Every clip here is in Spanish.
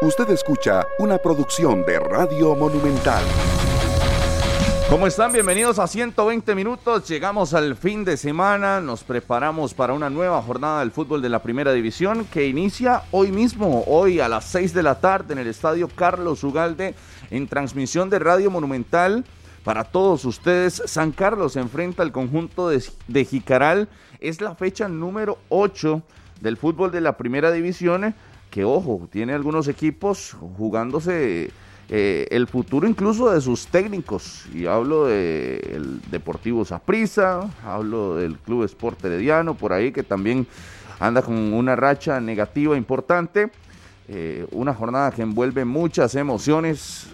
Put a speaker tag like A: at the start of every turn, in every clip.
A: Usted escucha una producción de Radio Monumental.
B: ¿Cómo están? Bienvenidos a 120 minutos. Llegamos al fin de semana, nos preparamos para una nueva jornada del fútbol de la Primera División que inicia hoy mismo, hoy a las 6 de la tarde en el Estadio Carlos Ugalde, en transmisión de Radio Monumental. Para todos ustedes, San Carlos se enfrenta al conjunto de, de Jicaral. Es la fecha número 8 del fútbol de la Primera División, que ojo, tiene algunos equipos jugándose... Eh, el futuro incluso de sus técnicos. Y hablo del el Deportivo Saprissa, hablo del Club Sport Herediano, por ahí que también anda con una racha negativa importante. Eh, una jornada que envuelve muchas emociones.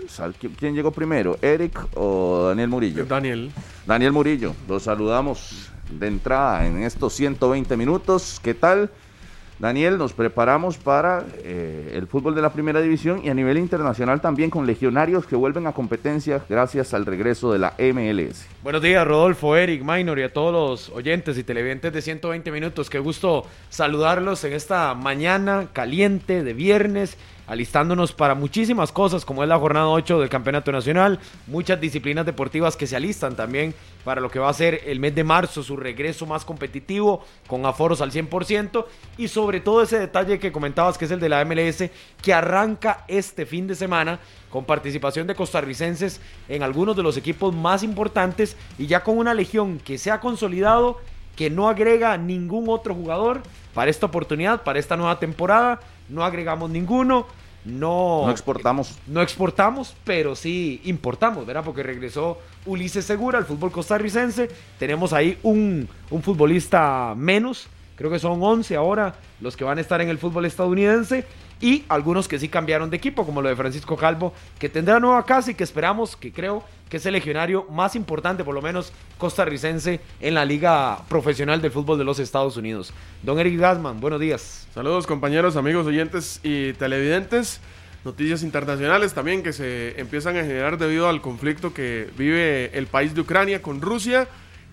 B: ¿Quién llegó primero? ¿Eric o Daniel Murillo?
C: Daniel.
B: Daniel Murillo, los saludamos de entrada en estos 120 minutos. ¿Qué tal? Daniel, nos preparamos para eh, el fútbol de la primera división y a nivel internacional también con legionarios que vuelven a competencia gracias al regreso de la MLS.
C: Buenos días, Rodolfo, Eric, Minor y a todos los oyentes y televidentes de 120 minutos. Qué gusto saludarlos en esta mañana caliente de viernes alistándonos para muchísimas cosas, como es la jornada 8 del Campeonato Nacional, muchas disciplinas deportivas que se alistan también para lo que va a ser el mes de marzo, su regreso más competitivo, con aforos al 100%, y sobre todo ese detalle que comentabas, que es el de la MLS, que arranca este fin de semana con participación de costarricenses en algunos de los equipos más importantes y ya con una legión que se ha consolidado, que no agrega ningún otro jugador para esta oportunidad, para esta nueva temporada no agregamos ninguno, no,
B: no exportamos.
C: No exportamos, pero sí importamos, ¿verdad? Porque regresó Ulises Segura al fútbol costarricense, tenemos ahí un, un, futbolista menos, creo que son 11 ahora los que van a estar en el fútbol estadounidense. Y algunos que sí cambiaron de equipo, como lo de Francisco Calvo, que tendrá nueva casa y que esperamos, que creo que es el legionario más importante, por lo menos costarricense, en la Liga Profesional del Fútbol de los Estados Unidos. Don Eric Gasman, buenos días.
D: Saludos compañeros, amigos, oyentes y televidentes. Noticias internacionales también que se empiezan a generar debido al conflicto que vive el país de Ucrania con Rusia.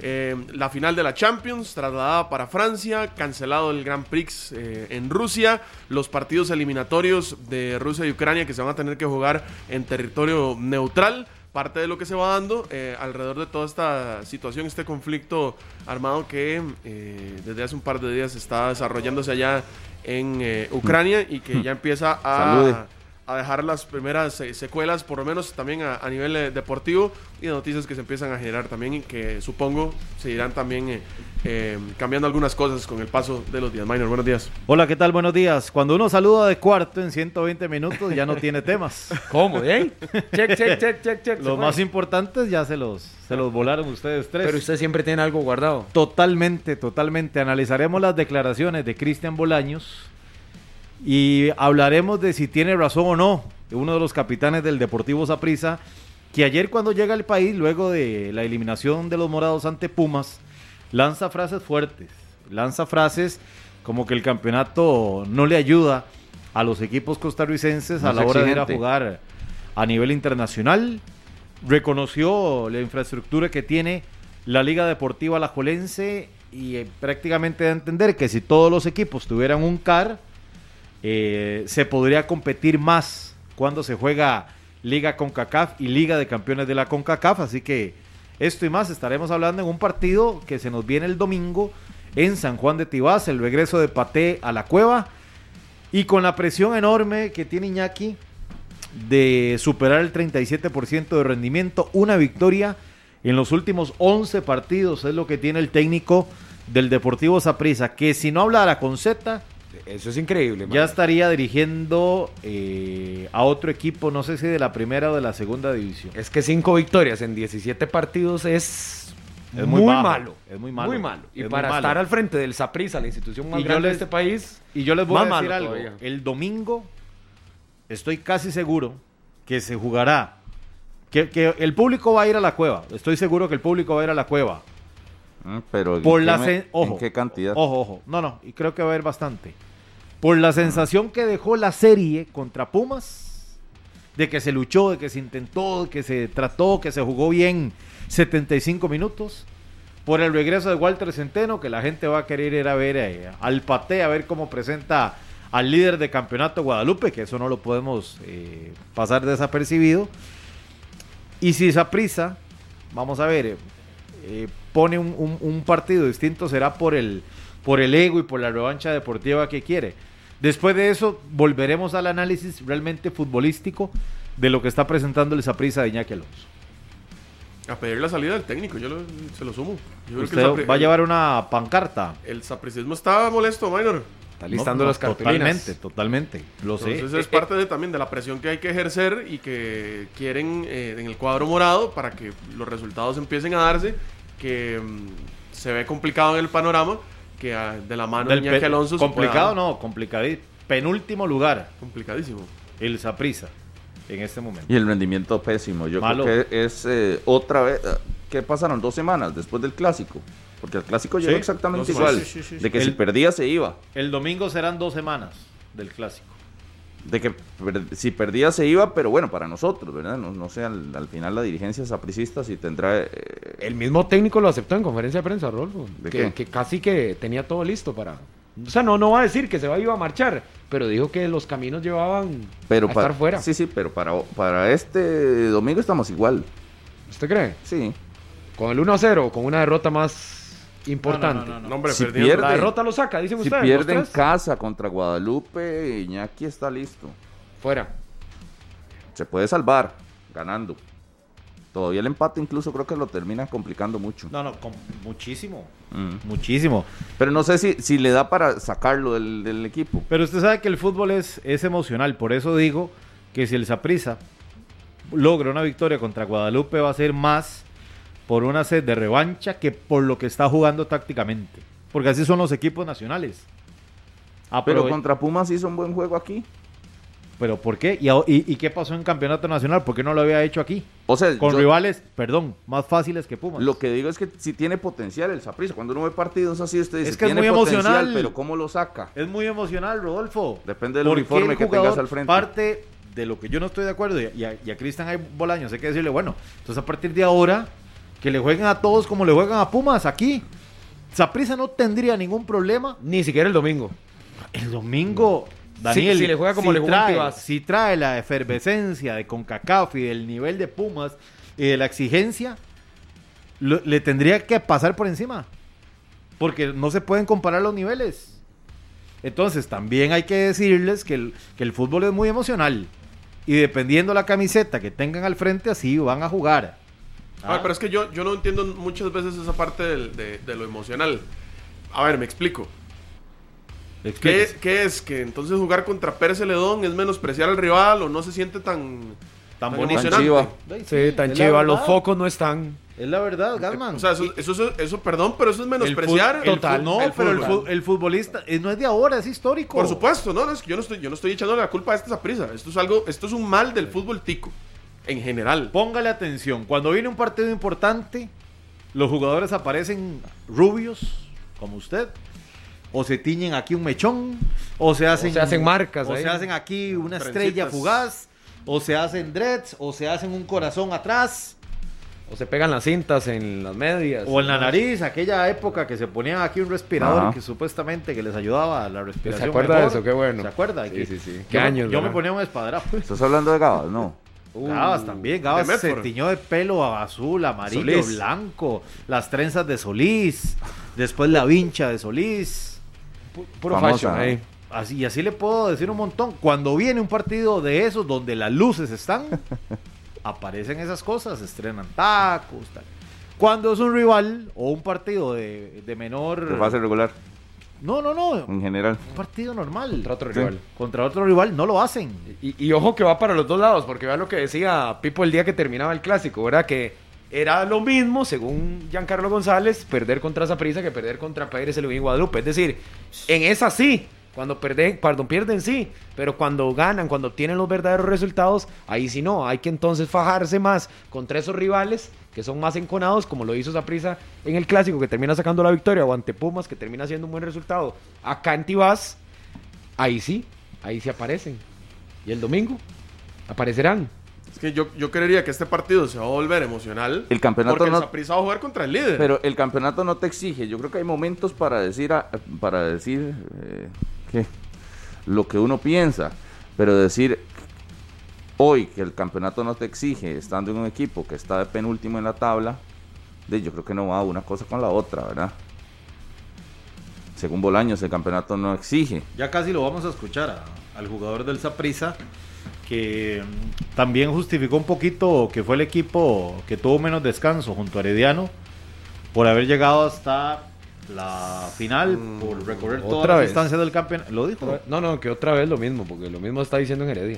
D: Eh, la final de la Champions trasladada para Francia, cancelado el Grand Prix eh, en Rusia, los partidos eliminatorios de Rusia y Ucrania que se van a tener que jugar en territorio neutral parte de lo que se va dando eh, alrededor de toda esta situación, este conflicto armado que eh, desde hace un par de días está desarrollándose allá en eh, Ucrania y que ya empieza a, a dejar las primeras eh, secuelas, por lo menos también a, a nivel eh, deportivo y de noticias que se empiezan a generar también y que supongo se irán también eh, cambiando algunas cosas con el paso de los días. Minor, buenos días.
E: Hola, ¿qué tal? Buenos días. Cuando uno saluda de cuarto en 120 minutos ya no tiene temas.
C: ¿Cómo? ¿Eh? Check, check, check, check, check.
E: Los más importantes ya se los, se los volaron ustedes tres.
C: Pero usted siempre tiene algo guardado.
E: Totalmente, totalmente. Analizaremos las declaraciones de Cristian Bolaños y hablaremos de si tiene razón o no uno de los capitanes del Deportivo Saprissa, que ayer cuando llega al país, luego de la eliminación de los morados ante Pumas, lanza frases fuertes, lanza frases como que el campeonato no le ayuda a los equipos costarricenses no a la hora exigente. de ir a jugar a nivel internacional. Reconoció la infraestructura que tiene la Liga Deportiva Alajuelense y eh, prácticamente de entender que si todos los equipos tuvieran un CAR, eh, se podría competir más cuando se juega Liga CONCACAF y Liga de Campeones de la CONCACAF. Así que esto y más estaremos hablando en un partido que se nos viene el domingo en San Juan de Tibás, el regreso de Paté a la cueva y con la presión enorme que tiene Iñaki de superar el 37% de rendimiento, una victoria en los últimos 11 partidos es lo que tiene el técnico del Deportivo Saprissa, que si no hablara con Z,
C: eso es increíble.
E: Man. Ya estaría dirigiendo eh, a otro equipo, no sé si de la primera o de la segunda división.
C: Es que cinco victorias en 17 partidos es,
E: es muy, muy
C: malo.
E: Es muy malo.
C: Muy malo. Y es para malo. estar al frente del Saprisa, la institución más y grande les, de este país.
E: Y yo les voy a decir algo. Todavía. El domingo estoy casi seguro que se jugará. Que, que el público va a ir a la cueva. Estoy seguro que el público va a ir a la cueva.
B: Mm, Pero
E: por la me, ojo,
B: ¿en qué cantidad?
E: Ojo, ojo. No, no, y creo que va a haber bastante. Por la sensación que dejó la serie contra Pumas, de que se luchó, de que se intentó, de que se trató, que se jugó bien 75 minutos. Por el regreso de Walter Centeno, que la gente va a querer ir a ver eh, al Pate, a ver cómo presenta al líder de campeonato Guadalupe, que eso no lo podemos eh, pasar desapercibido. Y si Saprisa, vamos a ver, eh, eh, pone un, un- un partido distinto, será por el, por el ego y por la revancha deportiva que quiere. Después de eso, volveremos al análisis realmente futbolístico de lo que está presentando el Saprisa de Iñaki Alonso.
D: A pedir la salida del técnico, yo lo- se lo sumo. Yo creo que el
E: Usted
D: Sapri-
E: va a llevar una pancarta.
D: El sapricismo está molesto, Minor.
C: Está listando las cartulinas.
E: Totalmente, totalmente. Lo sé.
D: Entonces es
C: Eh,
D: parte de, también de la presión que hay que ejercer y que quieren eh, en el cuadro morado para que los resultados empiecen a darse, que mm, se ve complicado en el panorama, que ah, de la mano de
E: Del
D: Iñaki
E: pe-
D: Alonso... se
E: complicado
D: pueda-
E: no, complicadísimo. Penúltimo lugar,
D: Complicadísimo.
E: el Saprisa, en este momento.
B: Y el rendimiento pésimo. Yo
E: Malo.
B: creo que es eh, otra vez. eh, ¿Qué pasaron? Dos semanas después del clásico. Porque el clásico llegó
E: Sí,
D: dos
B: exactamente
D: semanas.
B: igual.
D: Sí, sí, sí, sí.
B: De que si
E: El-
B: perdía, se iba.
E: El domingo serán dos semanas del clásico.
B: De que per- si perdía, se iba, pero bueno, para nosotros, ¿verdad? No, no sé, al, al final la dirigencia sapricista si tendrá. eh,
C: El mismo técnico lo aceptó en conferencia de prensa, Rolfo.
B: ¿De
C: que,
B: qué?
C: que casi que tenía todo listo para. O sea, no, no va a decir que se va iba a marchar, pero dijo que los caminos llevaban
B: pero
C: a
B: para,
C: estar fuera.
B: Sí, sí, pero para, para este domingo estamos igual.
C: ¿Usted cree?
B: Sí.
C: Con el 1 a 0, con una derrota más importante.
D: No, hombre,
B: Si
D: perdiendo-
B: pierde-
C: La derrota lo saca, dicen
B: Si
C: ustedes.
B: pierde en
C: los tres.
B: casa contra Guadalupe, Iñaki está listo.
C: Fuera.
B: Se puede salvar ganando. Todavía el empate incluso creo que lo termina complicando mucho.
E: No, no, con muchísimo.
B: Mm.
E: Muchísimo.
B: Pero no sé si, si le da para sacarlo del, del equipo.
E: Pero usted sabe que el fútbol es, es emocional, por eso digo que si el Saprisa logra una victoria contra Guadalupe va a ser más por una sed de revancha que por lo que está jugando tácticamente. Porque así son los equipos nacionales.
B: Pero
E: Aprove-
B: contra Pumas hizo un buen juego aquí.
E: ¿Pero por qué? ¿Y, a- y- y qué pasó en Campeonato Nacional? ¿Por qué no lo había hecho aquí?
B: O sea,
E: Con
B: yo-
E: rivales, perdón, más fáciles que Pumas.
B: lo que digo es que si tiene potencial el Saprissa. Cuando uno ve partidos así, usted dice,
E: que es
B: tiene
E: muy
B: potencial,
E: emocional.
B: pero ¿cómo lo saca?
E: Es muy emocional, Rodolfo.
B: Depende del
E: ¿Por qué
B: uniforme
E: el
B: que
E: jugador
B: tengas al frente.
E: Parte de lo que yo no estoy de acuerdo, y a, y a- y a Cristian hay Bolaños, hay que decirle, bueno, entonces a partir de ahora, que le jueguen a todos como le juegan a Pumas aquí. Saprisa no tendría ningún problema.
C: Ni siquiera el domingo.
E: El domingo, Daniel,
C: si le juega como le jugó
E: trae,
C: Tibás.
E: si trae la efervescencia de CONCACAF y del nivel de Pumas y de la exigencia, lo- le tendría que pasar por encima. Porque no se pueden comparar los niveles. Entonces, también hay que decirles que el, que el fútbol es muy emocional. Y dependiendo la camiseta que tengan al frente, así van a jugar.
D: A ver, Ah, pero es que yo, yo no entiendo muchas veces esa parte del- de, de lo emocional. A ver, me explico. ¿Qué,
E: Explíquese.
D: qué es? ¿Que entonces jugar contra Pérez Ledón es menospreciar al rival o no se siente tan,
E: Tan
B: bonito.
D: emocionante?
B: Tan chiva.
C: Sí, tan
E: es la
C: chiva.
E: verdad.
C: Los focos no están.
E: Es la verdad, Gatman.
D: O sea, eso, eso, eso, eso, perdón, pero eso es
E: El fut-
D: menospreciar.
E: el
D: el
E: fut-
D: fut-
E: no,
D: el
E: pero el,
D: fútbol.
E: fu- el futbolista eh, no es de ahora, es histórico.
D: Por supuesto, no, no, es que yo no estoy, yo no estoy echándole la culpa a esta prisa. Esto es algo, esto es un mal del fútbol tico, en general.
E: Póngale atención, cuando viene un partido importante, los jugadores aparecen rubios, como usted, o se tiñen aquí un mechón, o se hacen,
C: se hacen marcas
E: o
C: ahí.
E: se hacen aquí una estrella
D: Trencitas.
E: fugaz, o se hacen dreads, o se hacen un corazón atrás,
C: O se pegan las cintas en las medias.
E: o en la nariz, aquella época que se ponían aquí un respirador
B: Ajá.
E: que supuestamente que les ayudaba a la respiración.
C: acuerda de eso? Qué bueno.
E: ¿Se acuerda?
C: Sí,
E: Que-
C: sí, sí.
E: yo
C: Qué
E: me-
C: años,
E: Yo me
C: ¿verdad?
E: ponía un espadrapo.
B: ¿Estás hablando de Gabas? No.
C: Uh,
E: Gabas también, Gabas
D: de
E: se
D: Medford.
E: tiñó de pelo a azul, amarillo,
C: Solís.
E: blanco, las trenzas de Solís, después la vincha de Solís.
C: Pu- puro
B: Famosa,
C: fashion
B: ¿no?
C: ahí.
E: Así, y así le puedo decir un montón. Cuando viene un partido de esos donde las luces están, aparecen esas cosas, se estrenan tacos, tal. Cuando es un rival o un partido de, de menor...
B: De fase regular,
E: No, no, no, un
B: en general.
E: partido normal.
C: Contra otro
B: Mm. Sí.
C: rival.
E: Contra otro rival no lo hacen.
C: Y, y ojo que va para los dos lados, porque vea lo que decía Pipo el día que terminaba el clásico, ¿verdad? Que era lo mismo, según Giancarlo González, perder contra Zaprisa que perder contra Pérez Eluín y Guadalupe. Es decir, en esa sí, cuando perden, perdón, pierden sí, pero cuando ganan, cuando obtienen los verdaderos resultados, ahí sí no. Hay que entonces fajarse más contra esos rivales que son más enconados, como lo hizo Zaprisa en el clásico, que termina sacando la victoria, o ante Pumas, que termina haciendo un buen resultado. Acá en Tibás, ahí sí, ahí sí aparecen. Y el domingo aparecerán.
D: Es que yo, yo creería que este partido se va a volver emocional.
B: El campeonato
D: porque
B: no-
D: el Saprissa va a jugar contra el líder.
B: Pero el campeonato no te exige. Yo creo que hay momentos para decir, a- para decir eh, que lo que uno piensa, pero decir hoy que el campeonato no te exige, estando en un equipo que está de penúltimo en la tabla, de, yo creo que no va una cosa con la otra, ¿verdad? Según Bolaños, el campeonato no exige.
E: Ya casi lo vamos a escuchar a- al jugador del Saprisa, que mm, también justificó un poquito que fue el equipo que tuvo menos descanso junto a Herediano por haber llegado hasta la final, por recorrer todas
C: Mm, otra
E: las
C: vez.
E: instancias del campeonato. Lo dijo.
C: No, no, que otra vez lo mismo, porque lo mismo está diciendo en Heredia.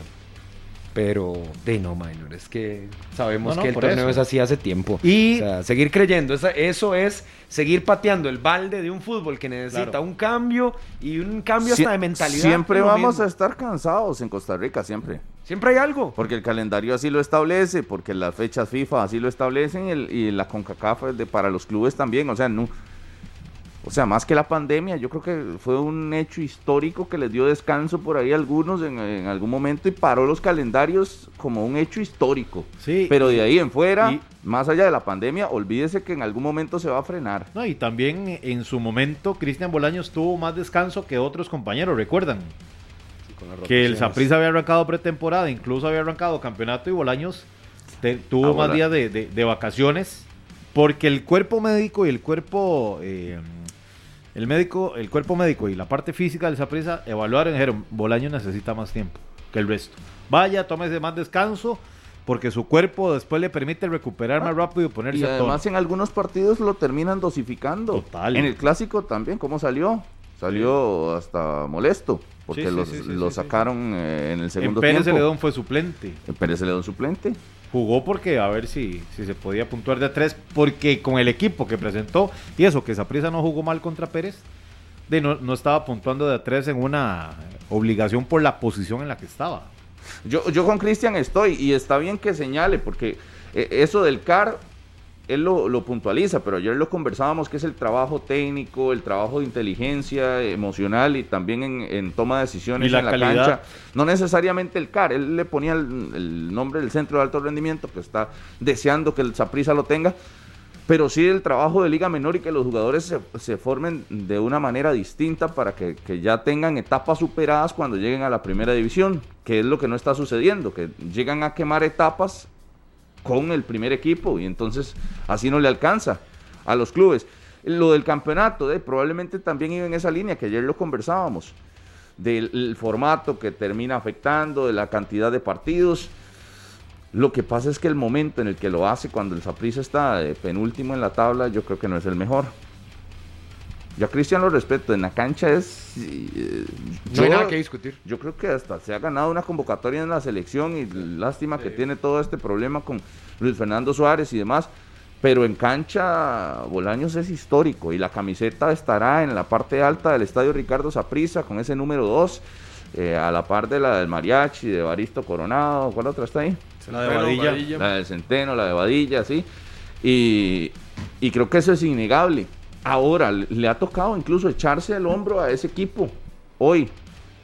C: Pero, de no, Minor, es que sabemos
E: No, no,
C: que el
E: por
C: torneo
E: eso.
C: es así hace tiempo.
E: Y-
C: O sea, seguir creyendo, esa- eso es seguir pateando el balde de un fútbol que necesita
E: Claro.
C: un cambio y un cambio
B: Sie-
C: hasta de mentalidad.
B: Siempre
C: Lo
B: vamos
C: mismo.
B: a estar cansados en Costa Rica, siempre.
C: Siempre hay algo.
B: Porque el calendario así lo establece, porque las fechas FIFA así lo establecen y, el- y la CONCACAF de- para los clubes también. O sea, no, o sea, más que la pandemia, yo creo que fue un hecho histórico que les dio descanso por ahí a algunos en, en algún momento y paró los calendarios como un hecho histórico.
E: Sí.
B: Pero de ahí en fuera,
E: Y-
B: más allá de la pandemia, olvídese que en algún momento se va a frenar.
E: No, y también en su momento Cristian Bolaños tuvo más descanso que otros compañeros, recuerdan. Que el Saprissa había arrancado pretemporada, incluso había arrancado campeonato y Bolaños te- tuvo
B: Ah,
E: más
B: Bola-
E: días de, de- de vacaciones porque el cuerpo médico y el cuerpo eh, el médico, el cuerpo médico y la parte física del Saprissa evaluaron y dijeron Bolaños necesita más tiempo que el resto. Vaya, tómese más descanso porque su cuerpo después le permite recuperar más rápido y ponerse
B: Ah, Y
E: a tono.
B: además en algunos partidos lo terminan dosificando.
E: Total.
B: En el clásico también, ¿cómo salió? Salió hasta molesto, porque
E: Sí, sí,
B: los-
E: sí, sí,
B: lo
E: sí, sí.
B: sacaron eh, en el
E: En
B: segundo
E: Pérez
B: tiempo.
E: Celedón fue suplente.
B: En Pérez Celedón suplente.
E: Jugó porque a ver si, si se podía puntuar de a tres, porque con el equipo que presentó, y eso que Saprisa no jugó mal contra Pérez, de no, no estaba puntuando de a tres en una obligación por la posición en la que estaba.
B: Yo, yo con Cristian estoy y está bien que señale, porque eh, eso del CAR, él lo, lo puntualiza, pero ayer lo conversábamos que es el trabajo técnico, el trabajo de inteligencia emocional y también en, en toma de decisiones
E: Y la
B: en la
E: calidad.
B: cancha. No necesariamente el CAR, él le ponía el, el nombre del centro de alto rendimiento que está deseando que el Saprisa lo tenga. Pero sí el trabajo de Liga Menor y que los jugadores se, se formen de una manera distinta para que, que ya tengan etapas superadas cuando lleguen a la primera división, que es lo que no está sucediendo, que llegan a quemar etapas con el primer equipo y entonces así no le alcanza a los clubes. Lo del campeonato, de, probablemente también iba en esa línea, que ayer lo conversábamos, del el formato que termina afectando, de la cantidad de partidos. Lo que pasa es que el momento en el que lo hace, cuando el Saprissa está de penúltimo en la tabla, yo creo que no es el mejor. Yo a Cristian lo respeto, en la cancha es... eh,
C: No hay
B: yo-
C: nada que discutir.
B: yo creo que hasta se ha ganado una convocatoria en la selección y lástima que tiene todo este problema con Luis Fernando Suárez y demás. Pero en cancha Bolaños es histórico y la camiseta estará en la parte alta del estadio Ricardo Saprissa con ese número 2, a la par de la del Mariachi, de Baristo Coronado, ¿cuál otra está ahí?
E: La de
D: Centeno,
E: Badilla.
B: La de Centeno, la de Badilla, sí. Y, y creo que eso es innegable. Ahora, le le ha tocado incluso echarse al hombro a ese equipo. Hoy,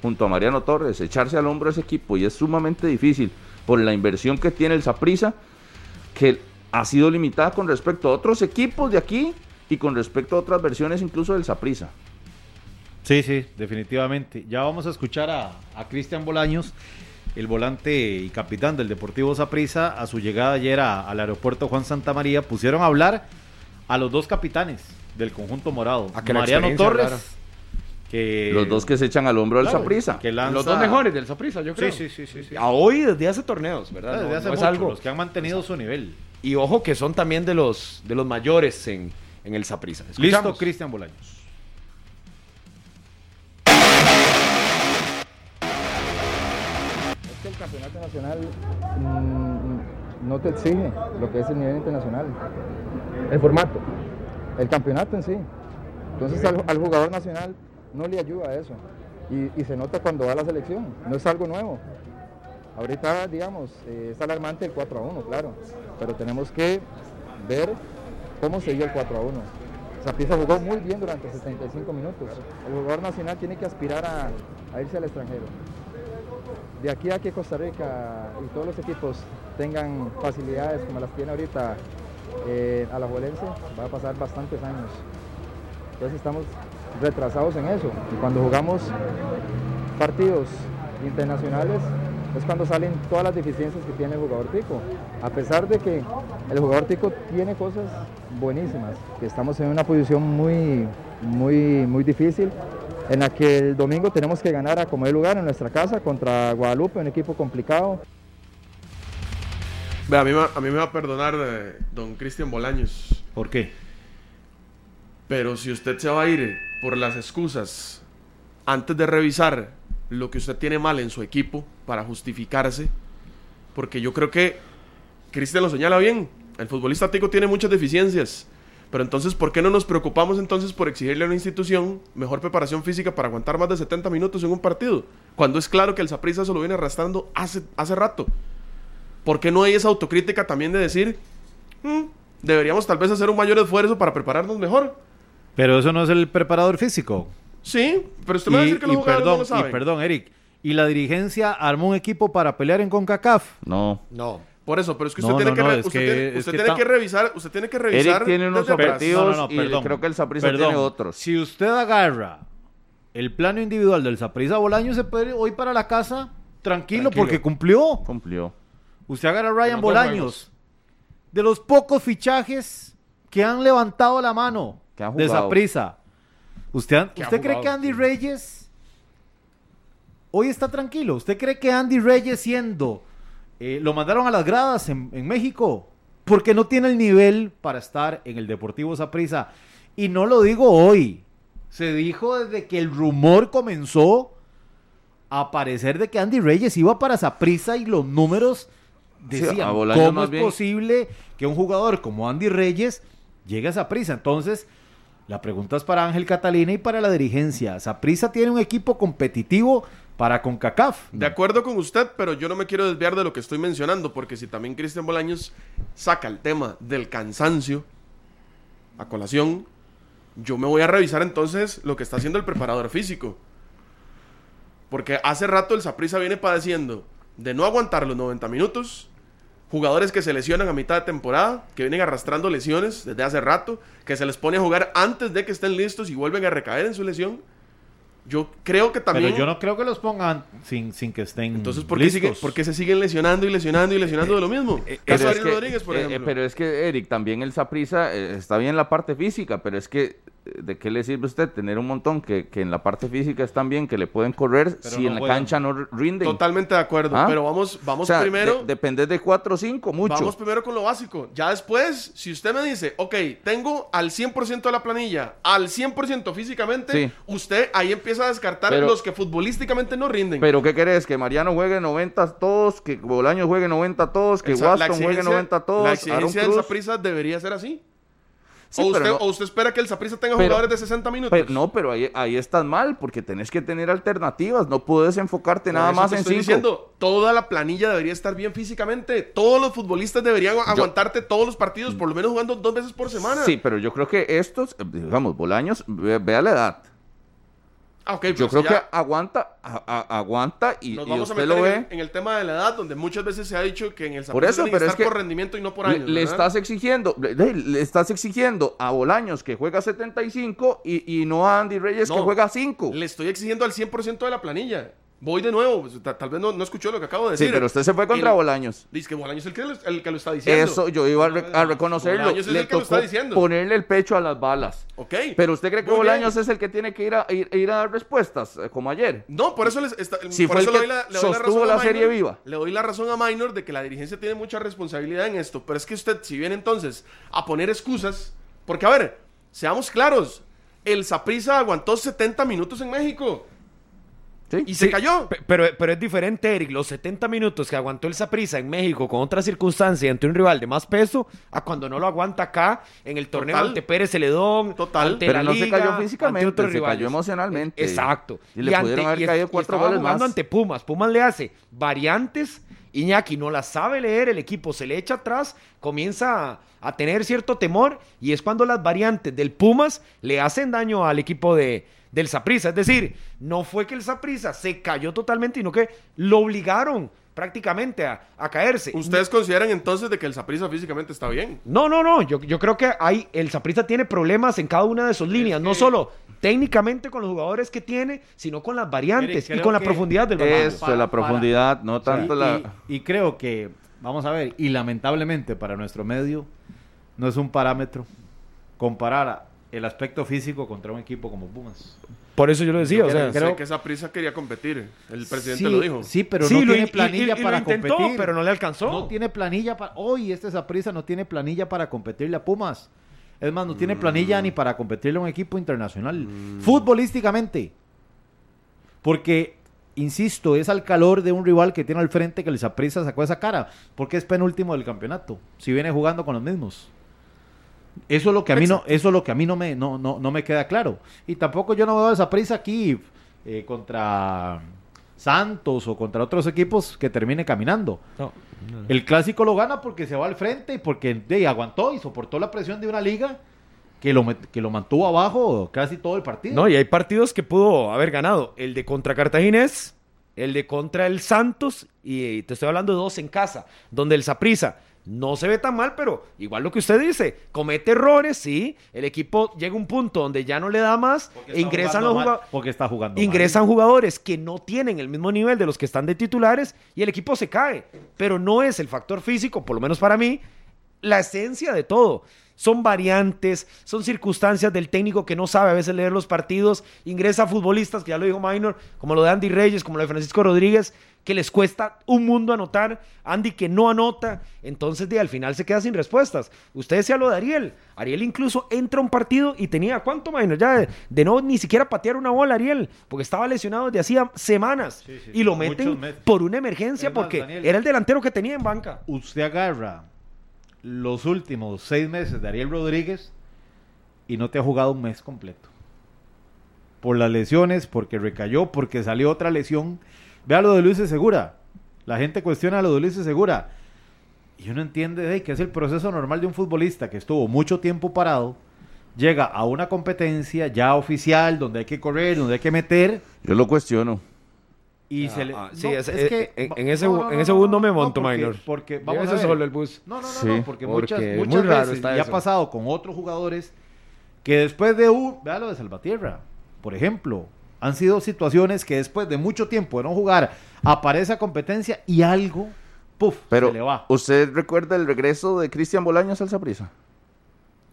B: junto a Mariano Torres, echarse al hombro a ese equipo. Y es sumamente difícil por la inversión que tiene el Saprisa, que ha sido limitada con respecto a otros equipos de aquí y con respecto a otras versiones incluso del Saprisa.
E: Sí, sí, definitivamente. Ya vamos a escuchar a, a Cristian Bolaños, el volante y capitán del Deportivo Saprissa, a su llegada ayer a- al aeropuerto Juan Santa María, pusieron a hablar a los dos capitanes del conjunto morado,
C: A Ah, que la
E: Mariano
C: experiencia
E: Torres,
C: hablara.
E: que
B: Los dos que se echan al hombro del
E: Eh, claro,
B: Saprisa.
E: que lanza-
C: Los dos mejores del Saprissa, yo
E: Sí,
C: creo.
E: sí, sí, sí, sí.
C: A hoy desde hace torneos, ¿verdad?
E: Ah, Desde
C: No-
E: hace
C: no es
E: mucho,
C: algo.
E: los que han mantenido su nivel.
C: Y ojo que son también de los, de los mayores en, en el Saprissa.
E: Listo, Cristian Bolaños.
F: que el campeonato nacional mm, no te exige lo que es el nivel internacional. El formato. El campeonato en sí. Entonces al, al jugador nacional no le ayuda eso. Y, y se nota cuando va a la selección. No es algo nuevo. Ahorita, digamos, eh, es alarmante el 4 a 1, claro. Pero tenemos que ver cómo se dio el 4 a 1. Zapisa jugó muy bien durante 75 minutos. El jugador nacional tiene que aspirar a- a irse al extranjero de aquí a que Costa Rica y todos los equipos tengan facilidades como las tiene ahorita eh, a la va a pasar bastantes años. Entonces estamos retrasados en eso. Y cuando jugamos partidos internacionales es cuando salen todas las deficiencias que tiene el jugador tico. A pesar de que el jugador tico tiene cosas buenísimas, que estamos en una posición muy, muy, muy difícil, en la que el domingo tenemos que ganar a como de lugar en nuestra casa contra Guadalupe, un equipo complicado.
D: Vea, a, mí, me- a mí me va a perdonar eh, don Cristian Bolaños,
E: ¿Por qué?
D: pero si usted se va a ir eh, por las excusas antes de revisar lo que usted tiene mal en su equipo para justificarse, porque yo creo que Cristian lo señala bien, el futbolista tico tiene muchas deficiencias, pero entonces ¿por qué no nos preocupamos entonces por exigirle a una institución mejor preparación física para aguantar más de 70 minutos en un partido? Cuando es claro que el Saprissa se lo viene arrastrando hace, hace rato. ¿Por qué no hay esa autocrítica también de decir, "Mm, deberíamos tal vez hacer un mayor esfuerzo para prepararnos mejor?
E: Pero eso no es el preparador físico.
D: Sí, pero usted me va a decir que los jugadores
E: perdón,
D: no lo
E: y
D: saben.
E: perdón, Eric. Y la dirigencia armó un equipo para pelear en CONCACAF.
B: No.
C: No.
D: Por eso, pero es que usted
E: No,
D: tiene
E: no,
D: que,
E: no,
D: re-
E: es
D: usted
E: que-
D: tiene-
E: es
D: usted
E: que
D: tiene
E: está-
D: que revisar, usted tiene que revisar
B: Eric tiene unos
D: desde atrás.
B: objetivos. y creo que el Saprissa tiene otros.
E: Si usted agarra el plano individual del Saprissa Bolaño, se puede ir hoy para la casa tranquilo,
D: Tranquilo.
E: porque cumplió.
B: Cumplió.
E: Usted agarra a Ryan
D: dos
E: Bolaños.
D: juegos.
E: De los pocos fichajes que han levantado la mano
B: Que han
E: de
B: jugado.
E: Saprissa. ¿Usted, an-
C: Que han
E: usted cree
C: jugado,
E: que Andy
C: sí.
E: Reyes hoy está tranquilo? ¿Usted cree que Andy Reyes siendo... eh, lo mandaron a las gradas en, en México porque no tiene el nivel para estar en el Deportivo Saprissa. Y no lo digo hoy. Se dijo desde que el rumor comenzó a aparecer de que Andy Reyes iba para Saprissa y los números
B: Sí,
E: decían,
B: a Bolaños
E: ¿cómo
B: más
E: es
B: bien.
E: posible que un jugador como Andy Reyes llegue a Saprissa? Entonces, la pregunta es para Ángel Catalina y para la dirigencia. Saprissa tiene un equipo competitivo para CONCACAF.
D: De acuerdo con usted, pero yo no me quiero desviar de lo que estoy mencionando, porque si también Cristian Bolaños saca el tema del cansancio a colación, yo me voy a revisar entonces lo que está haciendo el preparador físico. Porque hace rato el Saprissa viene padeciendo de no aguantar los 90 minutos, jugadores que se lesionan a mitad de temporada, que vienen arrastrando lesiones desde hace rato, que se les pone a jugar antes de que estén listos y vuelven a recaer en su lesión. Yo creo que también...
E: Pero yo no creo que los pongan sin, sin que estén.
D: Entonces, ¿por qué, sigue-
E: listos.
D: por qué se siguen lesionando y lesionando y lesionando de lo mismo? Caso
B: Eh, Pero
D: Ariel Rodríguez, por
B: eh, eh,
D: ejemplo.
B: pero es que, Eric, también el Saprisa está bien la parte física, pero es que, eh, ¿de qué le sirve a usted tener un montón que, que en la parte física están bien, que le pueden correr si
E: no
B: en la
E: juegan.
B: cancha no r- rinden?
D: Totalmente de acuerdo.
B: ¿Ah?
D: Pero vamos, vamos
B: O sea,
D: primero.
B: de- depende de 4 o 5, mucho.
D: Vamos primero con lo básico. Ya después, si usted me dice, ok, tengo al 100% de la planilla, al 100% físicamente,
B: Sí.
D: usted ahí empieza a descartar
B: Pero-
D: los que futbolísticamente no rinden.
B: Pero ¿qué querés? Que Mariano juegue 90 todos, que Bolaños juegue 90 todos, que
D: O sea, la
B: Waston juegue
D: exigencia-
B: 90 todos,
D: La
B: Aaron
D: exigencia del
B: Cruz.
D: Saprissa debería ser así.
B: Sí,
D: o,
B: pero
D: usted,
B: no-
D: o usted espera que el Saprissa tenga
B: Pero-
D: jugadores de 60 minutos.
B: Pero, no, pero ahí, ahí estás mal, porque tenés que tener alternativas, no puedes enfocarte Este,
D: Por
B: nada
D: eso
B: más
D: te
B: en
D: estoy
B: 5.
D: diciendo, toda la planilla debería estar bien físicamente. Todos los futbolistas deberían aguantarte todos los partidos, por lo menos jugando dos veces por semana.
B: Mm. Sí, pero yo creo que estos, eh, digamos, Bolaños, ve- vea la edad.
D: Ah, ok,
B: Yo
D: pues
B: creo
D: ya
B: que aguanta, a- a- aguanta y,
D: Nos
B: y
D: vamos a
B: usted
D: meter
B: lo
D: en,
B: ve.
D: el, en el tema de la edad, donde muchas veces se ha dicho que en el
B: Por eso,
D: tiene que
B: pero es
D: estar
B: que
D: por rendimiento y no por
B: le-
D: años.
B: le,
D: ¿verdad?
B: estás exigiendo, le, le- le estás exigiendo a Bolaños que juega 75 y, y no a Andy Reyes que
D: No.
B: juega 5.
D: Le estoy exigiendo al 100% de la planilla. Voy de nuevo, pues, ta- tal vez no, no escuchó lo que acabo de
B: Sí,
D: decir.
B: pero usted se fue contra
D: El-
B: Bolaños.
D: Dice que Bolaños es el que, lo- el que lo está diciendo.
B: Eso yo iba a, re- a reconocerlo.
D: Bolaños es
B: Le
D: el que lo está
B: tocó
D: diciendo.
B: ponerle el pecho a las balas.
D: Ok.
B: Pero usted cree que
D: Muy bien.
B: Bolaños es el que tiene que ir a, ir, ir a dar respuestas, eh, como ayer.
D: No, por eso, les está-
B: Si
D: por
B: fue el
D: eso le
B: que
D: doy la, le
B: sostuvo
D: doy razón a
B: la
D: Minor,
B: serie viva.
D: Le doy la razón a Minor de que la dirigencia tiene mucha responsabilidad en esto. Pero es que usted, si viene entonces a poner excusas, porque a ver, seamos claros, el Saprisa aguantó 70 minutos en México
B: ¿sí?
D: y se
C: Sí,
D: cayó.
C: pe- Pero, pero es diferente, Eric. Los 70 minutos que aguantó el Saprissa en México con otra circunstancia y ante un rival de más peso, a cuando no lo aguanta acá en el torneo
D: Total.
C: ante Pérez Celedón.
D: Total.
C: ante
B: Pero
C: la
B: no se
C: Liga,
B: cayó
C: ante
B: físicamente,
C: otros
B: se cayó
C: rivales.
B: emocionalmente.
C: Exacto.
B: Y le pudieron haber
C: es-
B: caído
C: y
B: cuatro
C: estaba
B: goles
C: jugando
B: más.
C: ante Pumas. Pumas le hace variantes. Iñaki no la sabe leer, el equipo se le echa atrás, comienza a, a tener cierto temor y es cuando las variantes del Pumas le hacen daño al equipo de, del Saprisa. Es decir, no fue que el Saprisa se cayó totalmente, sino que lo obligaron prácticamente a, a
B: Eh,
C: caerse.
D: ¿Ustedes consideran entonces de que el Saprisa físicamente está bien?
C: No, no, no. Yo, yo creo que hay, el Saprissa tiene problemas en cada una de sus líneas. No solo técnicamente con los jugadores que tiene, sino con las variantes
E: creo
C: y con la
E: que
C: profundidad del banco.
B: Eso es la profundidad, no tanto
E: y,
B: la.
E: y- y creo que, vamos a ver, y lamentablemente para nuestro medio, no es un parámetro comparar a- el aspecto físico contra un equipo como Pumas.
C: Por eso yo lo decía, o sea,
E: creo-
D: Sé que esa prisa quería competir. El presidente
E: sí,
D: lo dijo.
E: Sí, pero
C: Sí,
E: no
C: lo
E: tiene
C: in- y-
E: planilla
C: y- y
E: para
C: lo intentó,
E: competir.
C: pero no le alcanzó.
E: No tiene planilla para. Hoy este Saprissa no tiene planilla para competirle a Pumas. Es más, no tiene
D: Mm.
E: planilla ni para competirle a un equipo internacional. Futbolísticamente. Porque, insisto, es al calor de un rival que tiene al frente que el Saprissa sacó esa cara. Porque es penúltimo del campeonato. Si viene jugando con los mismos. Eso es lo que a mí no, eso es lo que a mí no me, no, no, no me queda claro. Y tampoco yo no veo esa prisa aquí eh, contra Santos o contra otros equipos que termine caminando.
C: No.
E: El clásico lo gana porque se va al frente y porque de, aguantó y soportó la presión de una liga que lo, met- que lo mantuvo abajo casi todo el partido.
C: No, y hay partidos que pudo haber ganado. El de contra Cartaginés, el de contra el Santos, y te estoy hablando de dos en casa, donde el Saprisa no se ve tan mal, pero igual lo que usted dice, comete errores, sí. El equipo llega a un punto donde ya no le da más,
E: Porque
C: e
E: está
C: ingresan los
E: jugando mal,
C: jugadores.
E: Porque está jugando. mal.
C: Ingresan jugadores que no tienen el mismo nivel de los que están de titulares y el equipo se cae. Pero no es el factor físico, por lo menos para mí, la esencia de todo. Son variantes, son circunstancias del técnico que no sabe a veces leer los partidos. Ingresa futbolistas, que ya lo dijo Minor, como lo de Andy Reyes, como lo de Francisco Rodríguez, que les cuesta un mundo anotar. Andy que no anota. Entonces, de, al final se queda sin respuestas. Usted decía lo de Ariel. Ariel incluso entra a un partido y tenía, ¿cuánto, Minor? Ya de, de no ni siquiera patear una bola, Ariel, porque estaba lesionado desde hacía semanas.
E: Sí, sí,
C: y lo
E: muchos
C: meten
E: meses.
C: por una emergencia
E: Es más,
C: porque
E: Daniel-
C: era el delantero que tenía en banca.
E: usted agarra los últimos seis meses de Ariel Rodríguez y no te ha jugado un mes completo. Por las lesiones, porque recayó, porque salió otra lesión. Vea lo de Luis Segura. La gente cuestiona lo de Luis Segura. Y uno entiende de que es el proceso normal de un futbolista que estuvo mucho tiempo parado, llega a una competencia ya oficial, donde hay que correr, donde hay que meter,
B: Yo lo cuestiono.
E: y se le...
C: ah, sí,
E: no,
C: es- eh, en- en ese bu- en ese bus no me monto,
E: porque-
C: Maynor.
E: Porque, vamos a
C: Llévese
E: ver,
C: solo el bus.
E: no, no, no,
B: Sí,
E: no, porque, muchas,
C: porque
E: muchas
C: muy raro
E: veces
C: está
E: ya ha
C: eso.
E: pasado con otros jugadores que después de un, vea lo de Salvatierra, por ejemplo, han sido situaciones que después de mucho tiempo de no jugar aparece a competencia y algo, puff,
B: Pero,
E: se le va.
B: ¿usted recuerda el regreso de Cristian Bolaños al Saprissa?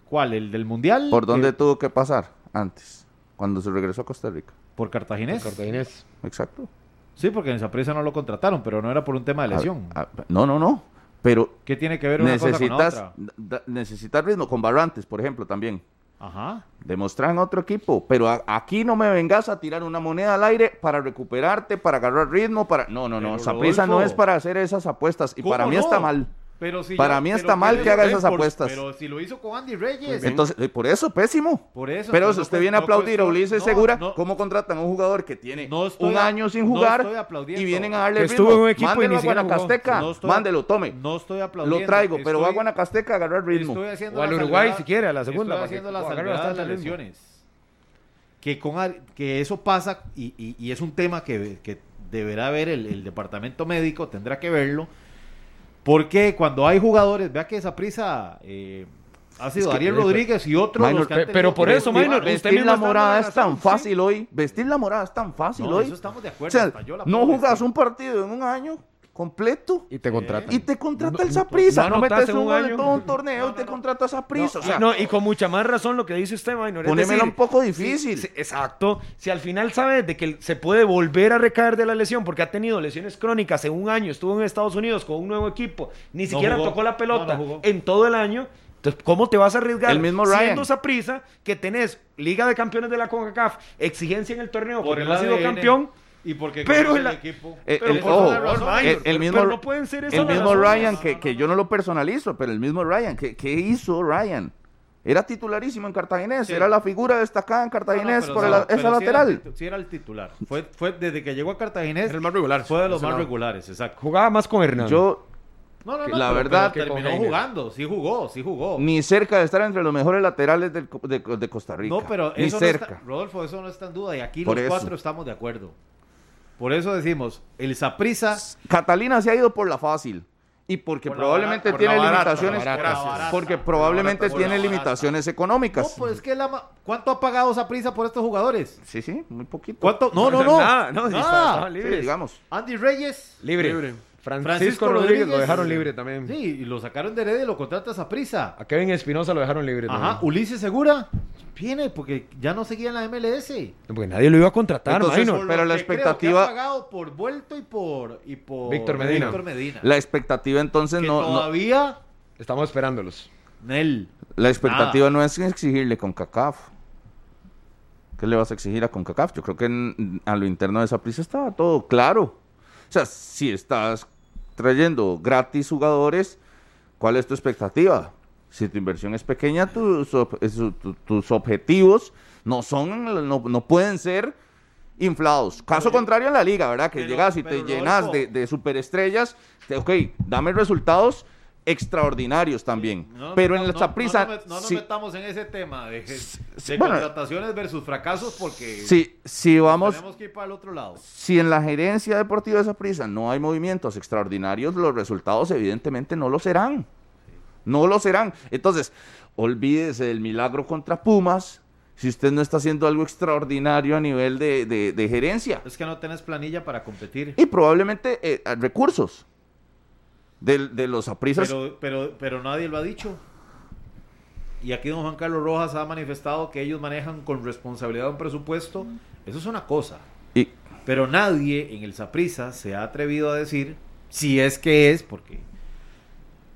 E: ¿Cuál? ¿El del Mundial?
B: ¿Por dónde
E: Eh,
B: tuvo que pasar antes? Cuando se regresó a Costa Rica.
E: Por Cartaginés.
B: Exacto.
E: Sí, porque en esa prisa no lo contrataron, pero no era por un tema de lesión.
B: A- a- Ah, no, no, no. Pero
E: ¿Qué tiene que ver una
B: necesitas,
E: cosa con la otra?
B: da- necesitas ritmo con Barrantes, por ejemplo, también.
E: Ajá.
B: Demostran otro equipo, pero a- aquí no me vengas a tirar una moneda al aire para recuperarte, para agarrar ritmo, para... No, no, no,
E: Pero,
B: Saprisa no
E: Rodolfo.
B: es para hacer esas apuestas y para
E: ¿Cómo
B: mí
E: no?
B: está mal.
E: Pero si
B: Para
E: ya-
B: mí
E: pero
B: está mal
E: ¿qué
B: que haga
E: hizo
B: esas
E: Por-
B: apuestas.
E: Pero si lo hizo con Andy Reyes.
B: Entonces, eh, por eso, pésimo.
E: Por eso,
B: Pero
E: entonces
B: si
E: no
B: usted
E: cu-
B: viene a
E: no
B: aplaudir a
E: cuestiona-
B: Ulises
E: no,
B: Segura,
E: no.
B: ¿cómo contratan a un jugador que tiene
E: No estoy
B: un
E: a-
B: año sin
E: no
B: jugar
E: estoy aplaudiendo.
B: y vienen a darle
C: Que estuvo en
B: ritmo?
C: un equipo y
B: Mándelo
C: ni
B: a
C: siquiera jugó.
B: Guanacasteca,
E: No estoy-
B: mándelo, tome.
E: No estoy aplaudiendo.
B: Lo traigo, pero va a
E: estoy-
B: Guanacasteca a agarrar ritmo.
E: Estoy haciendo
C: O al
E: la
C: Uruguay,
E: salvedad-
C: si quiere, a la segunda,
E: Estoy
C: para
E: haciendo
C: que
E: la
C: agarre
E: salvedad de
C: bastante
E: las
C: ritmo.
E: lesiones. Que, con, al- que eso pasa y, y- y es un tema que, que deberá ver el, el departamento médico, tendrá que verlo. Porque cuando hay jugadores, vea que esa prisa eh, ha sido Ariel Rodríguez y otros.
B: eh, Minor,
E: los que han
C: pe- pero
E: tenido
C: por
E: que-
C: eso,
E: No,
B: Vestir-
C: Minor, usted
B: vestir
C: mismo
B: la
C: está
B: morada
C: dando
B: es tan
C: razón,
B: fácil hoy. Vestir la morada es tan fácil
E: no,
B: hoy.
E: eso estamos de
B: O
E: acuerdo.
B: sea,
E: hasta yo la
B: no
E: puedo
B: jugas
E: vestir.
B: un partido en un año completo y
C: te contratan.
B: te, contrata el Saprisa.
C: no
B: No,
C: anotaste
B: metes
C: en
B: un
C: un
B: gol en
C: año.
B: todo un torneo y te contrata a Saprisa. o sea,
C: no, y con mucha más razón lo que dice usted, Minor. es
B: Ponémela
C: decir,
B: un poco difícil.
C: si- si- exacto. Si al final sabe de que se puede volver a recaer de la lesión porque ha tenido lesiones crónicas en un año, estuvo en Estados Unidos con un nuevo equipo, ni siquiera
E: jugó.
C: tocó la pelota
E: No, no jugó.
C: en todo el año. Entonces, ¿cómo te vas a arriesgar
B: El mismo Ryan.
C: siendo esa prisa que tenés Liga de Campeones de la CONCACAF, exigencia en el torneo porque
E: el
C: no has sido
E: ADN
C: campeón?
E: Y porque
C: pero
E: conoce
C: el-
E: equipo.
B: Eh,
C: Pero
B: el,
C: por
B: ojo,
C: una razón,
B: el-
C: Minor,
B: el
C: pero-
B: mismo,
C: pero no pueden ser esas
B: el mismo
C: las razones.
B: Ryan, que, que yo no lo personalizo, pero el mismo Ryan, ¿qué, qué hizo Ryan? Era titularísimo en Cartaginés,
E: Sí.
B: era la figura destacada en
E: No, no,
B: Cartaginés
E: pero
B: por
E: no,
B: el-
E: pero
B: esa
E: sí era el
B: lateral.
E: titu- Sí era el titular. Fue, fue desde que llegó a Cartaginés.
D: Era el más regular.
E: Fue de los
D: Ese
E: más
D: lado.
E: regulares, exacto.
C: Jugaba más con Hernán.
B: Yo
E: No, no,
B: Que
E: no,
B: la
E: pero-
B: verdad-
E: pero terminó
C: Heiner.
E: jugando, sí jugó, sí jugó.
B: ni cerca de estar entre los mejores laterales del co- de, de Costa Rica.
E: no, pero
B: ni
E: eso no
B: cerca.
E: está- Rodolfo, eso no está en duda y aquí
B: Por
E: los
B: eso.
E: cuatro estamos de acuerdo. Por eso decimos, el Saprisa
B: Catalina se ha ido por la fácil. y porque
C: Por la
B: probablemente
D: barata, por la
B: tiene
D: barata,
B: limitaciones
D: por la barata.
E: Gracias.
B: porque
E: Por la
B: probablemente
E: barata, por
B: tiene
E: la barata.
B: limitaciones económicas.
E: No, pues es que la ma- ¿cuánto ha pagado esa prisa por estos jugadores?
B: Sí, sí, muy poquito.
E: ¿Cuánto? No, no, no.
C: Nada, no, sí, estaba- estaba
E: Nada.
B: Sí,
C: libre.
B: digamos.
E: Andy Reyes.
C: Libre.
D: Libre.
C: Francisco,
E: Francisco
C: Rodríguez, lo
E: Rodríguez.
C: dejaron libre también.
E: Sí, y lo sacaron de Heredia y lo contratas a prisa.
C: A
B: Ah,
C: Kevin Espinosa lo dejaron libre
E: Ajá,
C: también.
E: Ulises Segura. Viene porque ya no seguía en la MLS.
C: No, Porque nadie lo iba a contratar,
B: Entonces,
C: Minor.
B: Pero la
E: que creo que
B: expectativa-
E: ha pagado por vuelto y por y por
C: Víctor Medina.
E: Víctor Medina.
B: La expectativa entonces
E: que
B: no, no-
E: todavía
C: Estamos esperándolos.
E: Nel.
B: la expectativa no es exigirle con CACAF. ¿Qué le vas a exigir a CONCACAF? Yo creo que en- a lo interno de esa prisa estaba todo claro. O sea, si estás trayendo gratis jugadores, ¿cuál es tu expectativa? Si tu inversión es pequeña, tus, ob- es- tu- tus objetivos no son, no, no pueden ser inflados. Caso contrario en la liga, ¿verdad? Que
E: pero-
B: llegas y te
E: pero,
B: llenas de,
E: Rodolfo.
B: de superestrellas, te- ok, dame resultados extraordinarios también.
E: No,
B: pero
E: no,
B: en la
E: no,
B: Saprissa,
E: No, nos met- no nos
B: si-
E: metamos en ese tema de, de
B: bueno.
E: contrataciones versus fracasos porque
B: si, si vamos,
E: tenemos que ir para el otro lado.
B: si en la gerencia deportiva de Saprissa no hay movimientos extraordinarios, los resultados evidentemente no lo serán. No lo serán. Entonces, olvídese del milagro contra Pumas si usted no está haciendo algo extraordinario a nivel de, de- de gerencia.
E: Es que no tenés planilla para competir.
B: Y probablemente eh, recursos de, de los aprisas.
E: Pero, pero, pero nadie lo ha dicho. Y aquí don Juan Carlos Rojas ha manifestado que ellos manejan con responsabilidad un presupuesto. Eso es una cosa.
B: Y,
E: Pero nadie en el Saprisa se ha atrevido a decir si es que es, porque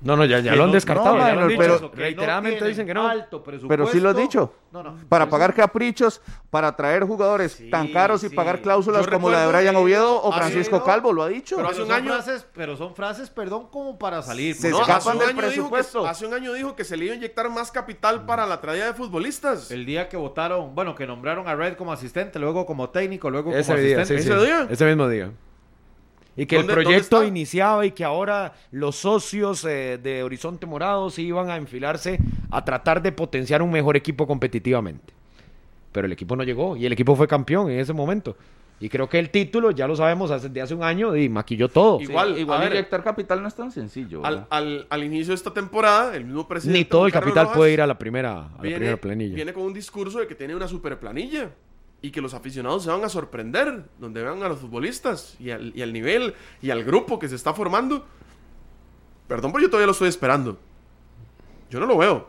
C: No, no, ya, ya
E: Que
C: lo han
E: no-
C: descartado.
B: no,
C: ya lo han
B: Minor,
C: dicho.
B: pero-
E: eso, que no
C: reiteradamente
E: tienen
C: dicen que no.
E: alto presupuesto.
B: Pero sí lo has dicho.
E: No, no.
B: para pagar caprichos, para traer jugadores
E: Sí,
B: tan caros y
E: sí.
B: pagar cláusulas
D: Yo
B: como la de
D: recuerdo
B: Brian
D: que
B: Oviedo o
D: hace-
B: Francisco Calvo, lo ha dicho.
D: Pero hace
E: Pero
D: un
E: son
D: año-
E: frases, pero son frases, perdón, como para salir.
B: Se
E: ¿no?
D: No, hace
B: escapan
D: un
B: del
D: año dijo que-
B: presupuesto.
D: hace un año dijo que se le iba a inyectar más capital para la traída de futbolistas.
E: El día que votaron, bueno, que nombraron a Red como asistente, luego como técnico, luego
C: Ese
E: como
C: día, sí,
E: asistente.
C: sí.
D: ¿Ese día?
C: Ese mismo día. Y que el
D: ¿Dónde- dónde
C: proyecto
D: está?
C: iniciaba y que ahora los socios eh, de Horizonte Morado se iban a enfilarse a tratar de potenciar un mejor equipo competitivamente. Pero el equipo no llegó y el equipo fue campeón en ese momento. Y creo que el título, ya lo sabemos, hace, de hace un año y maquilló todo.
D: Y-
B: Sí,
D: Igual,
B: igual,
D: a ver.
B: inyectar capital no es tan sencillo.
D: Al,
B: ¿verdad?
D: al- al inicio de esta temporada, el mismo presidente.
C: Ni todo el
D: Ricardo
C: capital
D: Rojas,
C: puede ir a la primera, a la
D: viene-
C: primera planilla.
D: Viene con un discurso de que tiene una super planilla y que los aficionados se van a sorprender donde vean a los futbolistas y al, y al nivel y al grupo que se está formando. Perdón, pero yo todavía lo estoy esperando. Yo no lo veo.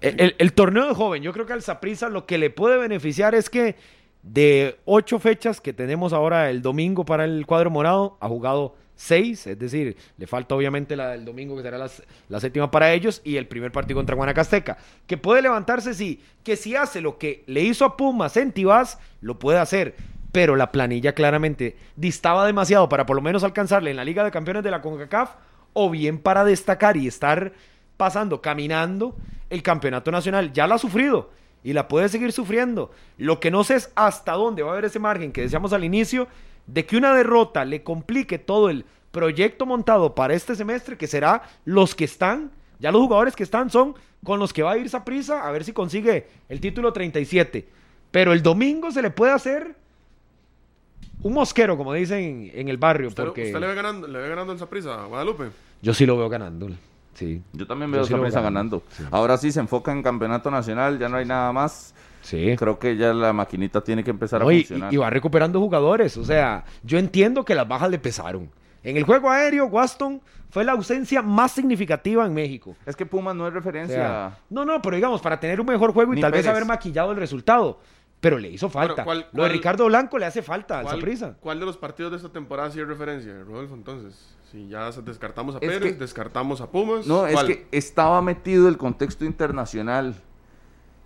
C: El, el- el torneo de joven, yo creo que al Saprissa lo que le puede beneficiar es que de ocho fechas que tenemos ahora el domingo para el cuadro morado, ha jugado seis, es decir, le falta obviamente la del domingo que será la, s- la séptima para ellos y el primer partido contra Guanacasteca, que puede levantarse sí, que si hace lo que le hizo a Pumas en Tibás, lo puede hacer, pero la planilla claramente distaba demasiado para por lo menos alcanzarle en la Liga de Campeones de la CONCACAF o bien para destacar y estar pasando, caminando el campeonato nacional. Ya la ha sufrido y la puede seguir sufriendo. Lo que no sé es hasta dónde va a haber ese margen que decíamos al inicio de que una derrota le complique todo el proyecto montado para este semestre, que será los que están, ya los jugadores que están son con los que va a irse a prisa a ver si consigue el título 37. Pero el domingo se le puede hacer un mosquero, como dicen en el barrio,
D: ¿Usted,
C: porque
D: usted le ve ganando, le ve ganando en esa prisa a Guadalupe?
C: yo sí lo veo ganando. Sí,
B: Yo también
C: Yo
B: veo
C: sí lo
B: esa prisa
C: veo ganando,
B: ganando. Ahora sí se enfoca en campeonato nacional, ya no hay nada más.
C: sí.
B: Creo que ya la maquinita tiene que empezar a
C: No, y-
B: funcionar.
C: Y, y va recuperando jugadores. O sea, yo entiendo que las bajas le pesaron. En el juego aéreo, Waston fue la ausencia más significativa en México.
B: Es que Pumas no es
C: O
B: referencia.
C: sea, no, no, pero digamos, para tener un mejor juego y
B: Ni
C: tal vez
B: Pérez.
C: haber maquillado el resultado. Pero le hizo falta.
D: Pero, ¿cuál-
C: Lo de
D: cuál-
C: Ricardo Blanco le hace falta al
D: ¿Cuál,
C: Saprissa.
D: cuál de los partidos de esta temporada sí es referencia, Rodolfo? Entonces, si ya se- descartamos a
B: Es
D: Pérez,
B: que-
D: descartamos a Pumas.
B: No, es
D: ¿cuál?
B: que estaba metido el contexto internacional.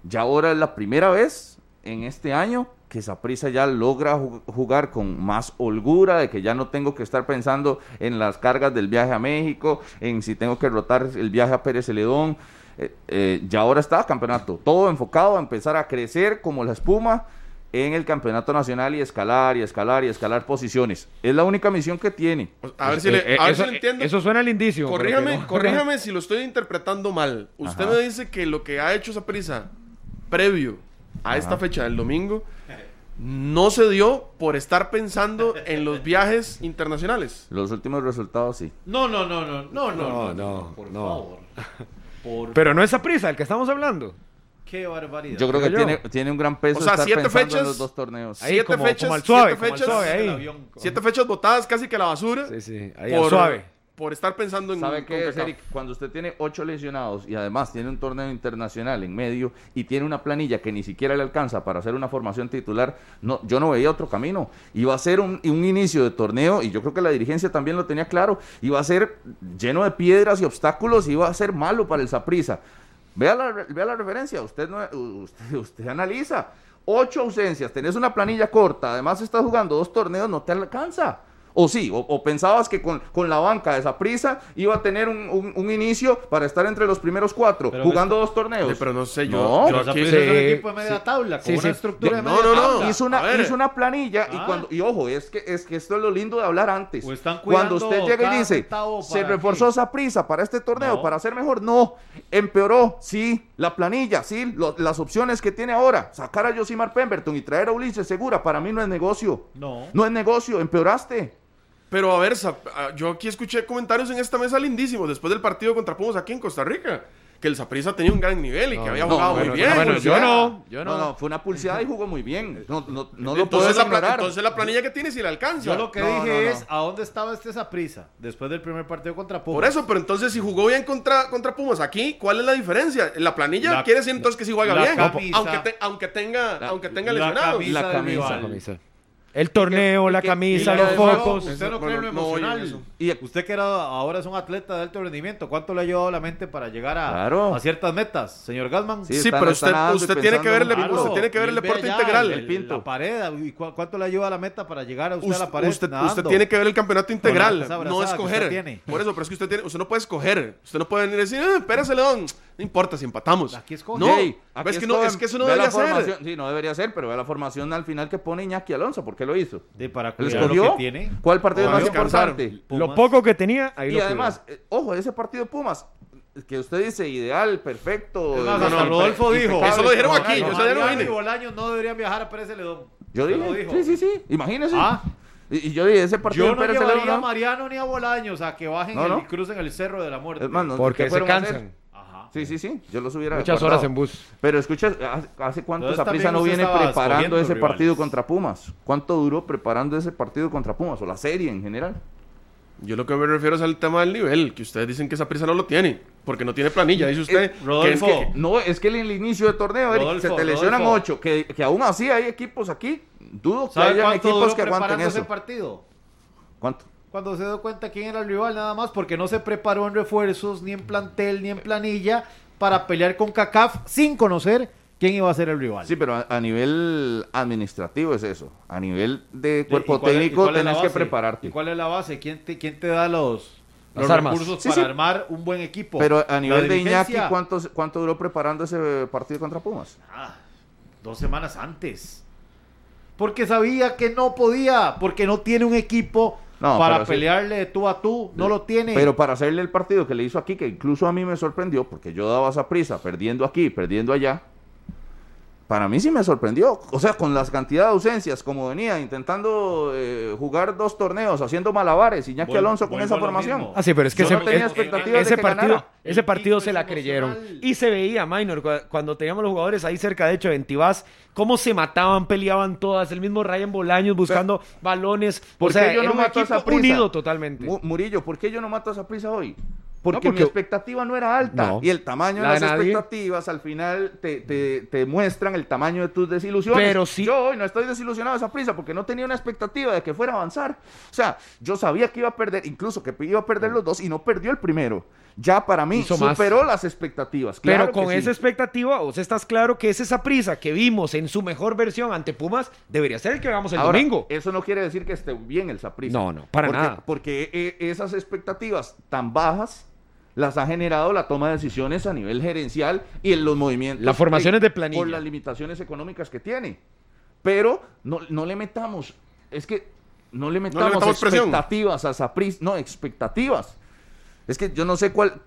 B: Ya ahora es la primera vez en este año que Saprissa ya logra ju- jugar con más holgura, de que ya no tengo que estar pensando en las cargas del viaje a México, en si tengo que rotar el viaje a Pérez Celedón. Eh, eh, ya ahora está campeonato, todo enfocado a empezar a crecer como la espuma en el campeonato nacional y escalar y escalar y escalar posiciones. Es la única misión que tiene.
D: O- A ver si le,
C: Eh, eh,
D: a ver
C: eso,
D: si le entiendo.
C: eh, eso suena lindísimo. pero que
D: corríjame,
C: no.
D: corríjame si lo estoy interpretando mal. Usted
B: Ajá.
D: me dice que lo que ha hecho esa prisa previo a esta fecha del domingo no se dio por estar pensando en los viajes internacionales.
B: Los últimos resultados sí.
C: No, no, no, no, no,
E: No, no,
C: Por
E: no.
C: favor. Por- Pero no es a prisa, el que estamos hablando.
E: Qué barbaridad.
B: Yo creo que
D: yo.
B: tiene, tiene un gran peso
D: O sea,
B: estar
D: siete
B: pensando
D: fechas.
B: en los dos torneos.
C: Ahí,
D: siete
C: como,
D: fechas,
C: como al suave,
D: siete
C: como al
D: fechas.
C: suave, ahí.
D: Siete fechas botadas casi que a la basura.
C: Sí, sí, ahí al suave.
D: Por estar pensando en...
B: ¿Sabe qué es,
D: CONCACAF.
B: Eric? Cuando usted tiene ocho lesionados y además tiene un torneo internacional en medio y tiene una planilla que ni siquiera le alcanza para hacer una formación titular, no, yo no veía otro camino. Iba a ser un, un inicio de torneo y yo creo que la dirigencia también lo tenía claro. Iba a ser lleno de piedras y obstáculos y iba a ser malo para el Saprisa. Vea la, re- vea la referencia, usted, no, usted, usted analiza. Ocho ausencias, tenés una planilla corta, además estás jugando dos torneos, no te alcanza. O sí, o, o pensabas que con, con la banca de esa prisa iba a tener un, un- un inicio para estar entre los primeros cuatro,
E: Pero
B: jugando dos torneos.
D: Sí,
C: Pues,
D: pero no sé, yo...
B: No,
D: yo
E: Pero
D: aquí-
E: Saprissa es un
C: Sí,
E: equipo de media tabla, con
C: Sí,
E: una
C: sí.
E: estructura de
D: No,
E: media
D: no, no.
E: tabla.
B: hizo,
D: a
B: una,
D: ver.
B: hizo una planilla y
E: Ah.
B: cuando y ojo, es que es que esto es lo lindo de hablar antes.
E: O están
B: cuando
E: cuidando
B: usted llega y
E: cada
B: dice,
E: centavo
B: se
E: para
B: reforzó
E: qué".
B: esa prisa para este torneo,
E: No.
B: para ser mejor, no, empeoró, sí, la planilla, sí, lo- las opciones que tiene ahora, sacar a Josimar Pemberton y traer a Ulises Segura, para mí no es negocio.
E: No.
B: No es negocio, empeoraste.
D: Pero a ver, Zap- ah, yo aquí escuché comentarios en esta mesa lindísimos después del partido contra Pumas aquí en Costa Rica. Que el Saprissa tenía un gran nivel y que había
B: No,
D: jugado
B: bueno,
D: muy
B: fue una
D: bien.
C: bueno,
D: o
C: yo
D: sea,
C: no, yo
B: No,
C: no.
B: no, fue una pulseada y jugó muy bien. No, no, no lo puedo
D: entonces, la, pla-
B: ignorar.
D: entonces la planilla que tiene si la alcanza.
E: Yo lo que
B: No, no,
E: dije
B: no.
E: es a dónde estaba este Saprisa después del primer partido contra Pumas.
D: Por eso, pero entonces si jugó bien contra, contra Pumas aquí, ¿cuál es la diferencia? La planilla
E: La-
D: quiere decir entonces que sí juega
E: la
D: bien.
E: camisa.
D: aunque, te- aunque tenga,
B: La-
D: aunque tenga
E: la
D: lesionados.
E: camisa.
B: la
E: del
B: camisa.
E: rival.
C: El torneo, la
B: que-
C: camisa,
B: y
E: Pero
B: lo
E: de
C: los
B: demás-
E: nuevo,
C: focos.
E: pues, Usted no cree en lo
D: Bueno, no, oye,
E: emocional.
D: eso.
B: Y-
E: Usted que era, ahora es un atleta de alto rendimiento, ¿cuánto le ha llevado la mente para llegar a,
B: Claro.
E: a ciertas metas, señor Gasman?
B: Sí,
D: Sí,
B: Están-
D: pero
B: están
D: usted,
B: nadando y
D: usted tiene que ver el,
B: pensando en-
D: usted tiene que ver el
E: Él ve
D: deporte
E: allá,
D: integral.
E: el-
B: pinto.
E: La pared, ¿y cu- ¿cuánto le ayuda a la meta para llegar a usted a
D: Us-
E: la pared?
D: usted,
E: nadando?
D: usted tiene que ver el campeonato integral,
E: esa abrazada
D: no
E: que
D: escoger.
E: usted tiene.
D: Por eso, pero es que usted tiene, usted no puede escoger. Usted no puede venir y decir, eh, espérese, León, no importa si empatamos.
E: Aquí escoge.
D: No,
B: Jay, aquí
D: es que no,
B: estoy.
D: es que eso no
B: Ve la
D: debería ser.
B: formación- Sí, no debería ser, pero ve la formación al final que pone Iñaki Alonso. ¿Por qué lo hizo?
E: De para
B: ¿Lo
E: cuidar lo
B: escogió?
E: que tiene.
B: ¿Cuál partido
D: Lo
B: más
D: descansaron.
B: importante?
E: Pumas.
C: Lo poco que tenía, ahí
B: Y
C: lo
B: además, eh, ojo, ese partido de Pumas, que usted dice ideal, perfecto.
E: Es
B: eh,
E: más,
D: No,
E: hasta
D: no,
E: Rodolfo
B: impecable,
E: dijo.
D: eso lo dijeron
B: impecable.
D: aquí, yo sé- ya lo
E: Mariano
D: vine.
E: y Bolaños no deberían viajar a Pérez Celedón.
B: Yo
E: Usted lo
B: dije,
E: dijo.
B: sí, sí, sí, imagínese.
E: Ah.
B: Y, y yo dije, ese partido
E: Yo
B: de
E: no
B: Pérez
E: llevaría
B: Celedón,
E: a Mariano ni a Bolaños a que bajen
B: No, no.
E: El, y crucen el cerro de la muerte.
B: Es más, no- ¿qué
C: Porque se
B: fueron a hacer?
C: cansan.
E: Ajá.
B: Sí, sí, sí, yo los hubiera
C: Muchas
B: guardado.
C: horas en bus.
B: Pero escucha, ¿hace- ¿hace cuánto
E: Entonces,
B: Saprissa
E: también
B: no
E: usted
B: viene
E: estaba
B: preparando
E: escogiendo
B: ese partido
E: rivales.
B: contra Pumas? ¿Cuánto duró preparando ese partido contra Pumas? O la serie en general.
D: Yo lo que me refiero es al tema del nivel, que ustedes dicen que esa prisa no lo tiene, porque no tiene planilla, dice usted. que-
E: Rodolfo.
D: que-
B: No, es que en el inicio del torneo, Eric,
E: Rodolfo,
B: se te lesionan
E: Rodolfo.
B: ocho, que, que aún así hay equipos aquí, dudo que
E: ¿Sabe
B: hayan
E: cuánto duró
B: equipos que aguanten
E: preparando
B: eso.
E: ese partido?
B: ¿Cuánto?
E: Cuando se dio cuenta quién era el rival, nada más, porque no se preparó en refuerzos, ni en plantel, ni en planilla, para pelear con CACAF sin conocer quién iba a ser el rival.
B: Sí, pero a, a nivel administrativo es eso, a nivel de
E: ¿Y
B: cuerpo
E: cuál es- y
B: técnico
E: cuál es la
B: tenés que
E: base?
B: prepararte.
E: ¿Y cuál es la base? ¿Quién te, quién te da los,
C: Las
E: los
C: armas.
E: recursos
B: Sí,
E: para
B: sí.
E: armar un buen equipo?
B: Pero a
E: La
B: nivel de Iñaki,
E: dirigencia,
B: ¿cuánto, ¿cuánto duró preparando ese partido contra Pumas?
E: Ah, dos semanas antes. Porque sabía que no podía, porque no tiene un equipo
B: No,
E: para
B: pero sí.
E: pelearle de tú a tú, no lo tiene.
B: Pero para hacerle el partido que le hizo aquí, que incluso a mí me sorprendió, porque yo daba esa prisa, perdiendo aquí, perdiendo allá, para mí sí me sorprendió. O sea, con las cantidad de ausencias, como venía, intentando eh, jugar dos torneos, haciendo malabares, Iñaki
E: Vuel-
B: Alonso con
E: vuelvo
B: esa
E: a lo
B: formación.
E: mismo.
C: Ah, sí, pero es que
B: Yo
C: ese,
B: no tenía
C: es-
B: expectativas
C: ese
B: de que
C: partido,
B: ganara.
E: El
C: ese partido
E: pico
C: se la
E: emocional.
C: creyeron. Y se veía, Minor, cua- cuando teníamos los jugadores ahí cerca, de hecho, en Tibás, cómo se mataban, peleaban todas. El mismo Ryan Bolaños buscando balones.
B: ¿Por
C: o sea,
B: qué yo
C: era
B: no
C: un
B: mato a
C: equipo
B: Saprissa?
C: unido totalmente.
B: Mu- Murillo, ¿por qué yo no mato a esa prisa hoy? Porque,
C: porque-
B: mi expectativa no era alta
C: No.
B: y el tamaño
C: La
B: de
C: de
B: las
C: nadie.
B: expectativas al final te, te- te muestran el tamaño de tus desilusiones.
C: Pero sí-
B: Yo hoy no estoy desilusionado de esa prisa porque no tenía una expectativa de que fuera a avanzar. O sea, yo sabía que iba a perder, incluso que iba a perder los dos y no perdió el primero. Ya para mí
C: Mm. Hizo más.
B: superó las expectativas.
C: Pero
B: Claro que
C: con
B: sí.
C: esa expectativa, vos estás claro que es esa prisa que vimos en su mejor versión ante Pumas, debería ser el que hagamos el
B: Ahora,
C: domingo.
B: Eso no quiere decir que esté bien el Saprissa.
C: No, no, para
B: porque,
C: nada.
B: Porque eh, esas expectativas tan bajas las ha generado la toma de decisiones a nivel gerencial y en los movimientos.
C: Las formaciones de
B: planismo
C: planilla.
B: Por las limitaciones económicas que tiene. Pero no, no le metamos, es que no le metamos,
D: metamos presión.
B: expectativas a Saprissa, no, expectativas. Es que yo no sé cuál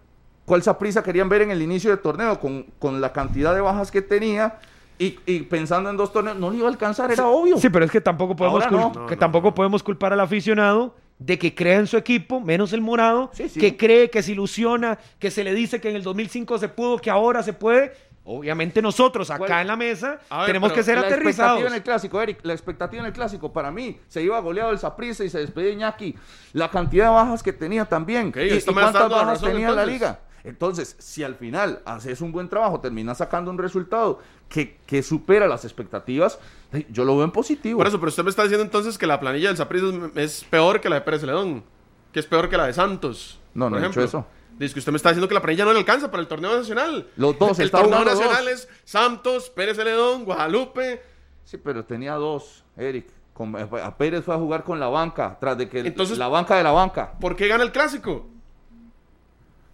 B: cuál Saprissa querían ver en el inicio del torneo con, con la cantidad de bajas que tenía y, y pensando en dos torneos, no le iba a alcanzar, era obvio.
C: Sí, pero es que tampoco podemos,
B: Ahora
C: cul-
B: no.
D: No,
C: que
D: no,
C: tampoco
D: no.
C: podemos culpar al aficionado de que crea en su equipo, menos el morado,
B: Sí, sí.
C: que cree, que se ilusiona, que se le dice que en el 2005 se pudo, que ahora se puede. Obviamente nosotros acá
B: ¿Cuál?
C: en la mesa
D: A ver,
C: tenemos
D: pero
C: que ser
B: la expectativa
C: aterrizados.
B: en el clásico, Eric, la expectativa en el clásico, para mí, se iba goleado el Saprissa y se despedía Iñaki. La cantidad de bajas que tenía también.
D: Ok,
B: y,
D: esto
B: y
D: me está
B: cuántas
D: dando la
B: bajas
D: razón,
B: tenía la
D: entonces.
B: liga. Entonces, si al final haces un buen trabajo, terminas sacando un resultado que, que supera las expectativas, eh, yo lo veo en positivo.
D: Por eso, pero usted me está diciendo entonces que la planilla del Saprissa es, es peor que la de Pérez Celedón, que es peor que la de Santos.
B: No, no
D: por
B: he dicho
D: ejemplo.
B: eso.
D: Dice que usted me está diciendo que la planilla no le alcanza para el torneo nacional.
B: Los dos,
D: El
B: está
D: torneo
B: jugando
D: nacional
B: dos.
D: es Santos, Pérez Celedón, Guadalupe.
B: Sí, pero tenía dos, Eric. Con- a Pérez fue a jugar con la banca, tras de que el-
D: Entonces-
B: la banca de la banca.
D: ¿Por qué gana el clásico?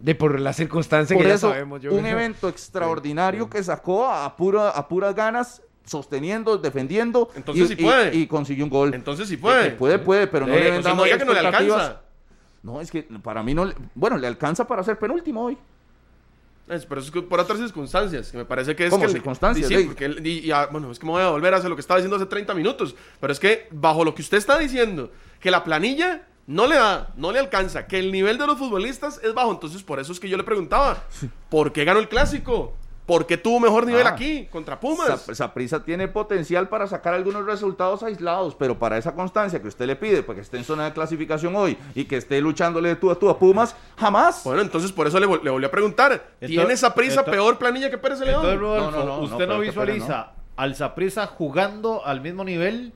C: De por las circunstancias
B: Por
C: que ya
B: eso,
C: sabemos. yo
B: un
C: creo.
B: evento extraordinario que sacó a, pura, a puras ganas, sosteniendo, defendiendo.
D: Entonces
B: y,
D: sí puede.
B: y- y consiguió un gol.
D: Entonces sí
B: Que
D: puede.
B: puede, puede, pero no
D: Eh,
B: le
D: entonces no
B: vendamos
D: diga que no le
B: expectativas.
D: alcanza.
B: No, es que para mí no. le- bueno, le alcanza para ser penúltimo hoy.
D: Es, pero es que por otras circunstancias, que me parece que es
B: ¿Cómo
D: que el-
B: circunstancias,
D: Sí,
B: Dey?
D: porque el- y- y, ah, bueno, es que me voy a volver a hacer lo que estaba diciendo hace 30 minutos, pero es que bajo lo que usted está diciendo, que la planilla no le da, no le alcanza, que el nivel de los futbolistas es bajo, entonces por eso es que yo le preguntaba, ¿por qué ganó el clásico? ¿Por qué tuvo mejor nivel
B: Ah. pues,
D: aquí contra Pumas?
B: Saprisa tiene potencial para sacar algunos resultados aislados, pero para esa constancia que usted le pide, para que esté en zona de clasificación hoy y que esté luchándole de tú a tú a Pumas, jamás.
D: Bueno, entonces por eso le, vol- le volví a preguntar, ¿tiene
E: Entonces-
D: esa prisa
E: ento-
D: peor planilla que Pérez León?
E: Entonces,
B: No,
E: Rodolfo,
B: no, no, no,
E: usted
B: pero
E: no,
B: qué pena,
E: visualiza al Saprissa jugando al mismo nivel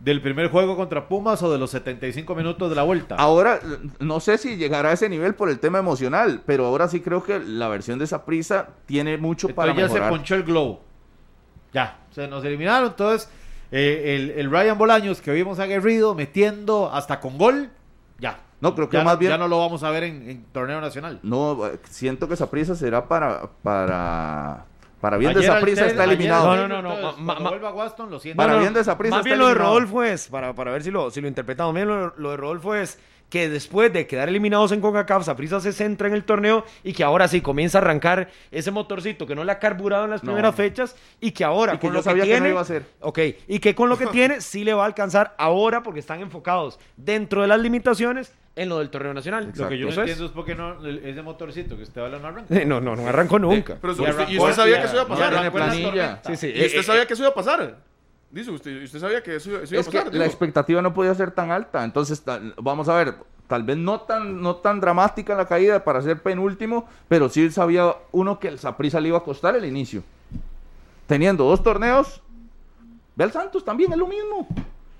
E: del primer juego contra Pumas o de los 75 minutos de la vuelta.
B: Ahora, no sé si llegará a ese nivel por el tema emocional, pero ahora sí creo que la versión de Saprisa tiene mucho para
E: Entonces ya
B: mejorar.
E: se ponchó el globo. Ya, se nos eliminaron. Entonces, eh, el, el Ryan Bolaños que vimos aguerrido, metiendo hasta con gol, ya.
B: No, creo que
E: ya,
B: más bien-
E: ya no lo vamos a ver en, en torneo nacional.
B: No, eh, siento que Saprisa será para para para bien de
E: Ayer
B: Saprisa
E: Alter-
B: está
E: ayer
B: eliminado.
C: No,
E: Alter-
C: no, no, no,
E: entonces,
C: ma-
E: cuando
C: ma-
E: vuelva Waston, lo siento.
B: Para
C: No, no,
B: bien de Saprissa
C: Más
B: está
C: bien lo de
B: eliminado.
C: Rodolfo es, para, para ver si lo, si lo interpretamos bien, lo, lo de Rodolfo es que después de quedar eliminados en CONCACAF, Saprissa se centra en el torneo y que ahora sí comienza a arrancar ese motorcito que no le ha carburado en las
B: No.
C: primeras fechas y que ahora
B: Y que yo sabía que no iba a hacer.
C: Ok, y que con lo que tiene sí le va a alcanzar ahora porque están enfocados dentro de las limitaciones en lo del torneo nacional.
E: Lo que yo no
C: Entonces,
E: entiendo es por qué no, el- ese motorcito que usted habla no arranca.
C: No, no, no arrancó nunca.
D: Pero
E: Y
D: usted- usted- y
E: arrancó-
D: usted sabía
E: y
D: que eso iba a
E: arrancó
D: pasar.
E: la
B: tiene planilla.
E: tormenta.
C: sí, sí.
B: este
D: Y usted
C: eh,
D: sabía que eso iba a pasar. Dice usted, usted sabía que eso, eso iba a
B: Es que
D: pasar.
B: la
D: digo.
B: expectativa no podía ser tan alta, entonces tal- vamos a ver, tal vez no tan no tan dramática la caída para ser penúltimo, pero sí sabía uno que el Saprisa le iba a costar el inicio. Teniendo dos torneos, ve al Santos también, es lo mismo.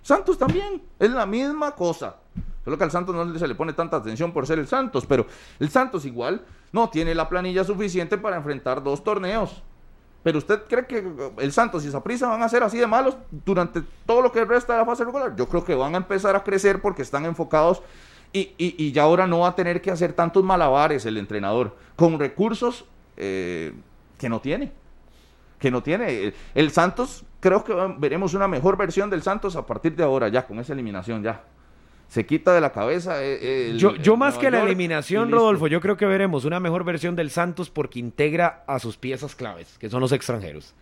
B: Santos también, es la misma cosa. Solo que al Santos no se le pone tanta atención por ser el Santos, pero el Santos igual no tiene la planilla suficiente para enfrentar dos torneos. Pero usted cree que el Santos y Saprissa van a ser así de malos durante todo lo que resta de la fase regular. Yo creo que van a empezar a crecer porque están enfocados y, y- y ya ahora no va a tener que hacer tantos malabares el entrenador con recursos eh, que no tiene. Que no tiene. El Santos, creo que va- veremos una mejor versión del Santos a partir de ahora, ya con esa eliminación, ya. Se quita de la cabeza. eh, el-
C: yo, yo
B: el
C: más
B: Nueva
C: que la
B: York y
C: eliminación,
B: listo.
C: Rodolfo, yo creo que veremos una mejor versión del Santos porque integra a sus piezas claves, que son los extranjeros.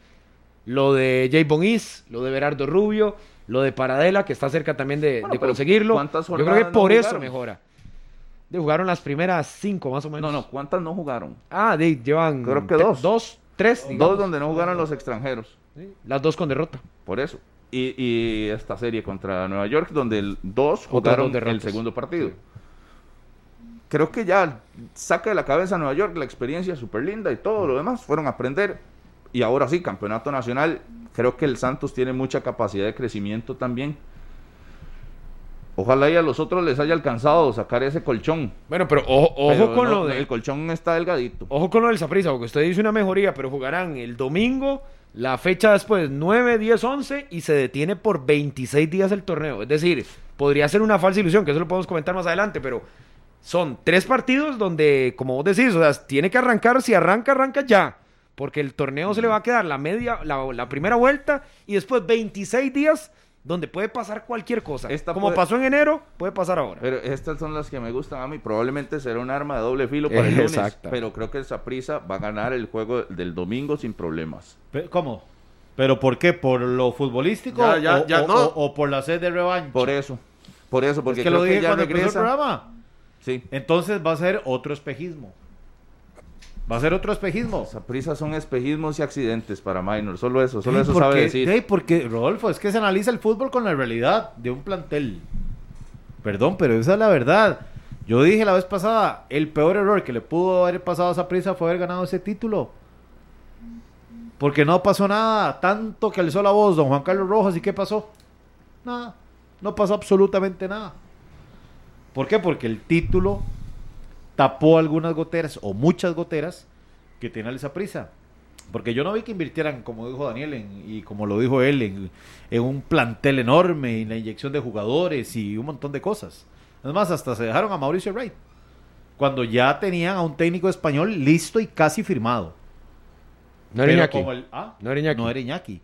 C: Lo de Jay Bonis, lo de Berardo Rubio, lo de Paradela, que está cerca también de,
B: Bueno,
C: de
B: pero
C: conseguirlo. Yo
B: ¿cuántas
C: creo que
B: jornadas no
C: por eso
B: jugaron?
C: mejora. De jugaron las primeras cinco, más o menos.
B: No, no, ¿cuántas no jugaron?
C: Ah, de, llevan.
B: Creo que
C: tre-
B: dos.
C: Dos, tres.
B: Dos
C: digamos.
B: donde no jugaron los extranjeros.
C: Sí, Las dos con derrota.
B: Por eso. Y, y esta serie contra Nueva York, donde el- dos
C: Otras dos
B: jugaron el
C: derrotas.
B: segundo partido. Creo que ya saca de la cabeza Nueva York la experiencia súper linda y todo lo demás. Fueron a aprender. Y ahora sí, campeonato nacional. Creo que el Santos tiene mucha capacidad de crecimiento también. Ojalá y a los otros les haya alcanzado sacar ese colchón.
C: Bueno, pero ojo, ojo
B: Pero
C: con
B: no,
C: lo de.
B: El colchón está delgadito.
C: Ojo con lo del Saprissa, porque usted dice una mejoría, pero jugarán el domingo, la fecha después 9, 10, 11 y se detiene por 26 días el torneo. Es decir, podría ser una falsa ilusión, que eso lo podemos comentar más adelante, pero son tres partidos donde, como vos decís, o sea, tiene que arrancar, si arranca, arranca ya. Porque el torneo se le va a quedar la media, la, la primera vuelta y después 26 días donde puede pasar cualquier cosa.
B: Esta
C: como
B: puede-
C: pasó en enero, puede pasar ahora.
B: Pero estas son las que me gustan a mí. Probablemente será un arma de doble filo para el lunes.
C: Exacto.
B: Pero creo que el Saprissa va a ganar el juego del domingo sin problemas.
E: Pe- ¿Cómo? ¿Pero por qué? ¿Por lo futbolístico
D: Ya, ya,
E: o,
D: ya,
E: o-
D: no.
E: o- o por la sed de revancha?
B: Por eso. Por eso, porque
E: es que
B: creo
E: lo dije
B: que ya
E: cuando empezó
B: regresa.
E: el programa.
B: Sí.
E: Entonces va a ser otro espejismo. Va a ser otro espejismo.
B: Las prisas son espejismos y accidentes para Minor. Solo eso, solo
E: Sí,
B: eso
E: porque-
B: sabe decir.
E: sí, porque, Rodolfo, es que se analiza el fútbol con la realidad de un plantel. Perdón, pero esa es la verdad. Yo dije la vez pasada, el peor error que le pudo haber pasado a esa prisa fue haber ganado ese título. Porque no pasó nada. Tanto que alzó la voz don Juan Carlos Rojas. ¿Y qué pasó? Nada. No pasó absolutamente nada. ¿Por qué? Porque el título tapó algunas goteras o muchas goteras que tiene esa prisa. Porque yo no vi que invirtieran, como dijo Daniel en- y como lo dijo él, en, en un plantel enorme, en la inyección de jugadores y un montón de cosas. Además, hasta se dejaron a Mauricio Wright. Cuando ya tenían a un técnico español listo y casi firmado.
C: No era
E: Pero
C: Iñaki.
E: como el- ¿ah?
C: No era Iñaki.
E: No era Iñaki.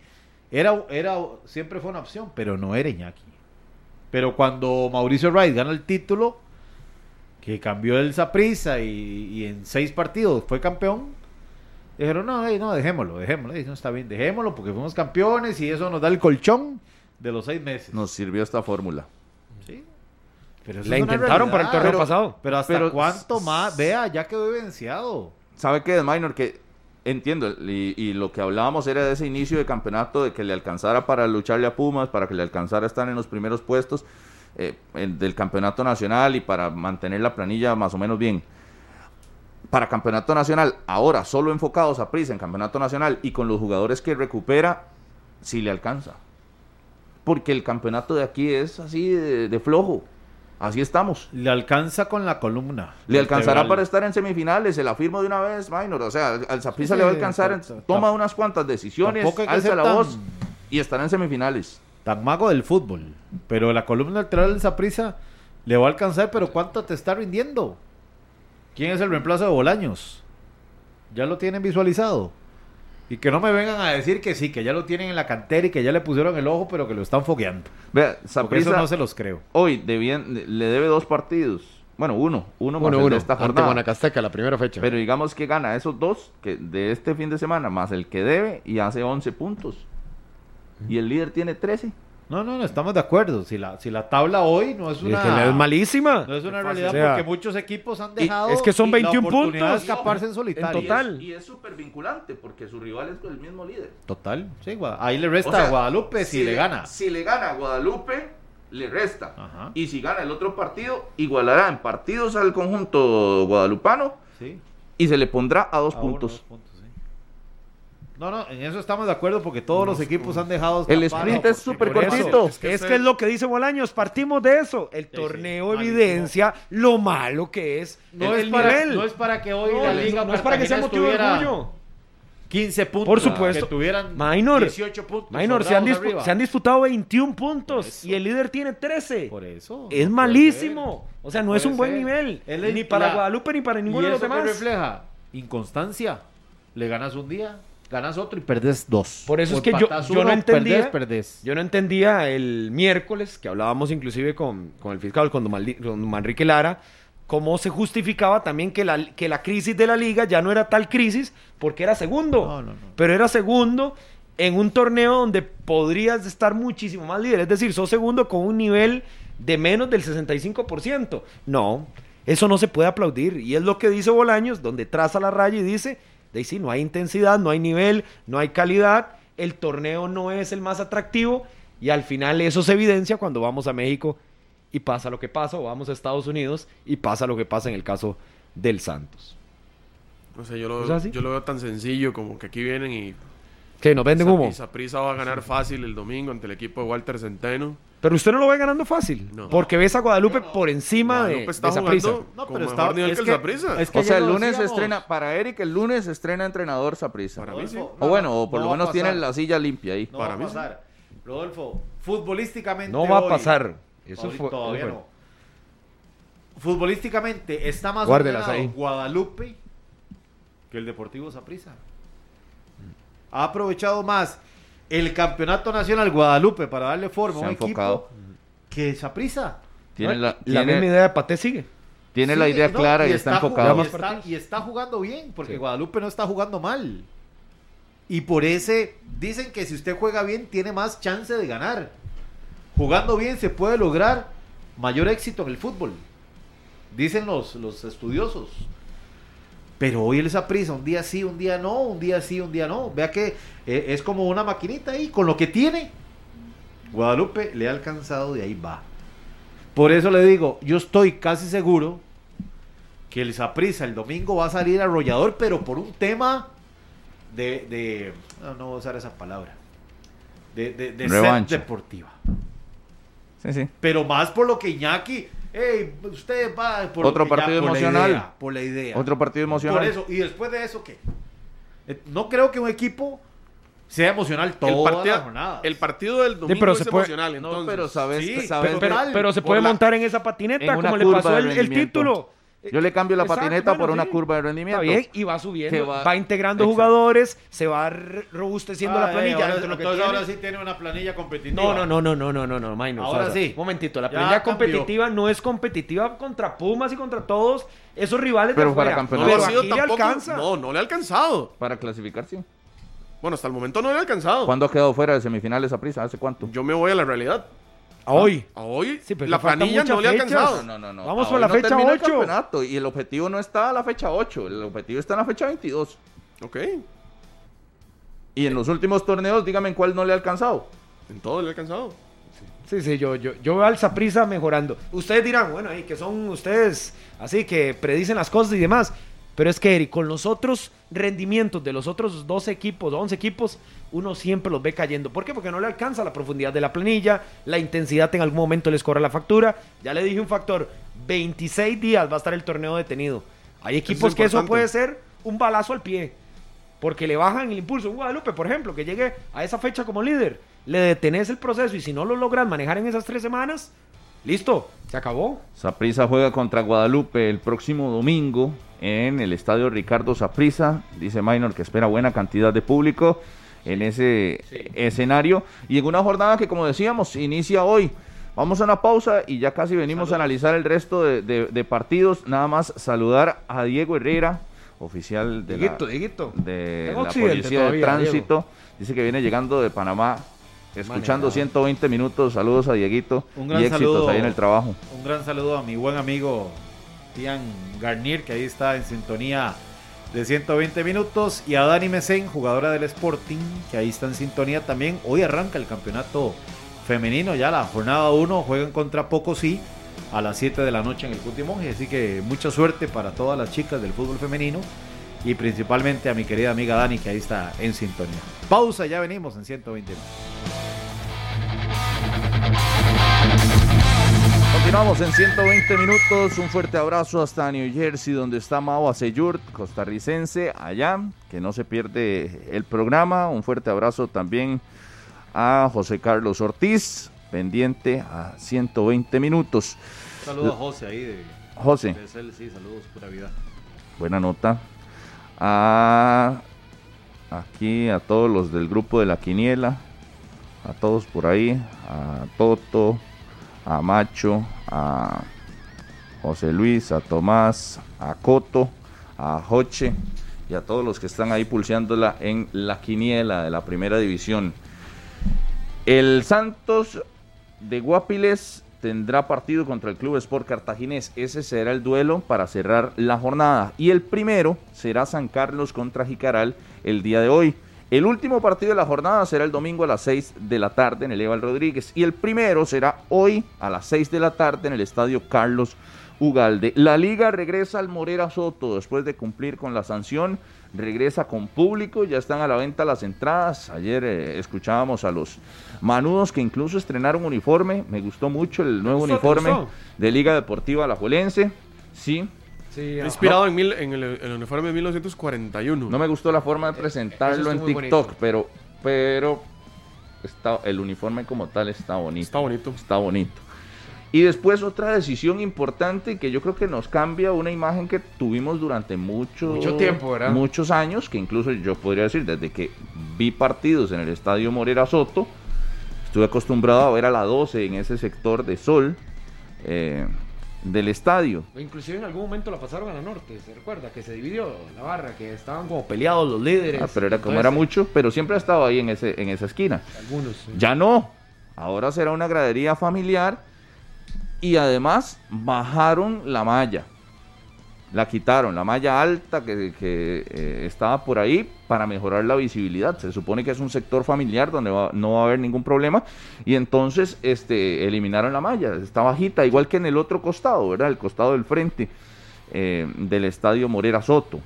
E: Era, era- siempre fue una opción, pero no era Iñaki. Pero cuando Mauricio Wright gana el título, que cambió el Saprisa y, y en seis partidos fue campeón, dijeron, no, ey, no, dejémoslo, dejémoslo, ey, no está bien, dejémoslo porque fuimos campeones y eso nos da el colchón de los seis meses.
B: Nos sirvió esta fórmula.
E: Sí. Pero eso
C: La
E: es una
C: intentaron para el
E: realidad.
C: torneo
E: Pero-
C: pasado.
E: Pero hasta
B: Pero-
E: cuánto más, vea, ya quedó evidenciado.
B: ¿Sabe qué, Minor? Que entiendo, y, y lo que hablábamos era de ese inicio de campeonato, de que le alcanzara para lucharle a Pumas, para que le alcanzara a estar en los primeros puestos eh, en- del campeonato nacional y para mantener la planilla más o menos bien. Para campeonato nacional, ahora solo enfocados a prisa en campeonato nacional y con los jugadores que recupera, si le alcanza. Porque el campeonato de aquí es así de- de flojo. Así estamos.
E: Le alcanza con la columna.
B: Le alcanzará
E: vertebral.
B: para estar en semifinales, se la firmo de una vez, Minor. O sea, al Zaprisa
E: Sí,
B: le va a
E: sí,
B: alcanzar,
E: exacto.
B: en- toma unas cuantas decisiones,
E: Tampoco hay que
B: alza
E: ser
B: la
E: tan-
B: voz y estará en semifinales.
E: tan mago del fútbol. Pero la columna lateral de esa prisa le va a alcanzar, pero ¿cuánto te está rindiendo? ¿Quién es el reemplazo de Bolaños? Ya lo tienen visualizado. Y que no me vengan a decir que sí, que ya lo tienen en la cantera y que ya le pusieron el ojo, pero que lo están fogueando.
B: Vea,
E: Porque eso
B: Zaprisa
E: no se los creo.
B: hoy debían- le debe dos partidos. Bueno, uno, uno más
G: Bueno,
B: el de
G: uno,
B: esta
G: ante
B: jornada.
G: Guanacasteca, la primera fecha.
B: Pero digamos que gana esos dos que de este fin de semana, más el que debe, y hace 11 puntos. Y el líder tiene 13.
E: No, no, no, estamos de acuerdo. Si la, si la tabla hoy no es
C: Y el
E: una,
C: que le es malísima.
E: no es una realidad,
C: O sea,
E: porque muchos equipos han
C: y-
E: dejado
C: es que son
E: la
C: 21
E: oportunidad de
C: puntos.
E: escaparse en solitario.
C: En total.
B: Y es súper vinculante porque su rival es el mismo líder.
E: Total, sí, Gua- ahí le resta
B: O sea,
E: a Guadalupe si, le gana. Ah.
B: Si le gana a Guadalupe, le resta.
E: Ajá.
B: Y si gana el otro partido, igualará en partidos al conjunto guadalupano
E: Sí.
B: y se le pondrá a dos
E: A uno,
B: puntos.
E: dos puntos, sí. No, no, en eso estamos de acuerdo porque todos los equipos han dejado.
B: El
E: escapar
B: sprint
E: la
B: es
E: oportunidad.
B: súper
C: Por eso,
B: cortito.
C: es que es, que es lo que dice Bolaños, partimos de eso. El torneo evidencia lo malo que es
E: No
C: el,
E: es, para,
C: nivel.
E: no es para que hoy
C: No,
E: la liga
C: no es para que sea motivo de
E: Cartagena
C: orgullo.
E: estuviera 15 puntos.
C: Por supuesto.
E: Que tuvieran
C: Minor.
E: 18 puntos.
C: Minor, se han,
E: soldados
C: dispu-
E: arriba.
C: se han disputado 21 puntos
E: eso.
C: y el líder tiene 13.
E: Por eso.
C: Es
E: no
C: malísimo.
E: puede ser.
C: O sea, no
E: Puede
C: es un buen
E: ser.
C: nivel.
E: Él es
C: ni para
E: la-
C: Guadalupe ni para
E: ¿Y
C: ninguno de los
E: eso qué
C: demás.
E: refleja? Inconstancia. Le ganas un día, ganas otro y perdés dos.
C: Por eso
E: O
C: es que yo,
E: empatás
C: yo no
E: uno,
C: entendía.
E: Perdés, perdés.
C: Yo no entendía el miércoles, que hablábamos inclusive con, con el fiscal, con, don Maldi- con don Manrique Lara, cómo se justificaba también que la, que la crisis de la liga ya no era tal crisis porque era segundo.
E: No, no, no.
C: Pero era segundo en un torneo donde podrías estar muchísimo más líder. Es decir, sos segundo con un nivel de menos del 65%. No, eso no se puede aplaudir. Y es lo que dice Bolaños, donde traza la raya y dice, de sí, no hay intensidad, no hay nivel, no hay calidad, el torneo no es el más atractivo. Y al final eso se evidencia cuando vamos a México y pasa lo que pasa, o vamos a Estados Unidos y pasa lo que pasa en el caso del Santos.
D: No sé, yo lo,
C: ¿Es así?
D: yo lo veo tan sencillo como que aquí vienen y
C: Que nos venden humo.
D: prisa va a ganar fácil el domingo ante el equipo de Walter Centeno.
C: Pero usted no lo ve ganando fácil.
D: No.
C: Porque ves a Guadalupe por encima de,
D: Guadalupe está
C: de Saprissa.
D: jugando
E: No,
D: con
E: pero
D: mejor
E: está-
D: nivel
E: es
D: que el
E: que-
D: Saprissa.
E: es que-
B: O sea, el
E: ya lo
B: lunes
E: decíamos.
B: estrena, para Eric, el lunes estrena entrenador Saprisa.
D: Para mí sí.
E: Rodolfo,
B: O bueno,
E: no,
B: o por
E: no
B: lo
E: va a
B: menos
E: pasar.
B: tienen la silla limpia ahí.
E: No
D: Para
E: va
D: mí
E: a pasar. Rodolfo, futbolísticamente.
C: No va a
E: hoy-
C: pasar. Eso
E: Ahorita
C: fue-
E: todavía
C: bueno.
E: no. Futbolísticamente está más
C: Guárdelas
E: ordenado
C: ahí.
E: Guadalupe que el Deportivo Saprissa. Ha aprovechado más el Campeonato Nacional Guadalupe para darle forma
B: Se
E: a
B: ha
E: un equipo
B: enfocado.
E: que Saprissa.
B: Tiene
C: ¿No?
B: la,
C: Y la
B: tiene-
C: misma idea de Paté sigue.
B: tiene la
E: Sí,
B: idea
E: no,
B: clara y, está
E: jugando-
B: enfocado.
E: y está- Y está, jugando bien, porque
C: Sí.
E: Guadalupe no está jugando mal. Y por ese, dicen que si usted juega bien, tiene más chance de ganar. Jugando bien se puede lograr mayor éxito en el fútbol. Dicen los, los estudiosos. Pero hoy el prisa un día sí, un día no, un día sí, un día no. Vea que eh, es como una maquinita ahí, con lo que tiene. Guadalupe le ha alcanzado de ahí va. Por eso le digo, yo estoy casi seguro que el Saprisa el domingo va a salir arrollador, pero por un tema de. de- no, no voy a usar esa palabra. De, de, de ser
B: Revancha.
E: deportiva.
G: Sí, sí.
E: Pero más por lo que Iñaki. Ey, usted va por lo
B: Otro
E: que ya-
B: partido
E: por la
B: emocional.
E: idea, por la idea.
B: Otro partido emocional.
E: Por eso, y después de eso, ¿qué? Eh, No creo que un equipo sea emocional
D: el,
E: toda
D: partido-
E: la jornada.
D: el partido del domingo
C: pero
D: es
C: se puede-
D: emocional,
B: No,
D: entonces.
B: pero sabes,
E: sí,
B: sabes
C: Pero, pero-
E: Total,
C: pero se puede
D: por la-
C: montar en esa patineta,
B: en una
C: como le
B: curva
C: pasó
B: de
C: el, el
B: rendimiento.
C: título.
B: Yo le cambio la
C: Exacto,
B: patineta por
C: bueno,
B: una
C: sí.
B: curva de rendimiento.
C: Está bien, y va subiendo,
B: Que
C: va,
B: va-
C: integrando
B: Exacto.
C: jugadores, se va re- robusteciendo
E: Ah,
C: la
E: eh,
C: planilla.
E: ahora-
C: dentro de lo que
E: entonces
C: tiene.
E: ahora sí tiene una planilla competitiva.
C: No, no, no, no, no, no, no, no, Maynor,
E: Ahora
C: o sea,
E: sí.
C: Un momentito, la
E: Ya
C: pelea
E: cambió.
C: competitiva no es competitiva contra Pumas y contra todos esos rivales
B: Pero
C: de
B: para
C: afuera.
B: campeonato.
D: no le
C: Pero
D: ha sido
C: aquí le
D: tampoco-
C: alcanza.
D: No, no le ha alcanzado.
B: Para clasificarse.
D: Bueno, hasta el momento no le ha alcanzado.
B: ¿Cuándo ha quedado fuera de semifinales a prisa? ¿Hace cuánto?
D: Yo me voy a la realidad.
C: Hoy.
D: A hoy
C: Sí, pero
D: la
C: faltan
D: planilla
C: muchas
D: no le ha
C: fechas.
D: alcanzado.
B: No, no, no.
C: Vamos
B: A
C: por
B: hoy
C: la
B: no
C: fecha
B: termina el
C: ocho.
B: campeonato, y el objetivo no está a la fecha 8. El objetivo está en la fecha 22.
D: Ok,
B: Y en los últimos torneos, dígame en cuál no le ha alcanzado.
D: en todo le ha alcanzado.
C: Ah, Sí, sí, yo, yo, yo veo al Saprisa mejorando. Ustedes dirán, bueno, y que son ustedes así que predicen las cosas y demás. Pero es que, Eric, con los otros rendimientos de los otros 12 equipos, 11 equipos, uno siempre los ve cayendo. ¿Por qué? Porque no le alcanza la profundidad de la planilla, la intensidad en algún momento les corre la factura. Ya le dije un factor, 26 días va a estar el torneo detenido. Hay equipos que eso
D: importante.
C: puede ser un balazo al pie porque le bajan el impulso. Un Guadalupe, por ejemplo, que llegue a esa fecha como líder, le detenés el proceso y si no lo logras manejar en esas tres semanas, listo, se acabó.
B: Saprisa juega contra Guadalupe el próximo domingo en el estadio Ricardo Saprisa. Dice Minor que espera buena cantidad de público en ese escenario. Y en una jornada que, como decíamos, inicia hoy. Vamos a una pausa y ya casi venimos a analizar el resto de, de- de partidos. Nada más saludar a Diego Herrera, oficial de
C: Dieguito,
B: la,
C: Dieguito.
B: de
C: Tengo
B: la
C: accidente
B: Policía de
C: todavía,
B: Tránsito. Dice que viene llegando de Panamá, escuchando
C: Manejado.
B: 120 minutos. Saludos a Dieguito
E: Un gran
B: y éxitos
E: saludo.
B: ahí en el trabajo.
E: Un gran saludo a mi buen amigo Tian Garnier, que ahí está en sintonía de 120 minutos, y a Dani Mesén, jugadora del Sporting, que ahí está en sintonía también. Hoy arranca el campeonato femenino, ya la jornada 1, juegan contra Pocosí a las 7 de la noche en el Cutimonge, así que mucha suerte para todas las chicas del fútbol femenino. Y principalmente a mi querida amiga Dani, que ahí está en sintonía. Pausa, ya venimos en 120 minutos.
B: Continuamos en 120 minutos. Un fuerte abrazo hasta New Jersey, donde está Mao Aceyurt, costarricense, allá, que no se pierde el programa. Un fuerte abrazo también a José Carlos Ortiz, pendiente a 120 minutos.
E: Saludos a José ahí de,
B: José,
E: sí, saludos, pura vida.
B: buena nota. A, aquí a todos los del grupo de la Quiniela, a todos por ahí, a Toto, a Macho, a José Luis, a Tomás, a Coto, a Joche y a todos los que están ahí pulseándola en la Quiniela de la Primera División. El Santos de Guapiles tendrá partido contra el Club Sport Cartaginés. Ese será el duelo para cerrar la jornada. Y el primero será San Carlos contra Jicaral el día de hoy. El último partido de la jornada será el domingo a las 6 de la tarde en el Eval Rodríguez. Y el primero será hoy a las 6 de la tarde en el Estadio Carlos Ugalde. La liga regresa al Morera Soto después de cumplir con la sanción. Regresa con público, ya están a la venta las entradas. Ayer eh, escuchábamos a los manudos que incluso estrenaron uniforme. Me gustó mucho el nuevo
C: gustó, te
B: uniforme
C: gustó?
B: de Liga Deportiva Alajuelense. Sí,
C: Sí, ah, ajá.
D: Inspirado en, mil- en el, en el uniforme de 1941.
B: no me gustó la forma de presentarlo
C: Eh, eso
B: en
C: estuvo muy
B: TikTok,
C: bonito.
B: pero, pero está, el uniforme como tal está bonito.
D: Está bonito.
B: Está bonito. Y después otra decisión importante que yo creo que nos cambia una imagen que tuvimos durante mucho,
C: Mucho tiempo, ¿verdad?
B: muchos años, que incluso yo podría decir, desde que vi partidos en el Estadio Morera Soto, estuve acostumbrado a ver a la 12 en ese sector de sol. eh, del estadio.
C: Inclusive en algún momento la pasaron a la norte, ¿se recuerda? Que se dividió la barra, que estaban como peleados los líderes.
B: Ah, pero era como era
C: Entonces,
B: mucho, pero siempre ha estado ahí en, ese, en esa esquina.
C: Algunos. sí.
B: Ya no. Ahora será una gradería familiar. Y además bajaron la malla. La quitaron, la malla alta que, que, eh, estaba por ahí para mejorar la visibilidad. Se supone que es un sector familiar donde va- no va a haber ningún problema. Y entonces este, eliminaron la malla. Está bajita, igual que en el otro costado, ¿verdad? El costado del frente eh, del estadio Morera Soto.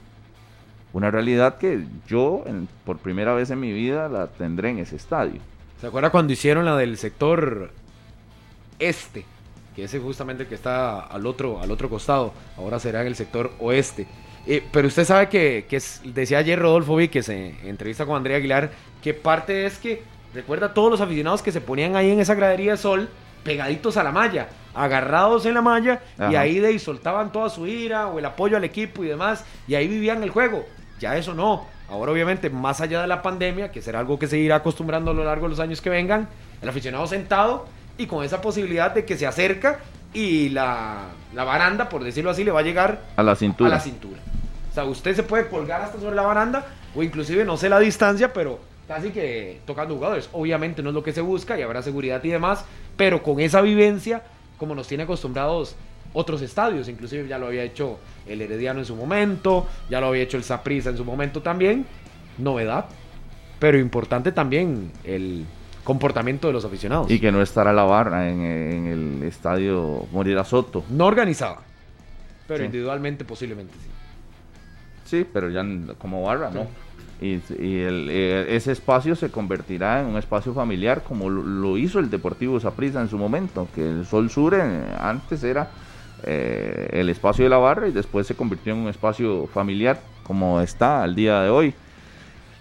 B: Una realidad que yo en- por primera vez en mi vida la tendré en ese estadio.
C: ¿Se acuerda cuando hicieron la del sector este? Que ese es justamente el que está al otro, al otro costado. Ahora será en el sector oeste. Eh, pero usted sabe que, que es- decía ayer Rodolfo Víquez en en entrevista con Andrea Aguilar que parte es que recuerda a todos los aficionados que se ponían ahí en esa gradería de sol pegaditos a la malla, agarrados en la malla y
B: Ajá.
C: ahí de ahí soltaban toda su ira o el apoyo al equipo y demás y ahí vivían el juego. Ya eso no. Ahora obviamente más allá de la pandemia, que será algo que se irá acostumbrando a lo largo de los años que vengan, el aficionado sentado y con esa posibilidad de que se acerca y la, la baranda, por decirlo así, le va a llegar
B: A la cintura.
C: a la cintura. O sea, usted se puede colgar hasta sobre la baranda o inclusive no sé la distancia, pero casi que tocando jugadores. Obviamente no es lo que se busca y habrá seguridad y demás, pero con esa vivencia, como nos tiene acostumbrados otros estadios, inclusive ya lo había hecho el Herediano en su momento, ya lo había hecho el Saprissa en su momento también, novedad, pero importante también el comportamiento de los aficionados.
B: Y que no estará la barra en, en el estadio Morirá Soto.
C: No organizada, pero
B: Sí.
C: individualmente posiblemente sí.
B: Sí, pero ya n- como barra, ¿no? Y, y el- eh, ese espacio se convertirá en un espacio familiar como lo, lo hizo el Deportivo Saprissa en su momento, que el Sol Sur eh, antes era eh, el espacio de la barra y después se convirtió en un espacio familiar como está al día de hoy.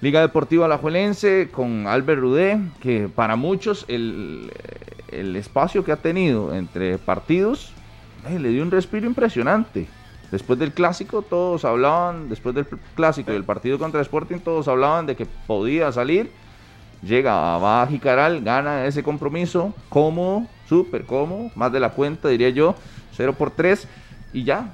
B: Liga Deportiva Alajuelense con Albert Rudé, que para muchos el, el espacio que ha tenido entre partidos eh, le dio un respiro impresionante. Después del clásico todos hablaban, después del clásico y el partido contra Sporting todos hablaban de que podía salir. Llega a Baja Jicaral, gana ese compromiso, cómodo, súper cómodo, más de la cuenta diría yo, 0 por 3 y ya.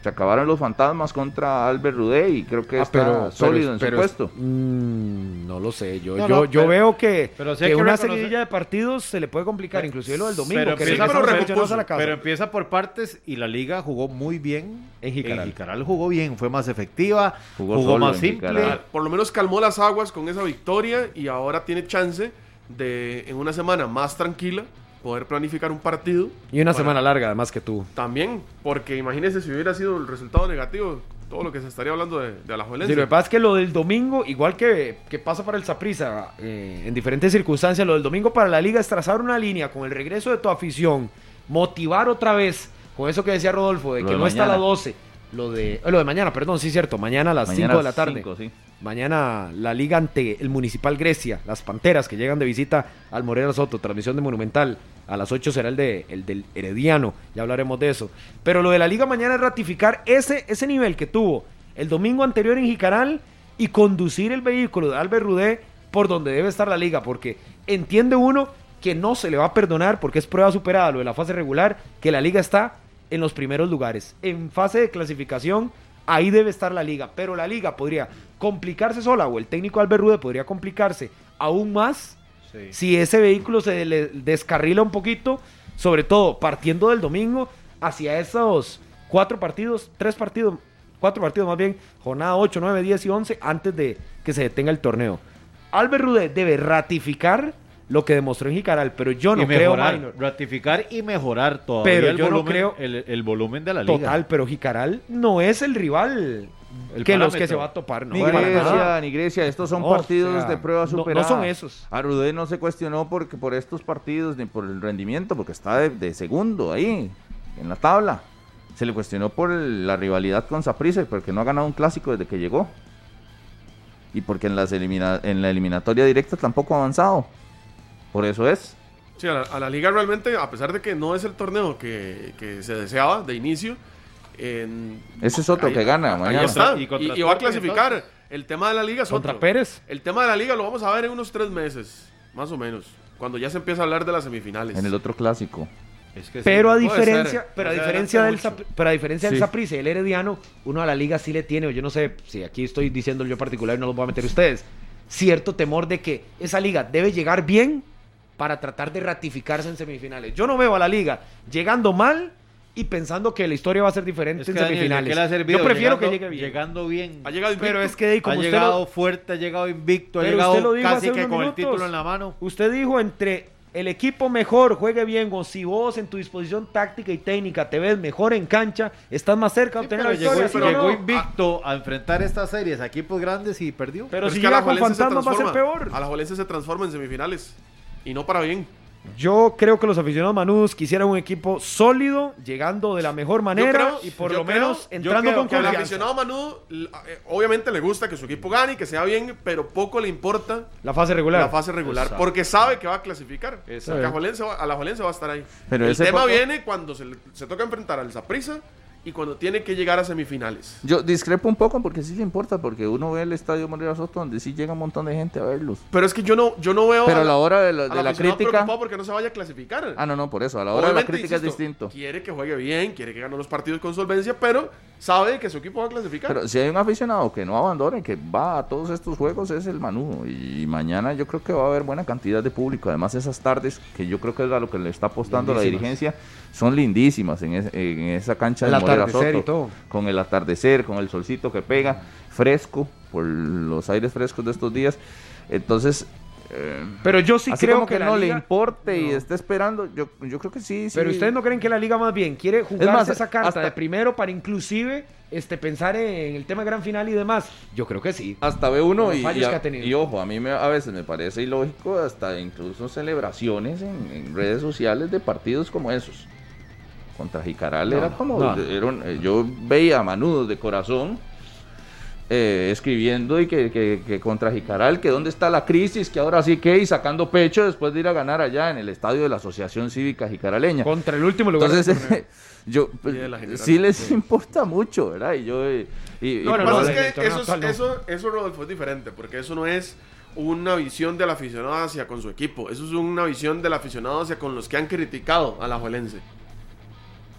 B: Se acabaron los fantasmas contra Albert Rudé y creo que
C: Ah,
B: está sólido en su
C: pero-
B: puesto.
C: Mm, no lo sé, yo,
E: No,
C: yo,
E: no,
C: yo
E: pero-
C: veo que,
E: pero sí hay
C: que
E: que
C: una
E: reconocer-
C: seguidilla de partidos se le puede complicar, inclusive lo del domingo,
E: Pero
C: que
E: empieza,
C: regresamos
E: por,
C: aficionados a la casa.
E: pero empieza por partes y la liga jugó muy bien.
C: En Jicaral.
E: jugó bien, fue más efectiva,
B: Jugó
E: jugó,
B: solo
E: más
B: en
E: simple.
B: Jicaral.
D: Por lo menos calmó las aguas con esa victoria y ahora tiene chance de, en una semana más tranquila, poder planificar un partido.
C: y una
D: para-
C: semana larga, además que tú.
D: También, porque imagínese si hubiera sido el resultado negativo, todo lo que se estaría hablando de, de Alajuelense.
C: Sí, lo que pasa es que lo del domingo, igual que, que pasa para el Saprisa, en diferentes circunstancias, lo del domingo para la liga es trazar una línea con el regreso de tu afición, motivar otra vez, con eso que decía Rodolfo, de
B: Lo
C: que
B: de
C: no está a las
B: mañana.
C: 12, lo de, eh, lo de mañana, perdón, sí, cierto, mañana a las 5 de la tarde.
B: cinco, sí.
C: Mañana la liga ante el Municipal Grecia, las Panteras que llegan de visita al Morera Soto, transmisión de Monumental. A las 8 será el, de, el del Herediano, ya hablaremos de eso. Pero lo de la liga mañana es ratificar ese, ese nivel que tuvo el domingo anterior en Jicaral y conducir el vehículo de Albert Rudé por donde debe estar la liga, porque entiende uno que no se le va a perdonar porque es prueba superada lo de la fase regular, que la liga está en los primeros lugares. En fase de clasificación, ahí debe estar la liga. Pero la liga podría complicarse sola o el técnico Albert Rude podría complicarse aún más si ese vehículo se le descarrila un poquito, sobre todo partiendo del domingo hacia esos cuatro partidos, tres partidos, cuatro partidos más bien, jornada 8, 9, 10 y 11 antes de que se detenga el torneo. Albert Rude debe ratificar lo que demostró en Jicaral, pero yo no
E: y
C: creo,
E: mejorar,
C: Minor.
E: ratificar y mejorar todavía
C: Pero
E: el,
C: yo no
E: volumen,
C: creo-
E: el, el volumen de la liga.
C: Total, pero Jicaral no es el rival
E: El
C: que los
E: parámetro.
C: que se va a topar. No,
B: Ni
C: para
B: Grecia,
C: nada.
B: ni Grecia, estos son
C: No,
B: partidos
C: o sea,
B: de prueba
C: no- no
B: superada.
C: son esos.
B: Arudé no se cuestionó porque por estos partidos ni por el rendimiento, porque está de, de segundo ahí, en la tabla. Se le cuestionó por el- la rivalidad con Saprissa, porque no ha ganado un clásico desde que llegó. Y porque en, las elimina- en la eliminatoria directa tampoco ha avanzado. Por eso es.
D: Sí, a la, a la liga realmente, a pesar de que no es el torneo que, que se deseaba de inicio, en-
B: Ese es otro
D: ahí-
B: que gana
D: ahí
B: mañana.
D: está,
E: Y
D: y,
E: contra
D: y va a
E: Sporting,
D: clasificar.
E: entonces.
D: El tema de la liga es
C: Contra
D: otro.
C: Pérez.
D: El tema de la liga lo vamos a ver en unos tres meses, más o menos, cuando ya se empieza a hablar de las semifinales.
B: En el otro clásico.
E: Es que sí.
C: Pero a
D: puede ser,
C: diferencia, pero a
D: se
C: diferencia del
D: adelanta
C: Zap- pero a diferencia del
B: Sí.
C: Saprissa y el Herediano, uno a la liga sí le tiene, o yo no sé si aquí estoy diciendo yo particular y no los voy a meter ustedes, cierto temor de que esa liga debe llegar bien para tratar de ratificarse en semifinales. Yo no veo a la liga llegando mal y pensando que la historia va a ser diferente
E: Es que
C: en
E: Daniel, ¿de
C: semifinales.
E: qué le ha servido?
C: yo prefiero
E: Llegando-
C: que llegue bien.
E: Llegando bien.
D: Ha llegado invicto.
C: Pero es que y como
E: ha
C: usted
E: llegado
C: lo-
E: fuerte, ha llegado invicto, ha
C: Pero usted lo
E: llegado
C: dijo
E: casi
C: hace
E: que
C: unos
E: con el
C: minutos.
E: título en la mano.
C: Usted dijo entre el equipo mejor juegue bien o si vos en tu disposición táctica y técnica te ves mejor en cancha, estás más cerca de obtener
D: pero
C: la
E: Llegó,
C: victoria.
D: sí,
C: ¿sí o
E: llegó
C: no?
E: invicto a enfrentar estas series a equipos grandes y perdió.
C: Pero,
D: es
C: si
D: que
C: llega con
D: Alajuelense se
C: fantasmas va a ser
D: transforma.
C: peor.
D: Alajuelense se transforma en semifinales. Y no para bien.
C: Yo creo que los aficionados manudos quisieran un equipo sólido, llegando de la mejor manera
D: creo-
C: y por
D: yo
C: lo
D: creo-
C: menos
D: yo
C: entrando
E: creo
C: con
E: que
D: Al
C: confianza.
D: aficionado Manu, l- eh, obviamente le gusta que su equipo gane y que sea bien, pero poco le importa
C: La fase regular.
D: la fase regular,
E: Exacto.
D: porque sabe que va a clasificar.
E: Exacto.
D: Porque Alajuelense va- Alajuelense va a estar ahí.
B: Pero
D: el
B: ese
D: tema
B: poco-
D: viene cuando se, le- se toca enfrentar al Zaprisa y cuando tiene que llegar a semifinales.
B: Yo discrepo un poco porque sí le importa, porque uno ve el estadio Moreira Soto donde sí llega un montón de gente a verlos.
D: Pero es que yo no, yo no veo
B: Pero a
D: al-
B: la hora de la,
D: al
B: de la
D: aficionado
B: crítica.
D: preocupado porque no se vaya a clasificar.
B: Ah, no, no, por eso. A la hora de la
D: Obviamente,
B: crítica es
D: insisto,
B: distinto.
D: Quiere que juegue bien, quiere que gane los partidos con solvencia, pero sabe que su equipo va a clasificar.
B: Pero si hay un aficionado que no abandone, que va a todos estos juegos, es el Manu. Y mañana yo creo que va a haber buena cantidad de público. Además, esas tardes, que yo creo que es a lo que le está apostando la dirigencia, son lindísimas en, es- en esa cancha
C: El
B: de Morera
C: atardecer
B: Soto.
C: y todo.
B: Con el atardecer, con el solcito que pega, fresco, por los aires frescos de estos días. Entonces. eh,
C: Pero yo sí
B: así
C: creo
B: como que,
C: la
B: no le
C: liga-
B: importe y
C: No.
B: esté esperando, yo, yo creo que sí.
C: Pero
B: sí.
C: ustedes no creen que la liga más bien quiere jugarse
B: más,
C: esa carta
B: hasta-
C: de primero para inclusive este pensar en el tema gran final y demás. Yo creo que sí.
B: Hasta ve uno
C: Los
B: y,
C: fallos
B: y a-
C: que ha tenido.
B: y ojo, a mí me- a veces me parece ilógico hasta incluso celebraciones en, en redes sociales de partidos como esos. Contra Jicaral era como,
E: no.
B: era un- eh, yo veía a Manudos de corazón eh, escribiendo y que, que- que contra Jicaral, que dónde está la crisis, que ahora sí que, y sacando pecho después de ir a ganar allá en el estadio de la Asociación Cívica Jicaraleña.
C: Contra el último lugar. del
B: Entonces,
C: torneo.
B: yo, pues,
D: de la general,
B: sí les importa mucho, ¿verdad? Y yo... eh, y- y-
C: No, no, no,
D: Lo que pasa
C: en el
D: es que
C: torneo
D: eso, es-
C: actual no.
D: eso, eso, Rodolfo, es diferente, porque eso no es una visión del aficionado hacia con su equipo, eso es una visión del aficionado hacia con los que han criticado a la Juelense.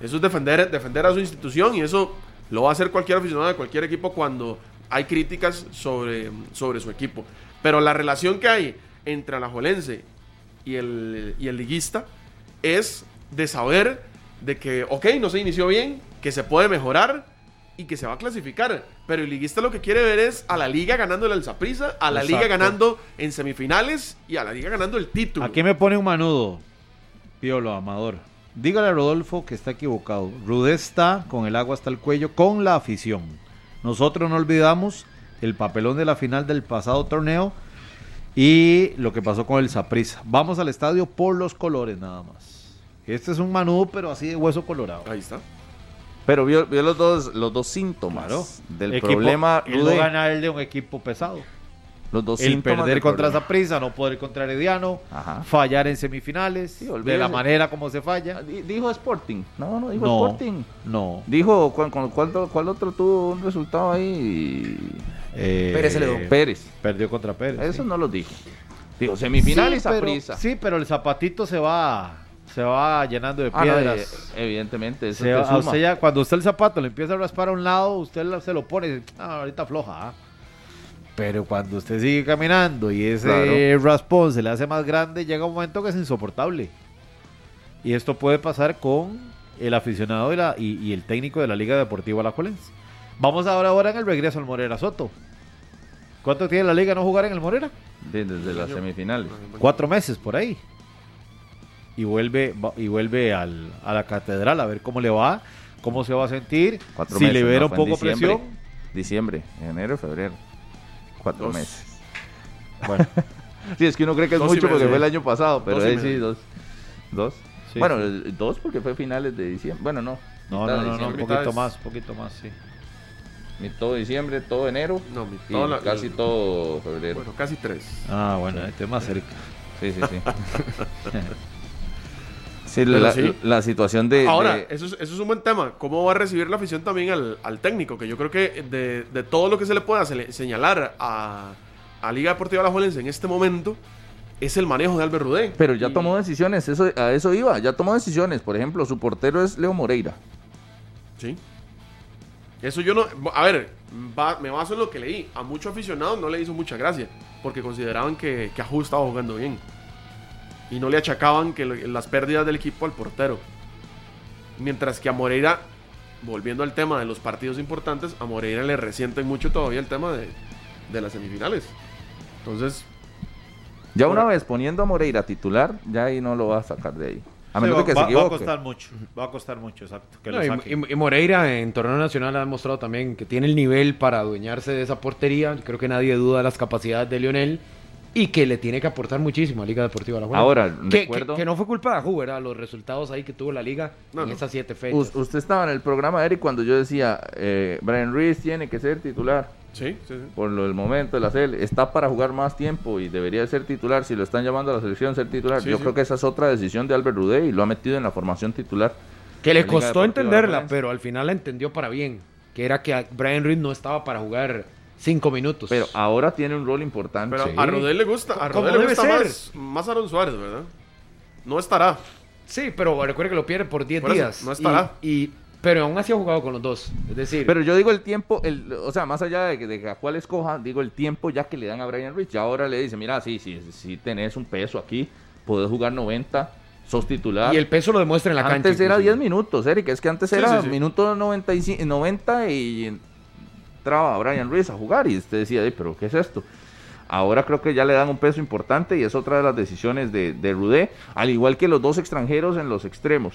D: Eso es defender, defender a su institución y eso lo va a hacer cualquier aficionado de cualquier equipo cuando hay críticas sobre, sobre su equipo. Pero la relación que hay entre Alajuelense y el, y el liguista es de saber de que, ok, no se inició bien, que se puede mejorar y que se va a clasificar. Pero el liguista lo que quiere ver es a la liga ganándole al Zaprisa, a la liga
E: Exacto.
D: ganando en semifinales y a la liga ganando el título.
E: Aquí me pone un manudo, Piolo Amador. Dígale a Rodolfo que está equivocado. Rudé está con el agua hasta el cuello, con la afición. Nosotros no olvidamos el papelón de la final del pasado torneo y lo que pasó con el Saprissa. Vamos al estadio por los colores nada más. Este es un manudo, pero así de hueso colorado.
D: Ahí está.
B: Pero vio, vio los dos los dos síntomas
E: Claro.
B: del
E: Equipo-
B: problema
E: el no
B: Rude,
E: ganarle a un equipo pesado.
B: los dos
E: El
B: síntomas
E: perder
B: del
E: contra
B: problema.
E: Saprissa, no poder contra Herediano,
B: Ajá.
E: fallar en semifinales,
B: Sí,
E: de la
B: olvídese.
E: manera como se falla.
B: Di- Dijo Sporting. No, no dijo
E: No,
B: Sporting.
E: no.
B: Dijo cuál, cuál, cuál- cuál otro tuvo un resultado ahí.
E: Eh,
B: Pérez Pérez.
E: Perdió contra Pérez.
B: Eso
E: sí.
B: no lo dijo. Dijo semifinal y
E: Sí, pero-
B: Saprissa.
E: Sí, pero el zapatito se va, se va llenando de
B: Ah, no,
E: piedras.
B: eh, evidentemente, eso
E: Se
B: te
E: va- a
B: suma.
E: usted ya- cuando usted el zapato le empieza a raspar a un lado, usted la- se lo pone y dice, "Ah, ahorita floja. Pero cuando usted sigue caminando y ese raspón se le hace más grande, llega un momento que es insoportable. Y esto puede pasar con el aficionado y, la- y- y el técnico de la Liga Deportiva Alajuelense. Vamos ahora, ahora en el regreso al Morera Soto. ¿Cuánto tiene la liga no jugar en el Morera?
B: De- Desde las semifinales.
E: cuatro meses por ahí. Y vuelve, va- y vuelve al- a la catedral a ver cómo le va, cómo se va a sentir,
B: Cuatro
E: si
B: meses,
E: libera
B: ¿no?
E: un
B: Fue en
E: poco
B: diciembre.
E: presión.
B: Diciembre, enero, febrero. Cuatro
D: Dos.
B: meses.
E: Bueno,
B: Sí, es que uno cree que es
D: Dos y
B: mucho porque
D: medio.
B: fue el año pasado, pero
D: Dos y
B: ahí sí,
D: medio.
B: dos. Dos.
E: Sí,
B: bueno,
E: sí.
B: el- dos porque fue finales de diciembre. Bueno, no.
E: no,
B: mitad de
E: no, no, no, un
B: diciembre.
E: poquito más, un poquito más, sí.
B: Mi- Todo diciembre, todo enero.
D: No, mi-
B: y
D: todo la-
B: casi
D: la-
B: todo febrero.
D: Bueno, casi tres.
E: Ah, bueno, este es más cerca.
B: Sí, sí, sí. Sí,
D: Pero
B: la,
D: sí.
B: la situación de.
D: Ahora,
B: de-
D: eso, es, eso es un buen tema. ¿Cómo va a recibir la afición también al, al técnico? Que yo creo que de, de todo lo que se le pueda se le- señalar a, a Liga Deportiva Alajuelense en este momento, es el manejo de Albert Rudé.
B: Pero ya
D: Y-
B: tomó decisiones, eso, a eso iba, ya tomó decisiones. Por ejemplo, su portero es Leo Moreira.
D: Sí. Eso yo no. A ver, va- me baso en lo que leí. A muchos aficionados no le hizo mucha gracia. Porque consideraban que, que Ajú estaba jugando bien. Y no le achacaban que le- las pérdidas del equipo al portero. Mientras que a Moreira, volviendo al tema de los partidos importantes, a Moreira le resienten mucho todavía el tema de, de las semifinales. Entonces,
B: Ya una
D: Ahora-
B: vez poniendo a Moreira titular, ya ahí no lo va a sacar de ahí. A
E: Sí,
B: menos
E: va,
B: de que se
E: va- va a
B: equivoque.
E: costar mucho. Va a costar mucho, exacto. Que
C: No,
E: lo
C: y-
E: saque.
C: y, y Moreira en torneo nacional ha demostrado también que tiene el nivel para adueñarse de esa portería. Creo que nadie duda de las capacidades de Lionel y que le tiene que aportar muchísimo a Liga Deportiva La
B: Ahora,
C: que,
B: recuerdo-
C: que- que no fue culpa de Ajú, ¿verdad? Los resultados ahí que tuvo la Liga
D: No,
C: en
D: no.
C: esas siete fechas.
B: Us- usted estaba en el programa, Eric, cuando yo decía, eh, Brian Ruiz tiene que ser titular
D: sí, sí, sí.
B: por lo del momento de la sele. Está para jugar más tiempo y debería ser titular. Si lo están llamando a la selección, ser titular.
D: Sí,
B: yo
D: sí.
B: creo que esa es otra decisión de Albert Rudé y lo ha metido en la formación titular.
C: Que le
B: Liga
C: costó
B: Deportiva
C: entenderla,
B: Alajuelense.
C: pero al final la entendió para bien. Que era que a- Brian Reed no estaba para jugar cinco minutos.
B: Pero ah. ahora tiene un rol importante.
D: Pero
C: Sí.
D: a Rodel le gusta. A
C: Como
D: Rodel le
C: debe
D: gusta
C: ser.
D: más, más Aaron Suárez, ¿verdad? No estará.
C: Sí, pero recuerde que lo pierde por 10
D: Por eso,
C: días.
D: no estará.
C: Y, y- pero aún así ha jugado con los dos. Es decir,
B: Pero yo digo el tiempo, el, o sea, más allá de, que- de que a cuál escoja, digo el tiempo ya que le dan a Brian Ruiz. Ya ahora le dice, mira, sí, sí, sí tenés un peso aquí, podés jugar 90, sos titular.
C: y el peso lo demuestra en la cancha.
B: antes era
C: inclusive.
B: 10 minutos, Eric, es que antes
D: Sí,
B: era
D: sí, sí.
B: minuto 95, 90 y entraba Brian Ruiz a jugar y usted decía, "Ey, pero ¿qué es esto? Ahora creo que ya le dan un peso importante y es otra de las decisiones de, de Rudé, al igual que los dos extranjeros en los extremos.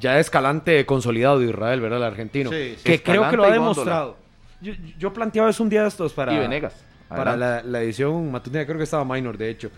C: ya escalante consolidado de Israel, ¿verdad? El argentino.
E: Sí, sí.
C: que creo que lo ha
B: Escalante y
C: demostrado. Yo, yo planteaba eso un día de estos para,
B: y Venegas.
C: para
B: adelante.
C: la, la edición matutina, creo que estaba Minor, de hecho,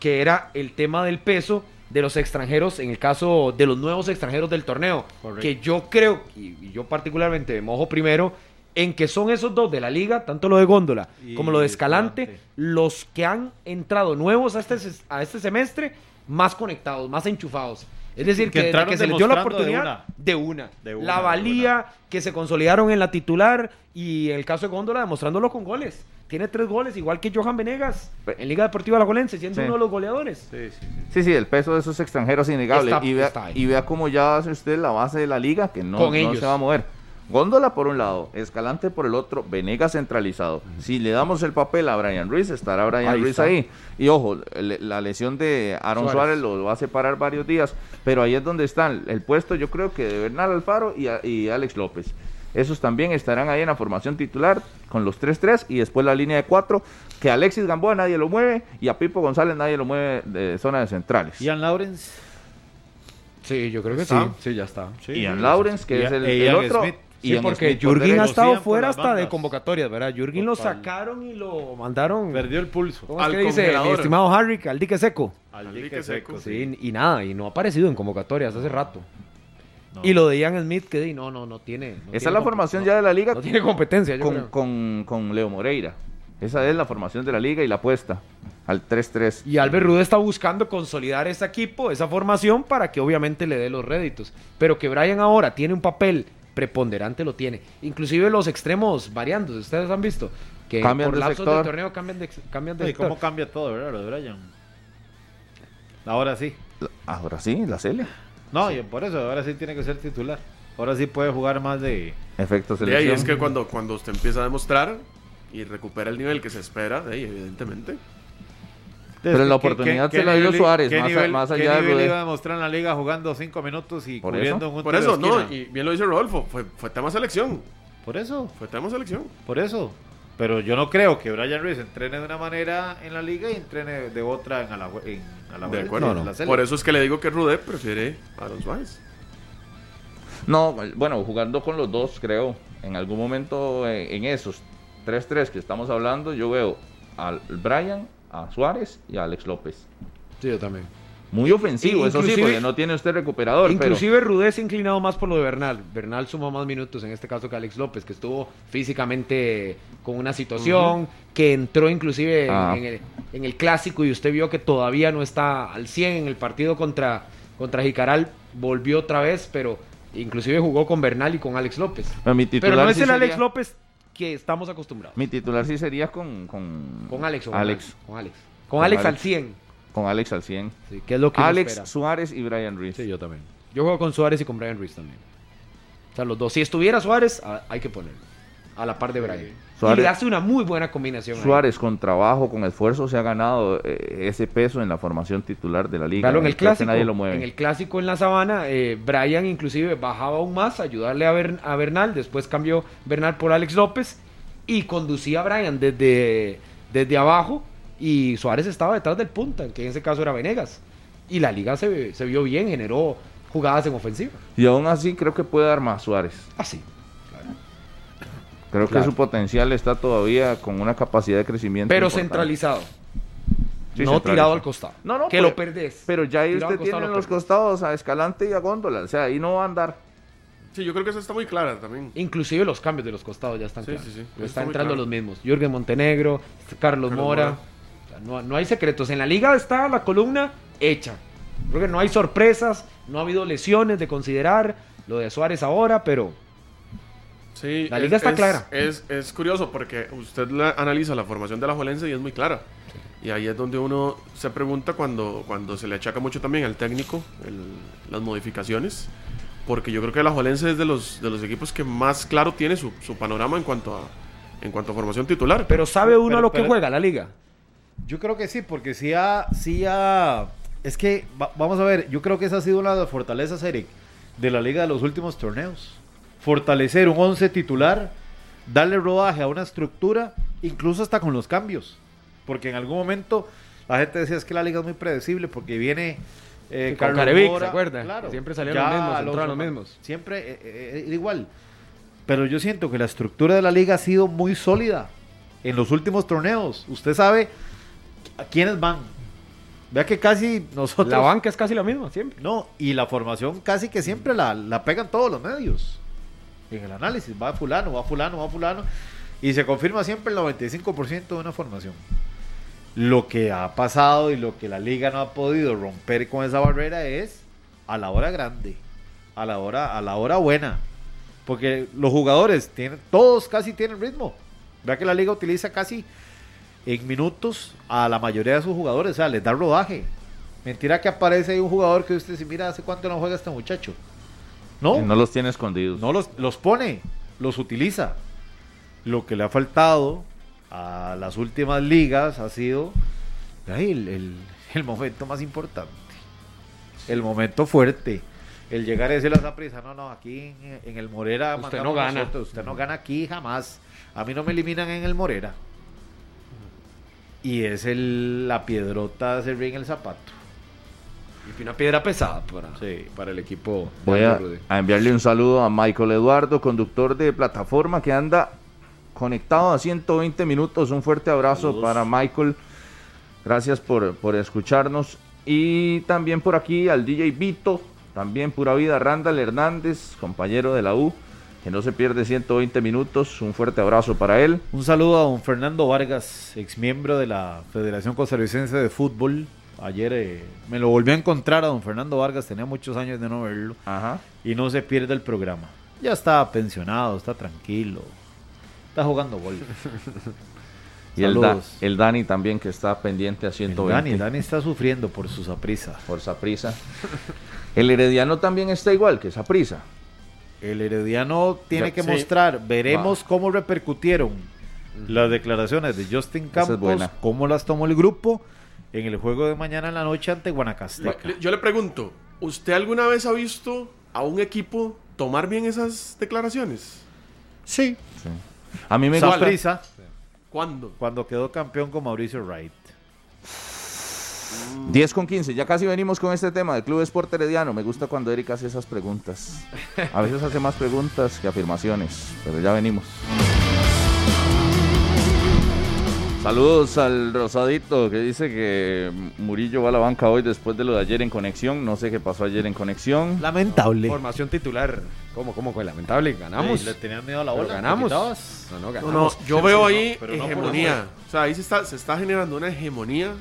C: que era el tema del peso de los extranjeros, en el caso de los nuevos extranjeros del torneo,
E: Correcto.
C: que yo creo, y y yo particularmente me mojo primero, en que son esos dos de la liga, tanto lo de Góndola
E: Y
C: como lo de Escalante,
E: Escalante.
C: los que han entrado nuevos a este, ses- a este semestre, más conectados, más enchufados. Es decir,
E: Que
C: que, desde
E: entraron
C: que se les dio la
E: demostrando de
C: oportunidad de una.
E: De una,
C: la
E: de
C: valía,
E: una.
C: que se consolidaron en la titular y en el caso de Góndola demostrándolo con goles. Tiene tres goles, igual que Johan Venegas en Liga Deportiva Alajuelense, siendo
B: Sí.
C: uno de los goleadores.
E: Sí, sí, sí.
B: Sí, sí, el peso de esos extranjeros es innegable.
C: Está-
B: y, vea,
C: está ahí.
B: y vea cómo ya hace usted la base de la liga, que no,
C: Con
B: no
C: ellos.
B: se va a mover. Góndola por un lado, Escalante por el otro, Venegas centralizado. Si le damos el papel a Brian Ruiz, estará Brian
C: Ahí
B: Ruiz
C: está.
B: ahí. Y ojo, le- la lesión de Aaron Suárez.
C: Suárez.
B: lo va a separar varios días, pero ahí es donde están el puesto, yo creo que de Bernal Alfaro y, a- y Alex López. Esos también estarán ahí en la formación titular con los 3-3 y después la línea de 4, que a Alexis Gamboa nadie lo mueve y a Pipo González nadie lo mueve de zona de centrales.
E: Ian Lawrence.
C: Sí, yo creo que sí.
D: ¿Está?
C: Sí, ya está.
E: Sí,
B: Ian
E: sí,
B: Lawrence,
E: sí.
B: que es
E: Ian-
B: el,
E: e
B: el
E: Ian
B: otro.
E: Smith.
C: Sí,
B: Ian
C: porque
B: Smith por
C: Jurgin
B: derecha.
C: ha
E: Lo
C: estado
E: siguen por
C: fuera
E: las
C: hasta de
E: bandas.
C: convocatorias, ¿verdad? Jurgin lo
E: Total.
C: sacaron y lo mandaron.
E: Perdió el pulso.
C: ¿Cómo es
D: al
C: que dice mi
D: congelador.
C: estimado Harry? Al dique seco.
E: Al
D: Al
E: dique
D: dique
E: seco.
D: seco.
E: Sí.
C: Sí, y nada, y no ha aparecido en convocatorias hace rato.
E: No.
C: Y lo de Ian Smith, que di, no, no, no tiene. no
B: Esa
C: tiene
B: es la
C: compe-
B: formación
C: no-
B: ya de la liga
C: No tiene competencia, yo
B: con,
C: creo.
B: con, con Leo Moreira. Esa es la formación de la liga y la apuesta al 3-3.
C: Y Albert Rude está buscando consolidar ese equipo, esa formación, para que obviamente le dé los réditos. Pero que Brian ahora tiene un papel preponderante, lo tiene. Inclusive los extremos variando, ustedes han visto. Que
B: Cambian
C: por
B: de
C: lapsos
B: sector.
C: del torneo cambian de, ex- cambian de
E: ¿Y
C: sector.
E: cómo cambia todo, verdad, lo de Brian? Ahora sí.
B: Ahora sí, la Celia.
E: No, y por eso, ahora sí tiene que ser titular. Ahora sí puede jugar más de...
B: Efecto
D: De ahí
B: selección.
D: es que cuando, cuando usted empieza a demostrar y recupera el nivel que se espera, de ahí, evidentemente.
B: Pero la oportunidad se la dio
E: nivel-
B: Suárez,
E: ¿qué
B: más a-
E: nivel,
B: más
E: qué
B: allá de
E: nivel
B: Rodé.
E: iba a demostrar en la liga jugando cinco minutos y
B: ¿Por
E: cubriendo
B: eso?
E: un
D: Por
E: tiro de
D: eso, no,
E: esquina?
D: y bien lo dice Rodolfo, fue, fue tema selección.
E: Por eso,
D: Fue tema selección.
E: por eso. Pero yo no creo que Brian Ruiz entrene de una manera en la liga y entrene de otra en la en
D: De
E: Alajuelense,
D: acuerdo.
E: en la selección.
D: Por eso es que le digo que Rudé prefiere a Aaron Suárez.
B: No, bueno, jugando con los dos, creo. En algún momento eh, en esos 3-3 que estamos hablando, yo veo al Brian, a Suárez y a Alex López.
C: Sí, yo también.
B: Muy ofensivo, eso sí,
C: Inclusive-
B: porque no tiene usted recuperador. pero-
C: Inclusive Rudé se ha inclinado más por lo de Bernal. Bernal suma más minutos en este caso que Alex López, que estuvo físicamente con una situación, que entró inclusive en-
B: Ah.
C: en, el, en el clásico y usted vio que todavía no está al 100 en el partido contra, contra Jicaral, volvió otra vez, pero inclusive jugó con Bernal y con Alex López.
B: Pero mi titular
C: Pero no es
B: sí
C: el Alex
B: sería-
C: López que estamos acostumbrados.
B: Mi titular sí sería con. Con,
C: Con Alex. o
B: Alex.
C: Con Alex. Con Alex al
B: Alex.
C: 100.
B: Con Alex al 100.
C: Sí, que es lo que uno
B: Alex
C: espera.
B: Suárez y Brian Reese.
C: Sí, yo también. Yo juego con Suárez y con Brian Ruiz también. O sea, los dos. Si estuviera Suárez, a- hay que ponerlo. A la par de Brian.
B: Suárez-
C: Y le hace una muy buena combinación. ahí.
B: Suárez con trabajo, con esfuerzo, se ha ganado eh, ese peso en la formación titular de la liga.
C: Claro, en el
B: Creo que
C: clásico.
B: nadie lo mueve.
C: En el clásico en la sabana, eh, Brian inclusive bajaba aún más a ayudarle a, Bern- a Bernal. Después cambió Bernal por Alex López y conducía a Brian desde, desde abajo. Y Suárez estaba detrás del punta, que en ese caso era Venegas. Y la liga se, se vio bien, generó jugadas en ofensiva.
B: Y aún así creo que puede dar más Suárez.
C: Así.
B: Creo
C: Claro.
B: que su potencial está todavía con una capacidad de crecimiento.
C: Pero
B: importante.
C: centralizado.
B: Sí,
C: no
B: centralizado.
C: tirado al costado.
B: No, no,
C: Que
B: pero-
C: lo perdés.
B: Pero ya ahí
C: Tirado
B: usted
C: al costado
B: tiene en
C: lo
B: los
C: perdés.
B: costados a Escalante y a Góndola. O sea, ahí no va a andar.
D: Sí, yo creo que esa está muy clara también.
C: Inclusive los cambios de los costados ya están
D: Sí,
C: claros.
D: sí, sí.
C: Ya
D: Está
C: están
D: muy
C: entrando
D: claro.
C: los mismos. Jürgen Montenegro, Carlos,
D: Carlos
C: Mora.
D: Mora.
C: O sea, no, no hay secretos. En la liga está la columna hecha. Creo que no hay sorpresas, no ha habido lesiones de considerar. Lo de Suárez ahora, pero
D: Sí, e
C: La liga está clara.
D: Es, es curioso porque usted la- analiza la formación de la Jolense y es muy clara. Y ahí es donde uno se pregunta cuando, cuando se le achaca mucho también al técnico el- las modificaciones. Porque yo creo que la Jolense es de los, de los equipos que más claro tiene su, su panorama en cuanto a, en cuanto a formación titular.
C: pero sabe uno
E: Pero-
C: lo que
E: pero-
C: juega la liga.
E: Yo creo que sí, porque sí ha, sí ha- es que, va- vamos a ver, yo creo que esa ha sido una de las fortalezas, Eric, de la liga de los últimos torneos. Fortalecer un 11 titular, darle rodaje a una estructura, incluso hasta con los cambios. Porque en algún momento la gente decía es que la liga es muy predecible porque viene... Eh,
C: Sí, con Carevic,
E: Mora".
C: ¿se acuerda? Siempre salían
E: ya
C: los mismos,
E: Alonso
C: entraban los
E: Mar-
C: mismos.
E: Siempre eh, eh, era igual. Pero yo siento que la estructura de la liga ha sido muy sólida en los últimos torneos. Usted sabe a quiénes van. Vea que casi nosotros.
C: La banca es casi la misma siempre.
E: No, y la formación casi que siempre la, la pegan todos los medios. En el análisis, va fulano, va fulano, va fulano. Y se confirma siempre el 95% de una formación. Lo que ha pasado y lo que la liga no ha podido romper con esa barrera es a la hora grande, a la hora, a la hora buena. Porque los jugadores tienen, todos casi tienen ritmo. Vea que la liga utiliza casi en minutos a la mayoría de sus jugadores, o sea, les da rodaje. Mentira que aparece ahí un jugador que usted dice, mira, ¿hace cuánto no juega este muchacho? No,
B: Que No los tiene escondidos.
E: no los, los pone, los utiliza. Lo que le ha faltado a las últimas ligas ha sido ay, el, el- el momento más importante, el momento fuerte. El llegar a decirle a esa prisa, no, no, aquí en, en el Morera
C: Usted
E: mandamos
C: no gana.
E: nosotros, usted no gana aquí jamás. A mí no me eliminan en el Morera. Y es el, la piedrota de servir en el zapato.
C: Y fue una piedra pesada para,
E: Sí.
C: para el equipo. de
B: Voy a,
C: Aldo Rude.
B: a enviarle un saludo a Michael Eduardo, conductor de plataforma que anda conectado a 120 minutos. Un fuerte abrazo para Michael. Gracias por, por escucharnos. Y también por aquí al DJ Vito, también pura vida, Randall Hernández, compañero de la U, que no se pierde 120 minutos. Un fuerte abrazo para él.
E: Un saludo a don Fernando Vargas, exmiembro de la Federación Costarricense de Fútbol. Ayer eh, me lo volví a encontrar a don Fernando Vargas, tenía muchos años de no verlo.
B: Ajá.
E: Y no se pierde el programa. Ya está pensionado, está tranquilo, está jugando gol.
B: Y el, Da-
E: Saludos.
B: el Dani también que está pendiente a
E: El
B: 120.
E: Dani, el Dani está sufriendo por su saprisa.
B: Por Saprisa. El Herediano también está igual que Saprisa.
E: El Herediano tiene
B: Ya,
E: que
B: sí.
E: mostrar, veremos cómo repercutieron las declaraciones de Justin
B: Esa es
E: Campos,
B: buena.
E: cómo las tomó el grupo en el juego de mañana en la noche ante
D: Le-
E: Guanacasteca.
D: le- yo le pregunto, ¿usted alguna vez ha visto a un equipo tomar bien esas declaraciones?
E: Sí,
B: A mí me gusta.
E: Saprissa,
D: ¿Cuándo?
E: cuando quedó campeón con Mauricio Wright.
B: 10 con 15, ya casi venimos con este tema del Club Esporte Herediano. Me gusta cuando Eric hace esas preguntas. A veces hace más preguntas que afirmaciones, pero ya venimos. Saludos al Rosadito que dice que Murillo va a la banca hoy después de lo de ayer en conexión. No sé qué pasó ayer en conexión.
E: Lamentable.
C: Formación titular. ¿Cómo, cómo? fue? Lamentable. Ganamos.
E: Ganamos. Le tenían miedo a la
C: Pero
E: bola.
C: ganamos.
E: ¿te quitabas?
C: No, no, ganamos.
D: No, no, yo veo ahí
E: pero no por
D: hegemonía.
E: afuera.
D: o sea, ahí se está, se está generando una hegemonía